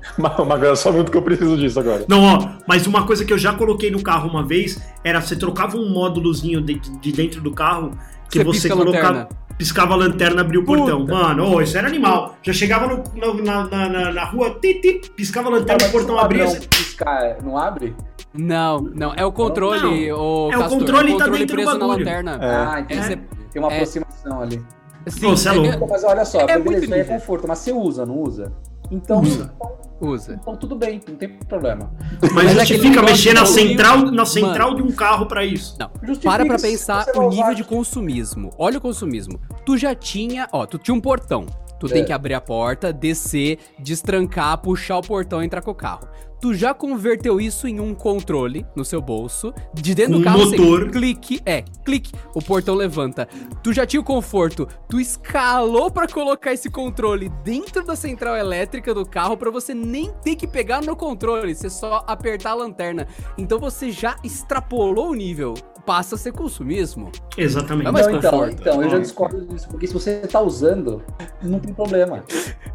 [SPEAKER 1] Magrela, só muito que eu preciso disso agora.
[SPEAKER 2] Não, ó, mas uma coisa que eu já coloquei no carro uma vez era você trocava um módulozinho de, de dentro do carro que
[SPEAKER 3] Você
[SPEAKER 2] você,
[SPEAKER 3] pisca a
[SPEAKER 2] colocava.
[SPEAKER 3] lanterna.
[SPEAKER 2] Piscava a lanterna, abria o portão. Mano, ô, isso era animal. Já chegava no- no- na, na- na- na rua, ti, ti, piscava a
[SPEAKER 4] Ah,
[SPEAKER 2] lanterna,
[SPEAKER 4] mas
[SPEAKER 2] o portão
[SPEAKER 4] se
[SPEAKER 2] abria.
[SPEAKER 4] ladrão piscar, não abre?
[SPEAKER 3] Não, não. É o controle, o
[SPEAKER 2] É o
[SPEAKER 3] Castor,
[SPEAKER 2] controle tá
[SPEAKER 3] controle
[SPEAKER 2] dentro do
[SPEAKER 3] preso na
[SPEAKER 2] bagulho.
[SPEAKER 3] lanterna.
[SPEAKER 4] Ah, então
[SPEAKER 3] É.
[SPEAKER 4] você tem uma
[SPEAKER 3] É.
[SPEAKER 4] aproximação ali.
[SPEAKER 3] Sim,
[SPEAKER 2] Ô, cê é
[SPEAKER 3] é-
[SPEAKER 2] louco.
[SPEAKER 4] Mas olha só,
[SPEAKER 3] É
[SPEAKER 4] beleza,
[SPEAKER 3] muito
[SPEAKER 4] isso aí é
[SPEAKER 3] nível.
[SPEAKER 4] conforto, mas você usa, não usa? Então,
[SPEAKER 2] Usa.
[SPEAKER 4] então,
[SPEAKER 3] Usa.
[SPEAKER 4] então tudo bem, não tem problema.
[SPEAKER 2] Mas
[SPEAKER 3] Mas
[SPEAKER 2] justifica
[SPEAKER 3] aquele
[SPEAKER 2] mexer na
[SPEAKER 3] negócio de
[SPEAKER 2] central,
[SPEAKER 3] bagulho-
[SPEAKER 2] na central de um carro pra isso.
[SPEAKER 4] Justifica
[SPEAKER 3] Para pra
[SPEAKER 4] se
[SPEAKER 3] pensar
[SPEAKER 4] você vai
[SPEAKER 3] o
[SPEAKER 4] usar-
[SPEAKER 3] nível de consumismo. Olha o consumismo. Tu já tinha, ó, tu tinha um portão. Tu
[SPEAKER 4] É.
[SPEAKER 3] tem que abrir a porta, descer, destrancar, puxar o portão e entrar com o carro. Tu já converteu isso em um controle no seu bolso, de dentro
[SPEAKER 2] Um
[SPEAKER 3] do carro, você
[SPEAKER 2] motor.
[SPEAKER 3] clique, é, clique, o portão levanta. Tu já tinha o conforto, tu escalou pra colocar esse controle dentro da central elétrica do carro pra você nem ter que pegar no controle, você só apertar a lanterna. Então você já extrapolou o nível, passa a ser consumismo.
[SPEAKER 2] Exatamente.
[SPEAKER 3] Não, mas-
[SPEAKER 4] Não, então,
[SPEAKER 3] conforto.
[SPEAKER 4] então, eu já
[SPEAKER 3] Ah.
[SPEAKER 4] discordo disso, porque se você tá usando, não tem problema.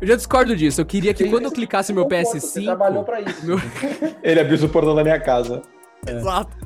[SPEAKER 3] Eu já discordo disso, eu queria É que
[SPEAKER 4] Tem- tipo
[SPEAKER 3] quando eu clicasse meu
[SPEAKER 4] Conforto, Você trabalhou
[SPEAKER 3] PS5...
[SPEAKER 4] pra isso.
[SPEAKER 3] Meu...
[SPEAKER 1] Ele abriu o portão da minha casa.
[SPEAKER 3] Exato.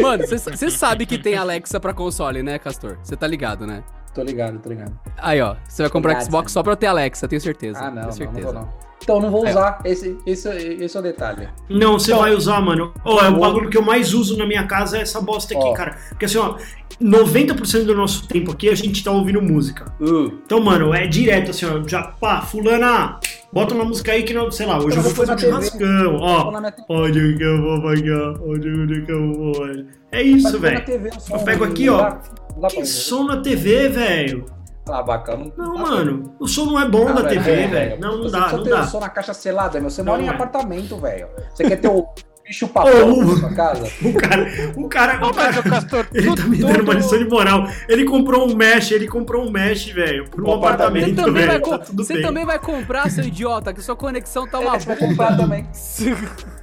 [SPEAKER 3] Mano, você sabe que tem Alexa pra console, né, Castor? Você tá ligado, né?
[SPEAKER 4] Tô ligado, tô ligado.
[SPEAKER 3] Aí, ó, você vai comprar
[SPEAKER 4] Obrigado,
[SPEAKER 3] Xbox
[SPEAKER 4] Sam.
[SPEAKER 3] só pra ter Alexa, tenho certeza.
[SPEAKER 4] né? Ah, não,
[SPEAKER 3] tenho
[SPEAKER 4] não, não
[SPEAKER 3] certeza.
[SPEAKER 4] vou não. Então não vou
[SPEAKER 3] É.
[SPEAKER 4] usar, esse, esse, esse é o detalhe.
[SPEAKER 2] Não, você
[SPEAKER 4] Então,
[SPEAKER 2] vai usar, mano. Ó, é o
[SPEAKER 4] Boa.
[SPEAKER 2] bagulho que eu mais uso na minha casa é essa bosta aqui,
[SPEAKER 4] Ó.
[SPEAKER 2] cara. Porque assim, ó, 90% do nosso tempo aqui a gente tá ouvindo música.
[SPEAKER 4] Uh,
[SPEAKER 2] Então, mano, é direto assim, ó. Já, pá, fulana, bota uma música aí que não, sei lá, hoje eu vou fazer um churrascão,
[SPEAKER 4] tô
[SPEAKER 2] ó.
[SPEAKER 4] na minha TV,
[SPEAKER 2] Onde que eu vou pagar? Onde, onde que eu vou? olha. É isso,
[SPEAKER 4] mas tô na
[SPEAKER 2] velho.
[SPEAKER 4] TV, som
[SPEAKER 2] Eu pego
[SPEAKER 4] não
[SPEAKER 2] aqui,
[SPEAKER 4] dá-
[SPEAKER 2] ó.
[SPEAKER 4] Não dá pra
[SPEAKER 2] Que
[SPEAKER 4] ver.
[SPEAKER 2] som na TV, velho?
[SPEAKER 4] Ah, bacana. não-
[SPEAKER 2] Não,
[SPEAKER 4] dá pra
[SPEAKER 2] mano, o som não é bom
[SPEAKER 4] Ah,
[SPEAKER 2] da TV,
[SPEAKER 4] é,
[SPEAKER 2] velho. Não, não
[SPEAKER 4] Você
[SPEAKER 2] dá,
[SPEAKER 4] só
[SPEAKER 2] não
[SPEAKER 4] tem o
[SPEAKER 2] dá.
[SPEAKER 4] som na caixa selada, meu. Você
[SPEAKER 2] Não,
[SPEAKER 4] mora em
[SPEAKER 2] é.
[SPEAKER 4] apartamento, velho. Você quer ter o bicho papão
[SPEAKER 2] Ô,
[SPEAKER 4] na sua casa?
[SPEAKER 2] O cara, o cara, o
[SPEAKER 5] Mas, ô,
[SPEAKER 2] cara.
[SPEAKER 5] Castor,
[SPEAKER 2] [laughs] Ele
[SPEAKER 5] tu-
[SPEAKER 2] tá me
[SPEAKER 5] tu-
[SPEAKER 2] dando uma lição de moral. Ele comprou um mesh, ele comprou um mesh, velho. Por um
[SPEAKER 1] Um apartamento,
[SPEAKER 3] Você
[SPEAKER 2] apartamento,
[SPEAKER 3] também, vai,
[SPEAKER 2] velho. Tá
[SPEAKER 3] co-
[SPEAKER 2] tudo
[SPEAKER 3] você
[SPEAKER 2] bem.
[SPEAKER 3] também vai comprar, seu idiota, que sua conexão tá uma
[SPEAKER 4] É, você [laughs] vai comprar também.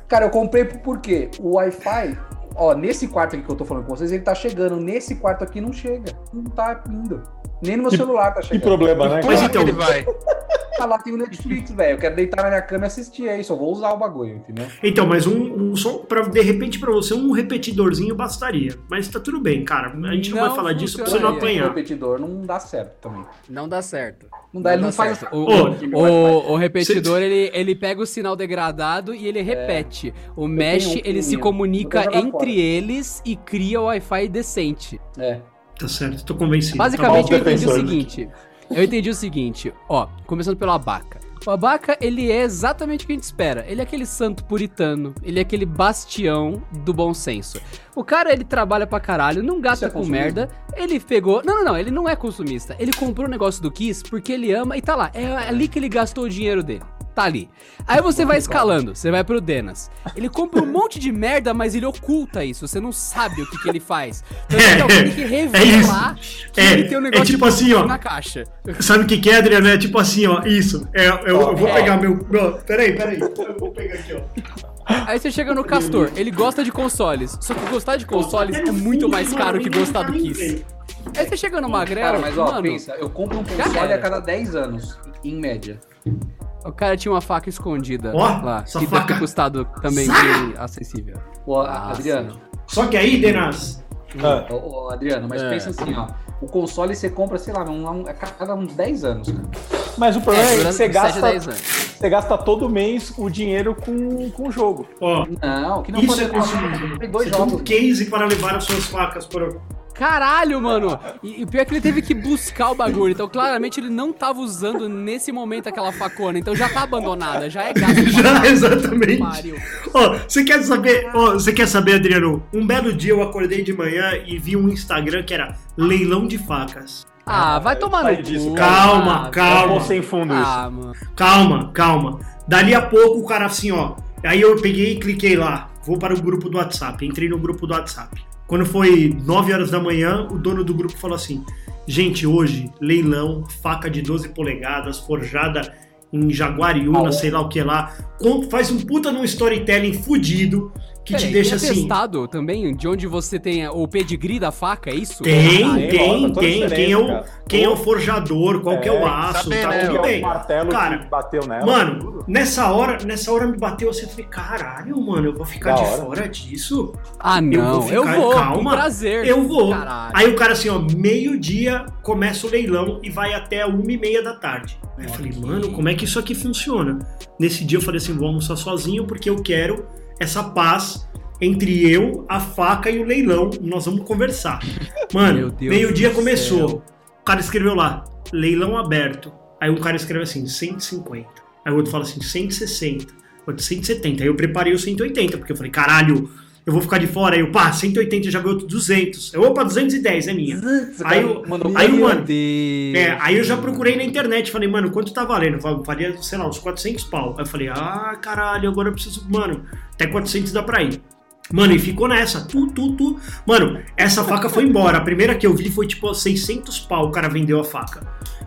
[SPEAKER 4] Cara, eu comprei por por quê? O Wi-Fi, ó, nesse quarto aqui que eu tô falando com vocês, ele tá chegando. Nesse quarto aqui não chega. Não tá indo. Nem no meu
[SPEAKER 1] Que-
[SPEAKER 4] celular tá
[SPEAKER 1] Que
[SPEAKER 4] chegando.
[SPEAKER 1] problema, né?
[SPEAKER 5] [laughs] Mas
[SPEAKER 2] Mas
[SPEAKER 1] cara?
[SPEAKER 5] então
[SPEAKER 2] então-
[SPEAKER 5] ele vai.
[SPEAKER 4] Ah, lá tem o Netflix, velho. Eu quero deitar na minha cama e assistir, é isso. Eu vou usar o bagulho, entendeu?
[SPEAKER 2] Então, mas um, um som, pra, de repente, pra você, um repetidorzinho bastaria. Mas tá tudo bem, cara. A gente não,
[SPEAKER 3] Não
[SPEAKER 2] vai falar disso pra você não
[SPEAKER 3] funcionaria.
[SPEAKER 4] O
[SPEAKER 2] apanhar.
[SPEAKER 4] repetidor não dá certo também.
[SPEAKER 3] Não dá certo.
[SPEAKER 4] Não dá, ele não faz.
[SPEAKER 3] O,
[SPEAKER 2] Ô,
[SPEAKER 4] que
[SPEAKER 3] o-
[SPEAKER 4] meu Wi-Fi-
[SPEAKER 3] o repetidor, ele, ele pega o sinal degradado e ele repete. O mesh,
[SPEAKER 4] É. tenho um
[SPEAKER 3] ele se
[SPEAKER 4] pequenininho.
[SPEAKER 3] comunica
[SPEAKER 4] Vou jogar
[SPEAKER 3] entre
[SPEAKER 4] fora.
[SPEAKER 3] eles e cria o Wi-Fi decente.
[SPEAKER 4] É.
[SPEAKER 2] Tá certo, tô convencido.
[SPEAKER 3] Basicamente,
[SPEAKER 2] tá
[SPEAKER 3] eu
[SPEAKER 2] bom.
[SPEAKER 3] entendi o
[SPEAKER 1] defensor, né?
[SPEAKER 3] seguinte. Eu entendi o seguinte, ó, começando pelo Abaca. O Abaca, ele é exatamente o que a gente espera. Ele é aquele santo puritano, ele é aquele bastião do bom senso. O cara, ele trabalha pra caralho, não gasta
[SPEAKER 4] Isso é
[SPEAKER 3] com
[SPEAKER 4] consumismo?
[SPEAKER 3] merda. Ele pegou. Não, não, não, ele não é consumista. Ele comprou o negócio do Kiss porque ele ama e tá lá. É ali que ele gastou o dinheiro dele. Tá ali. Aí você vai escalando, você vai pro Denas. Ele compra um monte de merda, mas ele oculta isso. Você não sabe o que, que ele faz. Então
[SPEAKER 2] É,
[SPEAKER 3] ele tem que revelar que
[SPEAKER 2] É,
[SPEAKER 3] ele tem um
[SPEAKER 2] é
[SPEAKER 3] negócio
[SPEAKER 2] tipo
[SPEAKER 3] de
[SPEAKER 2] assim, ó.
[SPEAKER 3] na caixa.
[SPEAKER 2] Sabe o que, que é, Adriano? É tipo assim, ó. Isso. É, eu, eu vou pegar meu. Ó, peraí, peraí. Eu vou pegar aqui, ó.
[SPEAKER 3] Aí você chega no Castor, ele gosta de consoles. Só que gostar de consoles é muito mais caro que gostar do Kiss. Aí você chega no magrelo,
[SPEAKER 4] Cara, mas ó,
[SPEAKER 3] mano,
[SPEAKER 4] pensa, eu compro um
[SPEAKER 3] já
[SPEAKER 4] console
[SPEAKER 3] era.
[SPEAKER 4] a cada 10 anos, em média.
[SPEAKER 3] o cara tinha uma faca escondida
[SPEAKER 2] Ó,
[SPEAKER 3] lá,
[SPEAKER 2] essa
[SPEAKER 3] que deve
[SPEAKER 2] faca.
[SPEAKER 3] ter custado também bem acessível.
[SPEAKER 4] Ô,
[SPEAKER 3] Ah,
[SPEAKER 4] Adriano,
[SPEAKER 2] Só que aí, Denas,
[SPEAKER 1] Ah,
[SPEAKER 4] ô, ô, Adriano, mas
[SPEAKER 3] É.
[SPEAKER 4] pensa assim, ó. O console você compra, sei lá, um, um, a cada uns 10 anos, cara.
[SPEAKER 1] mas o problema
[SPEAKER 3] É,
[SPEAKER 1] é, que
[SPEAKER 3] durante
[SPEAKER 1] você
[SPEAKER 3] 7 a
[SPEAKER 1] gasta,
[SPEAKER 3] 10 anos.
[SPEAKER 1] você gasta todo mês o dinheiro com com o jogo.
[SPEAKER 2] ó,
[SPEAKER 4] Não, que não
[SPEAKER 2] isso é
[SPEAKER 4] pode console.
[SPEAKER 2] consumismo.
[SPEAKER 4] Tem dois
[SPEAKER 2] Você tem
[SPEAKER 4] jogos. né?
[SPEAKER 2] um case para levar as suas facas para...
[SPEAKER 3] Caralho, mano! E, e pior que ele teve que buscar o bagulho, então claramente ele não tava usando nesse momento aquela facona, então já tá abandonada, já é gasto.
[SPEAKER 2] [laughs] Já, exatamente.
[SPEAKER 3] Pariu.
[SPEAKER 2] Ó, você quer saber, ó, você quer saber, Adriano? Um belo dia eu acordei de manhã e vi um Instagram que era leilão de facas.
[SPEAKER 3] Ah, vai tomar
[SPEAKER 1] Sai
[SPEAKER 3] no
[SPEAKER 1] disso,
[SPEAKER 3] cu.
[SPEAKER 2] Calma,
[SPEAKER 3] Ah,
[SPEAKER 1] É um
[SPEAKER 2] calma.
[SPEAKER 1] bom sem fundo isso.
[SPEAKER 3] Ah, mano.
[SPEAKER 2] Calma, calma. Dali a pouco o cara assim, ó. Aí eu peguei e cliquei lá. Vou para o grupo do WhatsApp. Entrei no grupo do WhatsApp. Quando foi 9 horas da manhã, o dono do grupo falou assim: Gente, hoje, leilão, faca de 12 polegadas, forjada em Jaguariúna,
[SPEAKER 4] Ah,
[SPEAKER 2] sei lá o que lá. Com- Faz um puta num storytelling fudido que
[SPEAKER 3] Peraí,
[SPEAKER 2] te deixa
[SPEAKER 3] tem
[SPEAKER 2] assim.
[SPEAKER 3] atestado também de onde você tem o pedigree da faca, é isso?
[SPEAKER 2] Tem,
[SPEAKER 3] Caralho.
[SPEAKER 2] tem,
[SPEAKER 1] Nossa, toda
[SPEAKER 2] tem.
[SPEAKER 1] diferença,
[SPEAKER 2] Quem é o,
[SPEAKER 1] cara.
[SPEAKER 2] quem é o forjador, qual que é o
[SPEAKER 1] É,
[SPEAKER 2] aço,
[SPEAKER 5] saber,
[SPEAKER 2] tá
[SPEAKER 5] né,
[SPEAKER 1] Qual
[SPEAKER 2] tudo
[SPEAKER 1] que é o
[SPEAKER 2] bem.
[SPEAKER 1] martelo
[SPEAKER 2] Cara,
[SPEAKER 1] que bateu nela.
[SPEAKER 2] Mano, nessa hora, nessa hora me bateu assim, eu falei, caralho, mano, eu vou ficar
[SPEAKER 1] Da
[SPEAKER 2] de
[SPEAKER 1] hora.
[SPEAKER 2] fora disso?
[SPEAKER 3] Ah, não.
[SPEAKER 2] vou
[SPEAKER 3] Eu
[SPEAKER 2] ficar-
[SPEAKER 3] vou, com
[SPEAKER 2] calma,
[SPEAKER 3] prazer.
[SPEAKER 2] Eu vou.
[SPEAKER 3] Caralho.
[SPEAKER 2] Aí o cara assim, ó, meio-dia começa o leilão e vai até uma e meia da tarde. Aí eu falei, mano, como é que isso aqui funciona? Nesse dia eu falei assim, vou almoçar sozinho porque eu quero essa paz entre eu, a faca e o leilão. Nós vamos
[SPEAKER 3] [laughs]
[SPEAKER 2] conversar.
[SPEAKER 3] Meu
[SPEAKER 2] Mano,
[SPEAKER 3] Deus
[SPEAKER 2] meio-dia
[SPEAKER 3] do
[SPEAKER 2] começou.
[SPEAKER 3] céu.
[SPEAKER 2] O cara escreveu lá, leilão aberto. Aí um cara escreve assim, 150. Aí o outro fala assim, 160. Outro 170. Aí eu preparei o 180, porque eu falei, caralho, eu vou ficar de fora. Aí eu, pá, 180 eu já ganhou 200. Eu, opa, 210 é minha.
[SPEAKER 4] Zzz,
[SPEAKER 2] Aí
[SPEAKER 4] cara,
[SPEAKER 2] o-
[SPEAKER 4] tá mandou-
[SPEAKER 2] aí o
[SPEAKER 3] Meu
[SPEAKER 2] mano,
[SPEAKER 3] Deus.
[SPEAKER 2] É, aí eu já procurei na internet, falei, mano, quanto tá valendo? Val- Valia, sei lá, uns 400 pau. Aí eu falei, ah, caralho, agora eu preciso, mano, até 400 dá pra ir. Mano, e ficou nessa, tu, tu, tu. Mano, essa faca foi embora. A primeira que eu vi foi tipo 600 pau, o cara vendeu a faca.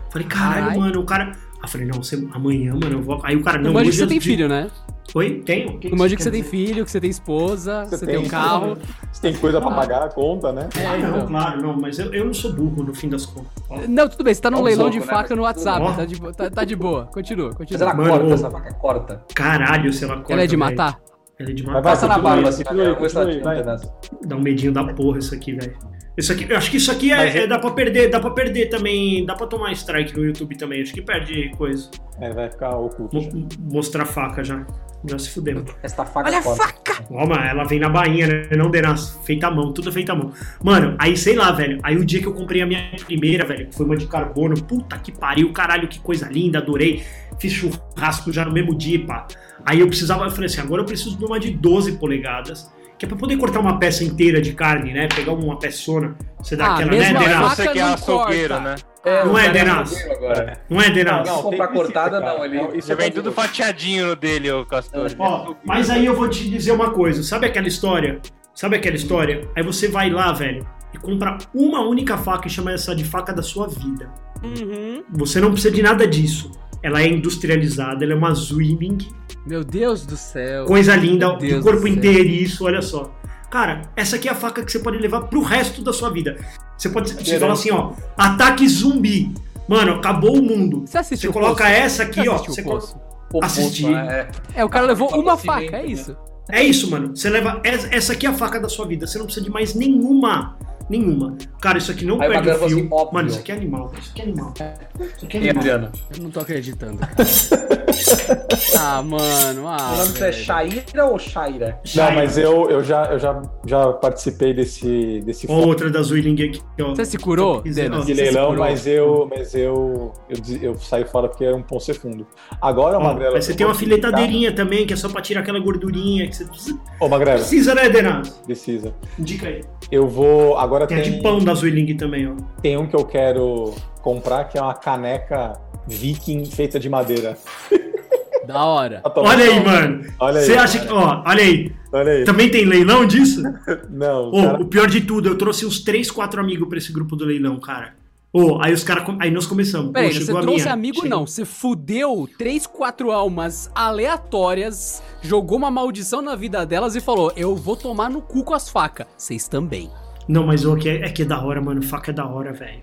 [SPEAKER 2] Falei, caralho,
[SPEAKER 3] Caralho.
[SPEAKER 2] mano, o cara. Aí eu falei, não, você- amanhã, mano, eu vou. Aí o cara, não,
[SPEAKER 3] Imagina que
[SPEAKER 2] hoje
[SPEAKER 3] você
[SPEAKER 2] é
[SPEAKER 3] tem
[SPEAKER 2] de-
[SPEAKER 3] filho, né?
[SPEAKER 2] Oi? Tenho. O que
[SPEAKER 3] Imagina que você
[SPEAKER 2] quer
[SPEAKER 3] tem
[SPEAKER 2] dizer?
[SPEAKER 3] filho, que você tem esposa, você tem um carro.
[SPEAKER 1] Você tem coisa pra pagar a conta, né?
[SPEAKER 2] Ah,
[SPEAKER 3] então.
[SPEAKER 2] não, claro, não, mas eu, eu não sou burro no fim das contas. Ó,
[SPEAKER 3] Não, tudo bem, você tá num
[SPEAKER 4] É um
[SPEAKER 3] leilão
[SPEAKER 4] jogo,
[SPEAKER 3] de
[SPEAKER 4] né?
[SPEAKER 3] faca no
[SPEAKER 2] Ó.
[SPEAKER 3] WhatsApp, tá de, bo- tá, tá de boa. Continua,
[SPEAKER 4] Mas
[SPEAKER 3] continua.
[SPEAKER 4] ela
[SPEAKER 2] Mano,
[SPEAKER 4] corta,
[SPEAKER 2] ô.
[SPEAKER 4] essa faca corta.
[SPEAKER 2] Caralho, sei lá
[SPEAKER 3] Ela é de matar?
[SPEAKER 2] Ela é de
[SPEAKER 1] Mas
[SPEAKER 2] matar.
[SPEAKER 1] vai,
[SPEAKER 4] Passa na
[SPEAKER 1] continua aí,
[SPEAKER 4] barba assim,
[SPEAKER 1] continua aí,
[SPEAKER 4] cara. Começa a
[SPEAKER 1] continua aí,
[SPEAKER 4] tirar um
[SPEAKER 1] vai.
[SPEAKER 4] pedaço.
[SPEAKER 2] Dá um medinho da porra isso aqui, velho. Isso aqui, eu acho que isso aqui
[SPEAKER 1] Mas
[SPEAKER 2] é,
[SPEAKER 1] é-
[SPEAKER 2] é- dá pra perder, dá pra perder também, dá pra tomar strike no YouTube também, acho que perde coisa.
[SPEAKER 1] É, vai ficar oculto. já.
[SPEAKER 2] Mo- Mostrar faca já. Já se fudeu.
[SPEAKER 4] Esta faca corta.
[SPEAKER 2] Toma, ela vem na bainha, né? Não denas, feita à mão, tudo feita à mão. Mano, aí sei lá, velho. Aí o dia que eu comprei a minha primeira, velho, que foi uma de carbono, puta que pariu, caralho, que coisa linda, adorei. Fiz churrasco já no mesmo dia, pá. Aí eu precisava, eu falei assim, agora eu preciso de uma de 12 polegadas, que é pra poder cortar uma peça inteira de carne, né? Pegar uma peçona, você dá
[SPEAKER 3] Ah,
[SPEAKER 2] aquela, né,
[SPEAKER 3] mesmo
[SPEAKER 5] Mas
[SPEAKER 3] a
[SPEAKER 2] Denas?
[SPEAKER 3] faca
[SPEAKER 5] você que é
[SPEAKER 3] não
[SPEAKER 5] açougueiro,
[SPEAKER 3] corta.
[SPEAKER 5] né?
[SPEAKER 4] É,
[SPEAKER 2] Não
[SPEAKER 4] o
[SPEAKER 2] é,
[SPEAKER 4] cara
[SPEAKER 2] Denas?
[SPEAKER 4] modelo Agora.
[SPEAKER 2] Não é, Denas?
[SPEAKER 4] Não, se comprar
[SPEAKER 1] tem receita,
[SPEAKER 4] cortada,
[SPEAKER 1] cara.
[SPEAKER 4] não, ele-
[SPEAKER 1] isso
[SPEAKER 5] Já
[SPEAKER 1] é
[SPEAKER 5] vem
[SPEAKER 1] pra-
[SPEAKER 5] tudo fatiadinho no dele, ô Castor.
[SPEAKER 2] Ó, mas aí eu vou te dizer uma coisa. Sabe aquela história? Sabe aquela história? Aí você vai lá, velho, e compra uma única faca e chama essa de faca da sua vida. Você não precisa de nada disso. Ela é industrializada, ela é uma Zwilling,
[SPEAKER 3] Meu Deus do céu.
[SPEAKER 2] coisa linda,
[SPEAKER 3] Meu Deus
[SPEAKER 2] o corpo
[SPEAKER 3] do céu.
[SPEAKER 2] inteiro, isso, olha só. Cara, essa aqui é a faca que você pode levar pro resto da sua vida. Você pode você fala assim, ó, ataque zumbi. Mano, acabou o mundo.
[SPEAKER 3] Você assistiu
[SPEAKER 2] Você coloca
[SPEAKER 3] o Poço?
[SPEAKER 2] essa aqui,
[SPEAKER 3] Você
[SPEAKER 2] ó.
[SPEAKER 3] assistiu
[SPEAKER 2] Você
[SPEAKER 3] o
[SPEAKER 2] coloca-
[SPEAKER 3] Poço?
[SPEAKER 4] Pô, puta,
[SPEAKER 2] Assisti.
[SPEAKER 4] né?
[SPEAKER 3] É, o cara levou uma
[SPEAKER 4] Falecimento,
[SPEAKER 3] faca, é
[SPEAKER 4] né?
[SPEAKER 3] isso.
[SPEAKER 2] É isso, mano. Você leva. es- Essa aqui é a faca da sua vida. Você não precisa de mais nenhuma. Nenhuma. Cara, isso aqui não
[SPEAKER 4] Aí o
[SPEAKER 2] perde
[SPEAKER 4] Magrelo
[SPEAKER 2] o
[SPEAKER 4] falou
[SPEAKER 2] fio.
[SPEAKER 4] assim, óbvio.
[SPEAKER 2] mano, isso aqui é animal. Isso aqui é animal. Isso aqui é
[SPEAKER 4] E
[SPEAKER 2] animal.
[SPEAKER 4] Adriano?
[SPEAKER 3] Eu não tô
[SPEAKER 2] [laughs]
[SPEAKER 3] acreditando. cara. ah, mano. Ah,
[SPEAKER 4] O nome disso é
[SPEAKER 3] velho.
[SPEAKER 4] Shaira ou Shaira?
[SPEAKER 1] Não,
[SPEAKER 2] Sai.
[SPEAKER 1] mas eu, eu, já, eu já, já participei desse, desse
[SPEAKER 2] Ó, outra da Zwilling aqui, ó.
[SPEAKER 3] Você se curou,
[SPEAKER 2] Tô dizendo,
[SPEAKER 3] Denas?
[SPEAKER 1] de
[SPEAKER 2] Você
[SPEAKER 1] leilão,
[SPEAKER 3] segurou.
[SPEAKER 1] mas eu, mas eu, eu, des- eu saí fora porque é um pão fefundo. Agora,
[SPEAKER 2] Ó,
[SPEAKER 1] Magrela.
[SPEAKER 2] aí você tem uma filetadeirinha também, que é só pra tirar aquela gordurinha que você precisa,
[SPEAKER 1] Ô, Magrela,
[SPEAKER 2] precisa né, Denas?
[SPEAKER 1] precisa.
[SPEAKER 2] Indica aí.
[SPEAKER 1] Eu vou. Agora
[SPEAKER 2] Tem a
[SPEAKER 1] tem,
[SPEAKER 2] de pão da Zwilling também, ó.
[SPEAKER 1] tem um que eu quero comprar, que é uma caneca viking feita de madeira. Tá
[SPEAKER 3] Da hora.
[SPEAKER 2] Tá
[SPEAKER 1] Pra tomar.
[SPEAKER 2] Olha aí, mano.
[SPEAKER 1] Olha aí.
[SPEAKER 2] Você acha que. Ó, olha aí.
[SPEAKER 1] Olha aí.
[SPEAKER 2] Também tem leilão disso?
[SPEAKER 1] Não,
[SPEAKER 2] Ô,
[SPEAKER 1] cara,
[SPEAKER 2] o pior de tudo, eu trouxe uns 3, 4 amigos pra esse grupo do leilão, cara. Ô, aí os caras. Aí nós começamos. Pô,
[SPEAKER 3] Peraí, você
[SPEAKER 2] chegou a
[SPEAKER 3] trouxe
[SPEAKER 2] minha.
[SPEAKER 3] amigo
[SPEAKER 2] Chegou-
[SPEAKER 3] não, você fudeu três, quatro almas aleatórias, jogou uma maldição na vida delas e falou, eu vou tomar no cu com as facas. Vocês também.
[SPEAKER 2] Não, mas o que é, é que é da hora, mano. Faca é da hora, velho.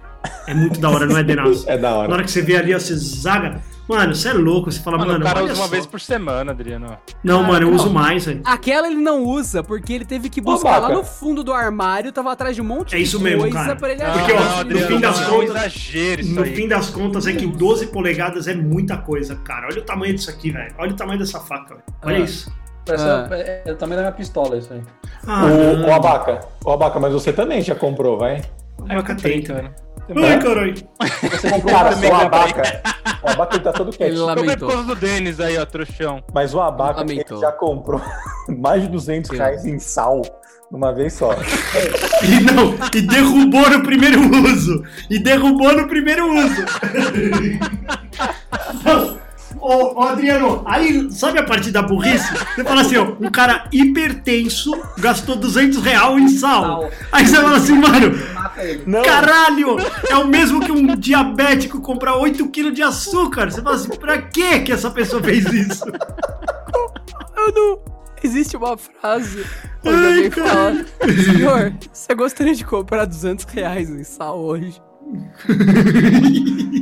[SPEAKER 2] É muito da hora, não é,
[SPEAKER 1] [laughs]
[SPEAKER 2] Denaus?
[SPEAKER 1] É da
[SPEAKER 2] Na
[SPEAKER 1] hora.
[SPEAKER 2] hora que você vê ali, ó, você zaga. Mano, você é louco. Você fala,
[SPEAKER 5] Mano,
[SPEAKER 2] mano,
[SPEAKER 5] o cara
[SPEAKER 2] olha
[SPEAKER 5] usa uma
[SPEAKER 2] só.
[SPEAKER 5] vez por semana, Adriano.
[SPEAKER 2] Não, mano, eu
[SPEAKER 3] Não.
[SPEAKER 2] uso mais, velho.
[SPEAKER 3] Aquela ele não usa, porque ele teve que
[SPEAKER 1] Ô,
[SPEAKER 3] buscar lá
[SPEAKER 1] Baca.
[SPEAKER 3] no fundo do armário, tava atrás de um monte
[SPEAKER 2] É isso
[SPEAKER 3] de
[SPEAKER 2] mesmo,
[SPEAKER 3] coisa
[SPEAKER 2] cara.
[SPEAKER 3] pra ele
[SPEAKER 2] Não,
[SPEAKER 3] achar.
[SPEAKER 2] Porque, ó,
[SPEAKER 3] Ele
[SPEAKER 2] no fim
[SPEAKER 5] Adriano,
[SPEAKER 2] das
[SPEAKER 5] não, é um
[SPEAKER 2] contas-
[SPEAKER 5] exagero isso
[SPEAKER 2] No
[SPEAKER 5] aí.
[SPEAKER 2] fim das contas é que 12 polegadas é muita coisa, cara. Olha o tamanho disso aqui, velho. Olha o tamanho dessa faca, velho. Olha
[SPEAKER 3] Ah.
[SPEAKER 2] isso.
[SPEAKER 4] Parece
[SPEAKER 3] Ah.
[SPEAKER 4] é, é o tamanho da minha pistola, isso aí.
[SPEAKER 2] Ah,
[SPEAKER 1] O, o
[SPEAKER 2] não.
[SPEAKER 1] Abaca, o Abaca, mas você também já comprou, vai?
[SPEAKER 5] É
[SPEAKER 2] Uma
[SPEAKER 5] Tá
[SPEAKER 2] catenta.
[SPEAKER 5] cara.
[SPEAKER 2] Ai, caralho.
[SPEAKER 4] Você comprou uma
[SPEAKER 1] Cara, o
[SPEAKER 2] né,
[SPEAKER 4] pistola.
[SPEAKER 1] [laughs] Abaca, o Abaca ele tá todo
[SPEAKER 3] Ele
[SPEAKER 1] quieto.
[SPEAKER 5] Comprei por
[SPEAKER 3] lamentou.
[SPEAKER 5] causa do Denis aí, ó, trouxão.
[SPEAKER 1] Mas o Abaca ele
[SPEAKER 3] Lamentou.
[SPEAKER 1] já comprou [laughs] mais de 200 reais em sal numa vez só.
[SPEAKER 2] E não, e derrubou no primeiro uso. E derrubou no primeiro uso. Não. Ô, ô, Adriano, aí sabe a parte da burrice? Você fala assim, ó, um cara hipertenso gastou 200 real em sal.
[SPEAKER 4] Sal.
[SPEAKER 2] Aí você fala assim, mano,
[SPEAKER 4] Mata ele.
[SPEAKER 1] Não,
[SPEAKER 2] Caralho! É o mesmo que um diabético comprar 8kg de açúcar. Você fala assim, pra que que essa pessoa fez isso?
[SPEAKER 3] Eu não... Existe uma frase
[SPEAKER 2] Ai,
[SPEAKER 3] onde alguém
[SPEAKER 2] cara.
[SPEAKER 3] fala, senhor, você gostaria de comprar 200 reais em sal hoje?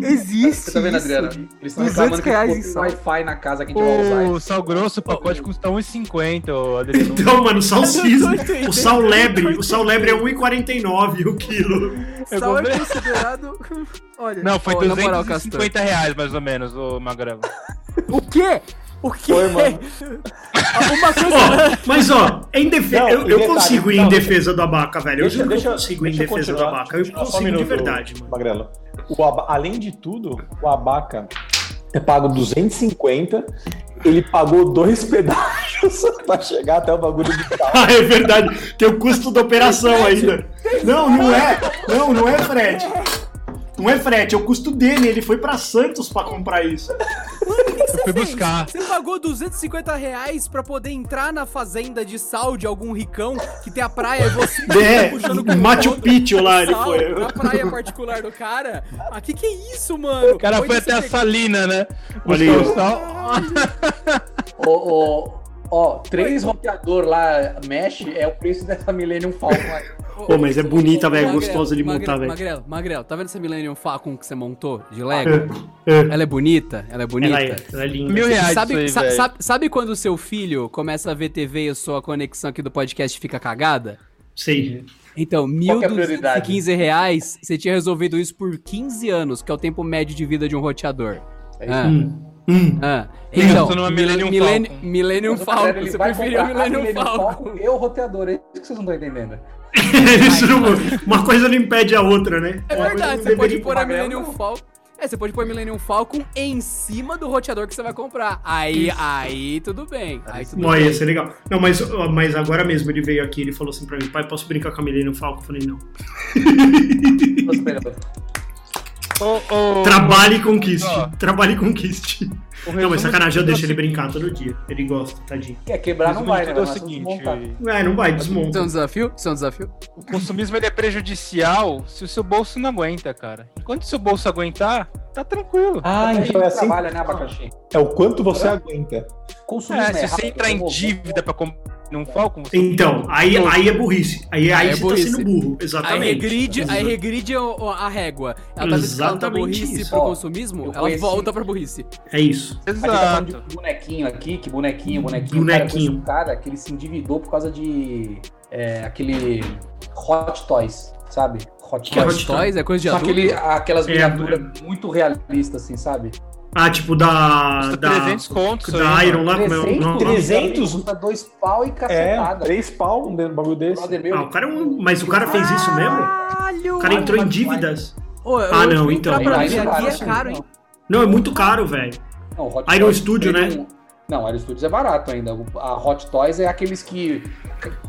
[SPEAKER 3] Existe
[SPEAKER 4] Você tá vendo,
[SPEAKER 3] isso.
[SPEAKER 4] Adriana? Eles estão
[SPEAKER 3] 200
[SPEAKER 4] reclamando que
[SPEAKER 3] reais em
[SPEAKER 4] ficou
[SPEAKER 3] sal.
[SPEAKER 4] Wi-Fi na casa que a gente vai usar.
[SPEAKER 5] O sal grosso, o pacote custa 1,50, ô, [laughs] Adriano.
[SPEAKER 2] Então, mano, salsicha.
[SPEAKER 3] Eu não tô entendendo.
[SPEAKER 2] O sal lebre. O sal lebre é 1,49 o quilo.
[SPEAKER 5] Eu
[SPEAKER 3] Sal é
[SPEAKER 5] comprei-
[SPEAKER 3] considerado... [laughs] Olha,
[SPEAKER 5] Não, foi
[SPEAKER 3] ó, na moral, Castor.
[SPEAKER 5] 250 reais, mais ou menos, ô Magrão.
[SPEAKER 3] O quê? O quê?
[SPEAKER 1] Foi,
[SPEAKER 2] [laughs]
[SPEAKER 1] mano.
[SPEAKER 3] Uma coisa...
[SPEAKER 2] Ó, [laughs] mas ó, em defesa.
[SPEAKER 1] Não,
[SPEAKER 2] eu
[SPEAKER 1] e
[SPEAKER 2] eu
[SPEAKER 1] detalhe,
[SPEAKER 2] consigo ir
[SPEAKER 1] não,
[SPEAKER 2] em
[SPEAKER 1] deixa-
[SPEAKER 2] defesa do abaca, velho. Eu
[SPEAKER 1] Deixa-
[SPEAKER 2] juro que
[SPEAKER 1] deixa-
[SPEAKER 2] eu consigo ir em
[SPEAKER 1] deixa eu
[SPEAKER 2] defesa do
[SPEAKER 1] continuar.
[SPEAKER 2] abaca. Eu
[SPEAKER 1] Só um
[SPEAKER 2] consigo de
[SPEAKER 1] minuto,
[SPEAKER 2] verdade, mano.
[SPEAKER 1] Magrelo. O Aba- Além de tudo, o Abaca é pago 250, ele pagou dois [laughs] pedágios pra chegar até o bagulho de carro.
[SPEAKER 2] [laughs] Ah, é verdade. Tem o custo da operação ainda. Não, não é. Não, não é frete. Não é frete, é o custo dele. Ele foi pra Santos pra comprar isso.
[SPEAKER 5] Eu fui buscar.
[SPEAKER 3] Você pagou 250 reais pra poder entrar na fazenda de sal de algum ricão que tem a praia e você tá
[SPEAKER 2] É,
[SPEAKER 3] com
[SPEAKER 2] Machu
[SPEAKER 3] todo
[SPEAKER 2] Picchu lá ele
[SPEAKER 3] sal
[SPEAKER 2] foi.
[SPEAKER 3] Na praia particular do cara. Ah, que que é isso, mano?
[SPEAKER 5] O cara foi até a salina, né?
[SPEAKER 2] Olha aí,
[SPEAKER 5] Buscar
[SPEAKER 2] ó.
[SPEAKER 5] o sal.
[SPEAKER 4] Ó, ó, ó, três roteador lá mesh é o preço dessa Millennium Falcon aí.
[SPEAKER 2] Pô, mas é bonita, velho, gostosa de montar, velho.
[SPEAKER 3] Magrelo, Magrelo, tá vendo essa Millennium Falcon que você montou de Lego? Ela é bonita, ela é bonita.
[SPEAKER 2] Ela é, ela é linda.
[SPEAKER 5] Mil reais
[SPEAKER 3] Sabe,
[SPEAKER 5] isso
[SPEAKER 3] sa-
[SPEAKER 5] aí, velho.
[SPEAKER 3] sabe- sabe quando o seu filho começa a ver TV e a sua conexão aqui do podcast fica cagada?
[SPEAKER 2] Sei. [laughs]
[SPEAKER 3] Então, R$
[SPEAKER 4] Qual que é a prioridade?
[SPEAKER 3] 1.215 reais, você tinha resolvido isso por 15 anos, que é o tempo médio de vida de um roteador.
[SPEAKER 4] É
[SPEAKER 3] Ah,
[SPEAKER 2] Hum. Hum.
[SPEAKER 3] ah.
[SPEAKER 5] Isso,
[SPEAKER 3] Então,
[SPEAKER 5] numa
[SPEAKER 3] Millennium,
[SPEAKER 5] Millennium
[SPEAKER 3] Millennium Falcon.
[SPEAKER 5] Falcon.
[SPEAKER 3] Millennium
[SPEAKER 4] Mas o cara, ele
[SPEAKER 3] Falcon,
[SPEAKER 4] vai
[SPEAKER 3] você preferiu o
[SPEAKER 4] comprar a
[SPEAKER 3] Millennium Falcon.
[SPEAKER 4] e o roteador. É isso que vocês não estão entendendo.
[SPEAKER 2] Isso não- uma coisa não impede a outra, né?
[SPEAKER 3] É
[SPEAKER 2] Uma coisa
[SPEAKER 3] verdade,
[SPEAKER 2] não
[SPEAKER 3] você
[SPEAKER 2] impede
[SPEAKER 3] pode pôr a
[SPEAKER 4] magrelo,
[SPEAKER 3] Millennium
[SPEAKER 4] não.
[SPEAKER 3] Falcon. É, você pode pôr a Millennium Falcon em cima do roteador que você vai comprar. Aí, aí tudo bem. Aí tudo
[SPEAKER 2] Não, ia
[SPEAKER 3] bem.
[SPEAKER 2] ser legal. Não, mas, ó, mas agora mesmo ele veio aqui, ele falou assim pra mim, pai, posso brincar com a Milena Falco? Eu falei, não.
[SPEAKER 4] Nossa, pera, pera.
[SPEAKER 5] Ô, ô,
[SPEAKER 2] Trabalhe e conquiste.
[SPEAKER 5] Ó.
[SPEAKER 2] Trabalhe e conquiste.
[SPEAKER 5] o
[SPEAKER 2] Não,
[SPEAKER 5] resumo
[SPEAKER 2] mas sacanagem, eu
[SPEAKER 5] de
[SPEAKER 2] deixo ele
[SPEAKER 5] tudo é o
[SPEAKER 2] brincar todo dia. Ele gosta, tadinho.
[SPEAKER 4] É, quebrar não
[SPEAKER 5] seguinte,
[SPEAKER 4] vai, né?
[SPEAKER 5] o resumo
[SPEAKER 4] Mas nós vamos
[SPEAKER 5] de tudo é o
[SPEAKER 4] montar.
[SPEAKER 5] seguinte,
[SPEAKER 2] É, não vai,
[SPEAKER 3] Isso é um
[SPEAKER 2] desmonta.
[SPEAKER 3] desafio? Isso é um desafio?
[SPEAKER 5] o consumismo ele é prejudicial se o seu bolso não aguenta, cara. Enquanto o seu bolso aguentar, tá tranquilo.
[SPEAKER 1] Ah,
[SPEAKER 4] Aí
[SPEAKER 1] então é assim.
[SPEAKER 4] trabalha, né, abacaxi?
[SPEAKER 1] É o quanto você aguenta.
[SPEAKER 4] Consumismo
[SPEAKER 5] É, se
[SPEAKER 4] errado,
[SPEAKER 5] você entrar em
[SPEAKER 4] eu vou-
[SPEAKER 5] dívida pra comprar um Falcon, você
[SPEAKER 2] Então, aí, aí é burrice. Aí, aí
[SPEAKER 3] é
[SPEAKER 2] você
[SPEAKER 3] burrice.
[SPEAKER 2] tá sendo burro,
[SPEAKER 3] Aí
[SPEAKER 2] exatamente.
[SPEAKER 3] regride, aí regride o- o- a régua. Ela tá descalando da
[SPEAKER 2] Exatamente
[SPEAKER 3] burrice
[SPEAKER 2] isso.
[SPEAKER 3] pro
[SPEAKER 4] Ó,
[SPEAKER 3] consumismo,
[SPEAKER 4] eu
[SPEAKER 3] ela
[SPEAKER 4] conheci-
[SPEAKER 3] volta pra burrice.
[SPEAKER 2] É isso.
[SPEAKER 4] A gente tá falando
[SPEAKER 5] Exato.
[SPEAKER 4] de bonequinho aqui, que bonequinho, bonequinho. Cara, eu conheci um cara que ele se endividou por causa de. é, aquele. Hot Toys, sabe? Hot
[SPEAKER 2] Que é
[SPEAKER 4] Toys.
[SPEAKER 2] Hot
[SPEAKER 3] Hot Toys é coisa de
[SPEAKER 4] Só
[SPEAKER 3] adulto.
[SPEAKER 4] aquele, aquelas
[SPEAKER 2] É,
[SPEAKER 4] miniaturas muito realistas, assim, sabe?
[SPEAKER 2] Ah, tipo da.
[SPEAKER 5] Custa
[SPEAKER 2] da
[SPEAKER 5] 300 contos.
[SPEAKER 2] da
[SPEAKER 5] aí,
[SPEAKER 2] Iron lá, como é o
[SPEAKER 4] 300?
[SPEAKER 2] nome?
[SPEAKER 1] 300?
[SPEAKER 4] Custa um, dois pau e
[SPEAKER 1] É,
[SPEAKER 4] cacetada.
[SPEAKER 1] três pau um bagulho desse.
[SPEAKER 4] Brother meu,
[SPEAKER 2] Ah, o cara é um. Mas o cara fez isso mesmo?
[SPEAKER 3] Caralho!
[SPEAKER 2] O cara entrou em dívidas?
[SPEAKER 3] Ô, eu
[SPEAKER 2] Ah,
[SPEAKER 3] vou
[SPEAKER 2] não,
[SPEAKER 3] entrar
[SPEAKER 2] então.
[SPEAKER 3] pra
[SPEAKER 4] Aí
[SPEAKER 3] mim
[SPEAKER 4] não
[SPEAKER 3] aqui
[SPEAKER 4] vale,
[SPEAKER 3] é caro, hein?
[SPEAKER 2] Não, é muito caro, velho.
[SPEAKER 4] Não, Hot
[SPEAKER 2] Iron
[SPEAKER 4] Toys
[SPEAKER 2] Studio,
[SPEAKER 4] tem
[SPEAKER 2] né?
[SPEAKER 4] um- Não, Iron Studios é barato ainda. O- A Hot Toys é aqueles que.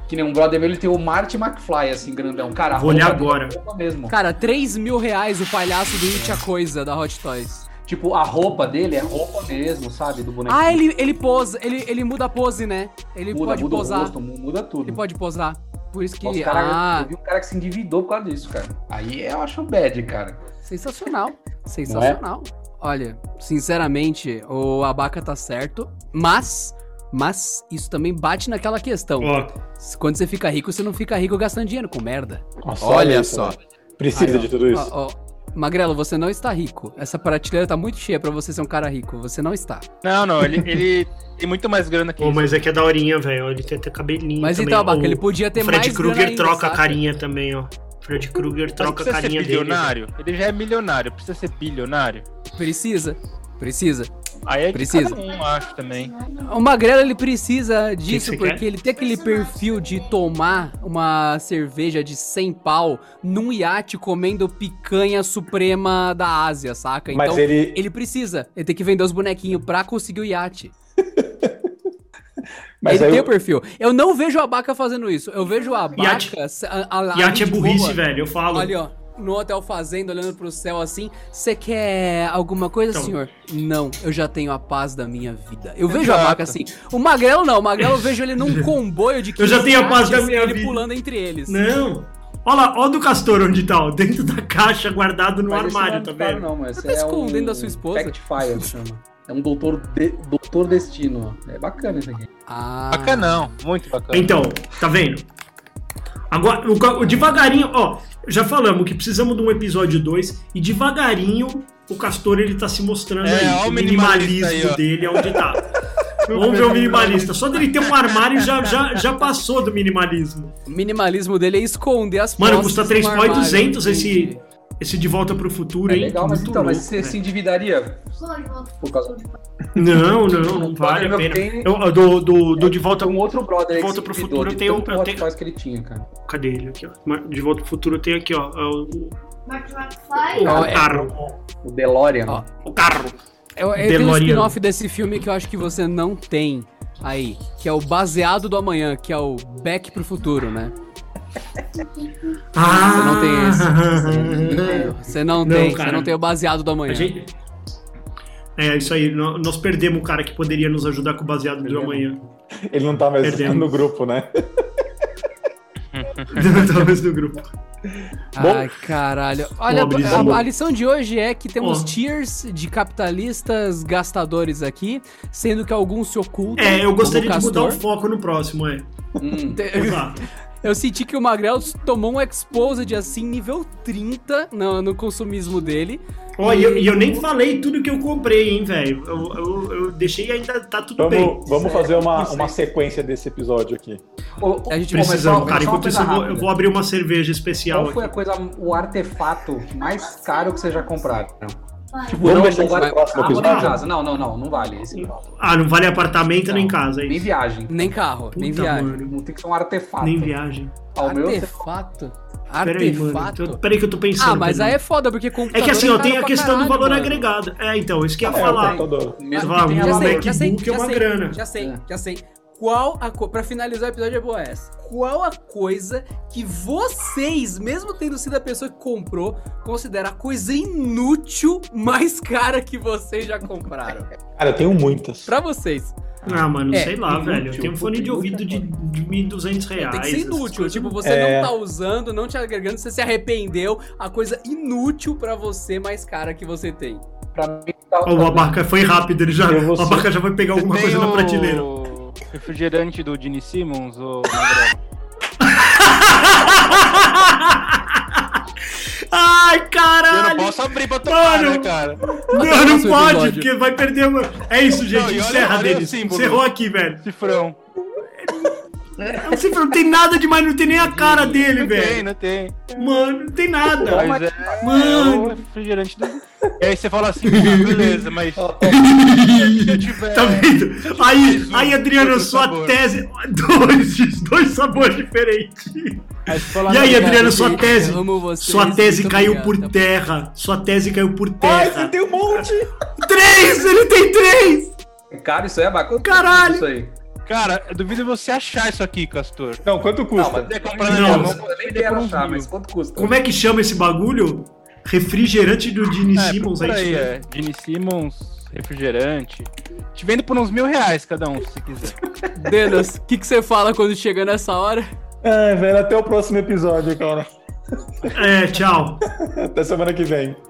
[SPEAKER 4] Que nem um brother meu, ele tem o Marty McFly, assim, grandão. Cara, a
[SPEAKER 2] Vou olhar
[SPEAKER 4] roupa dele é
[SPEAKER 2] agora.
[SPEAKER 4] roupa mesmo.
[SPEAKER 3] Cara, 3 mil reais o palhaço do It a Coisa da Hot Toys.
[SPEAKER 4] Tipo, a roupa dele é roupa mesmo, sabe? Do bonequinho.
[SPEAKER 3] Ah, ele, ele posa, ele, ele muda a pose, né? Ele
[SPEAKER 4] muda,
[SPEAKER 3] pode
[SPEAKER 4] muda
[SPEAKER 3] posar.
[SPEAKER 4] o rosto, mu- muda tudo.
[SPEAKER 3] Ele pode posar. Por isso que.
[SPEAKER 4] Nossa, cara,
[SPEAKER 3] ah,
[SPEAKER 2] é
[SPEAKER 4] Eu vi um cara que se endividou por causa disso, cara. Aí eu acho bad, cara.
[SPEAKER 3] sensacional.
[SPEAKER 2] é?
[SPEAKER 3] Sensacional. Olha, sinceramente, o Abaca tá certo, mas Mas isso também bate naquela questão.
[SPEAKER 2] Ó,
[SPEAKER 3] Quando você fica rico, você não fica rico gastando dinheiro com merda.
[SPEAKER 1] Nossa,
[SPEAKER 3] Olha
[SPEAKER 1] isso,
[SPEAKER 3] só.
[SPEAKER 1] né? Precisa
[SPEAKER 3] Aí, ó.
[SPEAKER 1] de tudo isso.
[SPEAKER 3] Ó, ó, Magrelo, você não está rico. Essa prateleira tá muito cheia pra você ser um cara rico. Você não está.
[SPEAKER 5] Não, não, ele, ele tem muito mais grana que
[SPEAKER 2] pô,
[SPEAKER 5] isso.
[SPEAKER 2] mas é que é daorinha, velho. Ele tem até cabelinho
[SPEAKER 3] Mas
[SPEAKER 2] também.
[SPEAKER 3] então,
[SPEAKER 2] ó.
[SPEAKER 3] Abaca, ele podia
[SPEAKER 2] O
[SPEAKER 3] ter mais
[SPEAKER 2] Fred
[SPEAKER 3] grana
[SPEAKER 2] Krueger
[SPEAKER 3] ainda,
[SPEAKER 2] troca a
[SPEAKER 3] saca?
[SPEAKER 2] carinha também, ó. Fred Krueger
[SPEAKER 5] Mas não
[SPEAKER 2] troca a
[SPEAKER 5] precisa ser
[SPEAKER 2] carinha dele. velho.
[SPEAKER 5] bilionário. Ele já é milionário, precisa ser bilionário.
[SPEAKER 3] Precisa. Precisa.
[SPEAKER 5] Aí é de
[SPEAKER 3] Precisa.
[SPEAKER 5] cada um, acho também.
[SPEAKER 3] O Magrelo, ele precisa disso
[SPEAKER 2] você
[SPEAKER 3] porque
[SPEAKER 2] quer?
[SPEAKER 3] ele tem aquele perfil de tomar uma cerveja de 100 pau num iate comendo picanha suprema da Ásia, saca?
[SPEAKER 1] Mas
[SPEAKER 3] então, ele...
[SPEAKER 1] ele.
[SPEAKER 3] precisa. Ele tem que vender os bonequinhos pra conseguir
[SPEAKER 1] [laughs]
[SPEAKER 3] o iate.
[SPEAKER 1] Mas
[SPEAKER 3] ele
[SPEAKER 1] aí
[SPEAKER 3] tem
[SPEAKER 1] eu-
[SPEAKER 3] o perfil. Eu não vejo o Abaca fazendo isso. Eu vejo o Abaca...
[SPEAKER 2] Iate-
[SPEAKER 3] a-
[SPEAKER 4] Tá,
[SPEAKER 3] a- a
[SPEAKER 2] Iate é
[SPEAKER 3] gente
[SPEAKER 2] burrice,
[SPEAKER 3] boa.
[SPEAKER 2] velho. Eu falo.
[SPEAKER 3] Ali, ó. No hotel fazendo, olhando pro céu assim. Você quer alguma coisa,
[SPEAKER 2] Então.
[SPEAKER 3] senhor? Não, eu já tenho a paz da minha vida. Eu vejo a
[SPEAKER 5] Exato.
[SPEAKER 3] vaca assim. O Magrelo não, o Magrelo eu vejo
[SPEAKER 2] [laughs]
[SPEAKER 3] ele num comboio de
[SPEAKER 2] Eu já
[SPEAKER 3] 15
[SPEAKER 2] tenho a paz
[SPEAKER 3] iates
[SPEAKER 2] da minha
[SPEAKER 3] e ele
[SPEAKER 2] vida. Né?
[SPEAKER 3] pulando entre eles.
[SPEAKER 2] Não. Olha lá, ó do castor onde tá, ó. Dentro da caixa, guardado no
[SPEAKER 4] Mas esse
[SPEAKER 2] armário,
[SPEAKER 4] não é
[SPEAKER 2] tá
[SPEAKER 4] muito caro,
[SPEAKER 2] vendo?
[SPEAKER 4] Não, mas
[SPEAKER 3] Tá
[SPEAKER 4] esse é
[SPEAKER 3] escondendo
[SPEAKER 4] um
[SPEAKER 3] a sua esposa.
[SPEAKER 4] Fact Fire, chama. É um doutor, de- doutor destino. ó. É bacana isso aqui.
[SPEAKER 3] Ah,
[SPEAKER 5] Bacana, não. Muito bacana.
[SPEAKER 2] Então, tá vendo? Agora, o, ca- o devagarinho, ó, já falamos que precisamos de um episódio 2 e devagarinho o Castor ele tá se mostrando
[SPEAKER 5] É,
[SPEAKER 2] aí.
[SPEAKER 5] ó
[SPEAKER 2] o
[SPEAKER 5] o
[SPEAKER 2] minimalismo
[SPEAKER 5] minimalista aí, ó.
[SPEAKER 2] dele é onde
[SPEAKER 5] [laughs]
[SPEAKER 2] tá. Vamos ver o minimalista. Só dele ter um armário já, já, já passou do minimalismo.
[SPEAKER 3] O minimalismo dele é esconder as
[SPEAKER 2] Mano,
[SPEAKER 3] posses
[SPEAKER 2] custa
[SPEAKER 3] no
[SPEAKER 2] 3.200
[SPEAKER 3] armário.
[SPEAKER 2] esse esse de volta pro futuro,
[SPEAKER 4] É
[SPEAKER 2] hein?
[SPEAKER 4] legal, mas
[SPEAKER 2] Muito
[SPEAKER 4] então, mas
[SPEAKER 2] louco,
[SPEAKER 4] você
[SPEAKER 2] né?
[SPEAKER 4] se endividaria por causa
[SPEAKER 2] Não, não, não
[SPEAKER 4] Não
[SPEAKER 2] vale a pena.
[SPEAKER 4] pode, meu bem.
[SPEAKER 2] Eu- eu- do, do, do de volta
[SPEAKER 4] um outro brother aí que
[SPEAKER 2] Volta
[SPEAKER 4] se
[SPEAKER 2] pro
[SPEAKER 4] endividou
[SPEAKER 2] futuro, um
[SPEAKER 4] de
[SPEAKER 2] eu tenho-
[SPEAKER 4] tanto
[SPEAKER 2] eu
[SPEAKER 4] voto
[SPEAKER 2] tenho-
[SPEAKER 4] fácil que ele tinha, cara.
[SPEAKER 2] Cadê ele aqui, ó? De volta pro futuro tem aqui, ó. é O, o-
[SPEAKER 7] Marty McFly.
[SPEAKER 2] o
[SPEAKER 3] Ó, é.
[SPEAKER 2] carro.
[SPEAKER 4] O DeLorean.
[SPEAKER 3] Ó.
[SPEAKER 2] O carro.
[SPEAKER 3] Eu, eu tenho um
[SPEAKER 2] DeLorean.
[SPEAKER 3] spin-off desse filme que eu acho que você não tem aí, que é o Baseado do Amanhã, que é o Back pro Futuro, né?
[SPEAKER 2] Ah,
[SPEAKER 3] Você não tem esse.
[SPEAKER 2] esse.
[SPEAKER 3] Você não,
[SPEAKER 2] Não,
[SPEAKER 3] tem,
[SPEAKER 2] cara.
[SPEAKER 3] você não tem o Baseado do Amanhã.
[SPEAKER 2] Ah! [laughs] A gente... É isso aí, nó- nós perdemos o cara que poderia nos ajudar com o baseado do
[SPEAKER 4] Perdemos. [laughs]
[SPEAKER 2] amanhã.
[SPEAKER 1] Ele não tá mais
[SPEAKER 2] Perdemos.
[SPEAKER 1] no grupo, né?
[SPEAKER 2] Talvez do grupo.
[SPEAKER 1] Bom.
[SPEAKER 3] Ai, caralho. Olha,
[SPEAKER 2] Pobre
[SPEAKER 3] a,
[SPEAKER 2] Zulu.
[SPEAKER 3] a lição de hoje é que temos
[SPEAKER 2] Ó.
[SPEAKER 3] tiers de capitalistas gastadores aqui, sendo que alguns se ocultam.
[SPEAKER 2] É, eu
[SPEAKER 3] como
[SPEAKER 2] gostaria de
[SPEAKER 3] Castor.
[SPEAKER 2] mudar o foco no próximo, é.
[SPEAKER 4] Hum,
[SPEAKER 2] Exato.
[SPEAKER 3] [laughs] Eu senti que o Magrel tomou um exposed assim, nível 30 no, no consumismo dele.
[SPEAKER 2] Ó, e eu, e eu nem falei tudo que eu comprei, hein, velho. Eu, eu- eu deixei ainda, tá tudo bem.
[SPEAKER 1] Vamos, vamos fazer uma, uma sequência desse episódio aqui.
[SPEAKER 4] ô, ô,
[SPEAKER 3] A gente
[SPEAKER 4] mas só-
[SPEAKER 2] Precisamos, um cara.
[SPEAKER 4] mas só uma
[SPEAKER 2] Enquanto isso, eu
[SPEAKER 4] coisa
[SPEAKER 2] vou, eu
[SPEAKER 4] rápida.
[SPEAKER 2] vou abrir uma cerveja especial
[SPEAKER 4] Qual
[SPEAKER 2] aqui.
[SPEAKER 4] foi a coisa, o artefato mais caro que vocês já compraram? Tipo,
[SPEAKER 1] Vamos deixar isso
[SPEAKER 4] vale-
[SPEAKER 1] pro próximo
[SPEAKER 4] Ah, vou dar
[SPEAKER 1] episódio.
[SPEAKER 4] em casa. Não, não, não, não vale. Esse não.
[SPEAKER 2] Ah, não vale apartamento nem casa, é
[SPEAKER 4] Nem
[SPEAKER 2] isso.
[SPEAKER 4] viagem.
[SPEAKER 3] Nem carro, nem
[SPEAKER 2] Puta,
[SPEAKER 3] viagem.
[SPEAKER 2] mano.
[SPEAKER 4] Não tem que ser um artefato.
[SPEAKER 2] Nem viagem.
[SPEAKER 1] Ah,
[SPEAKER 4] Ao meu,
[SPEAKER 3] Artefato?
[SPEAKER 2] Peraí, mano.
[SPEAKER 3] Artefato?
[SPEAKER 2] Tô- Peraí que eu tô pensando.
[SPEAKER 3] ah, mas
[SPEAKER 2] peraí.
[SPEAKER 3] aí é foda, porque computador
[SPEAKER 2] É que assim, ó, tem
[SPEAKER 3] caro
[SPEAKER 2] a
[SPEAKER 3] pra
[SPEAKER 2] questão do
[SPEAKER 3] caralho,
[SPEAKER 2] valor
[SPEAKER 3] mano.
[SPEAKER 2] agregado. É, então, isso que eu ia falar.
[SPEAKER 1] tá Todo.
[SPEAKER 4] mesmo
[SPEAKER 2] Vá,
[SPEAKER 4] que tenha
[SPEAKER 2] vamos,
[SPEAKER 4] valor.
[SPEAKER 2] Mac. MacBook é uma grana.
[SPEAKER 3] Já sei,
[SPEAKER 4] É.
[SPEAKER 3] já sei. Qual a co... Pra finalizar o episódio é boa essa. Qual a coisa que vocês, mesmo tendo sido a pessoa que comprou, considera a coisa inútil mais cara que vocês já [laughs] compraram?
[SPEAKER 1] Cara, eu tenho muitas.
[SPEAKER 3] pra vocês.
[SPEAKER 2] Ah, mano,
[SPEAKER 3] É,
[SPEAKER 2] sei lá,
[SPEAKER 4] inútil,
[SPEAKER 2] velho. Eu tenho um fone de ouvido de, de 1.200 reais.
[SPEAKER 3] Tem que ser
[SPEAKER 2] essas
[SPEAKER 3] inútil.
[SPEAKER 2] coisas.
[SPEAKER 3] Tipo, você
[SPEAKER 1] É.
[SPEAKER 3] não tá usando, não te agregando, você se arrependeu. A coisa inútil pra você mais cara que você tem.
[SPEAKER 4] Pra mim, tá,
[SPEAKER 2] Ó, o Abaca foi rápido, ele já.
[SPEAKER 1] Eu vou
[SPEAKER 2] O Abaca já vai pegar alguma
[SPEAKER 5] Tem um-
[SPEAKER 2] coisa na
[SPEAKER 5] o
[SPEAKER 2] prateleira. [laughs]
[SPEAKER 5] Refrigerante do Gene Simmons ou Magrelo?
[SPEAKER 2] Ai,
[SPEAKER 5] Eu não
[SPEAKER 2] caralho!
[SPEAKER 5] posso abrir pra tomar,
[SPEAKER 2] Mano!
[SPEAKER 5] né, cara?
[SPEAKER 2] Não,
[SPEAKER 3] Até o
[SPEAKER 2] não
[SPEAKER 3] próximo
[SPEAKER 2] pode,
[SPEAKER 3] episódio.
[SPEAKER 2] porque vai perder. a mão. É isso, gente.
[SPEAKER 5] Não, e olha-
[SPEAKER 2] encerra,
[SPEAKER 5] olha o
[SPEAKER 2] Denis.
[SPEAKER 5] símbolo.
[SPEAKER 2] Encerrou aqui, velho.
[SPEAKER 5] Cifrão.
[SPEAKER 2] O símbolo não tem nada demais, não tem nem a cara dele,
[SPEAKER 5] não tem,
[SPEAKER 2] velho.
[SPEAKER 5] não tem.
[SPEAKER 2] Mano, não tem nada.
[SPEAKER 5] Mas é,
[SPEAKER 2] Mano.
[SPEAKER 5] é o refrigerante do... E aí você fala assim, ah,
[SPEAKER 2] [laughs]
[SPEAKER 5] beleza, mas... Se eu tiver...
[SPEAKER 2] Tá vendo? Aí,
[SPEAKER 5] Mais um,
[SPEAKER 2] aí Adriano,
[SPEAKER 5] outro
[SPEAKER 2] sua
[SPEAKER 5] sabor.
[SPEAKER 2] tese. Dois, [laughs] dois sabores diferentes.
[SPEAKER 3] Fala,
[SPEAKER 2] E aí,
[SPEAKER 3] obrigado,
[SPEAKER 2] Adriano, sua
[SPEAKER 3] gente,
[SPEAKER 2] tese?
[SPEAKER 3] eu amo vocês,
[SPEAKER 2] Sua tese
[SPEAKER 3] muito
[SPEAKER 2] caiu
[SPEAKER 3] obrigado,
[SPEAKER 2] por
[SPEAKER 3] tá bom?
[SPEAKER 2] terra. Sua tese caiu por
[SPEAKER 1] Ai,
[SPEAKER 2] terra.
[SPEAKER 1] você tem um monte!
[SPEAKER 2] Três! Ele tem três!
[SPEAKER 4] Cara, isso aí é bacana.
[SPEAKER 2] Caralho!
[SPEAKER 4] Isso aí.
[SPEAKER 5] Cara, eu duvido você achar isso aqui, Castor.
[SPEAKER 1] Não, quanto custa?
[SPEAKER 5] Você comprar
[SPEAKER 2] Não.
[SPEAKER 5] na minha mão,
[SPEAKER 4] é Eu nem ideia achar, mas quanto custa?
[SPEAKER 2] Como é que chama esse bagulho? Refrigerante do Gene
[SPEAKER 5] É,
[SPEAKER 2] Simmons,
[SPEAKER 5] procura
[SPEAKER 2] é
[SPEAKER 5] aí,
[SPEAKER 2] isso?
[SPEAKER 5] é. Gene Simmons, refrigerante. Te vendo por uns mil reais cada um, se quiser.
[SPEAKER 3] Denas, o que que você fala quando chega nessa hora?
[SPEAKER 1] Ai, velho, até o próximo episódio, cara.
[SPEAKER 2] É, tchau.
[SPEAKER 1] Até semana que vem.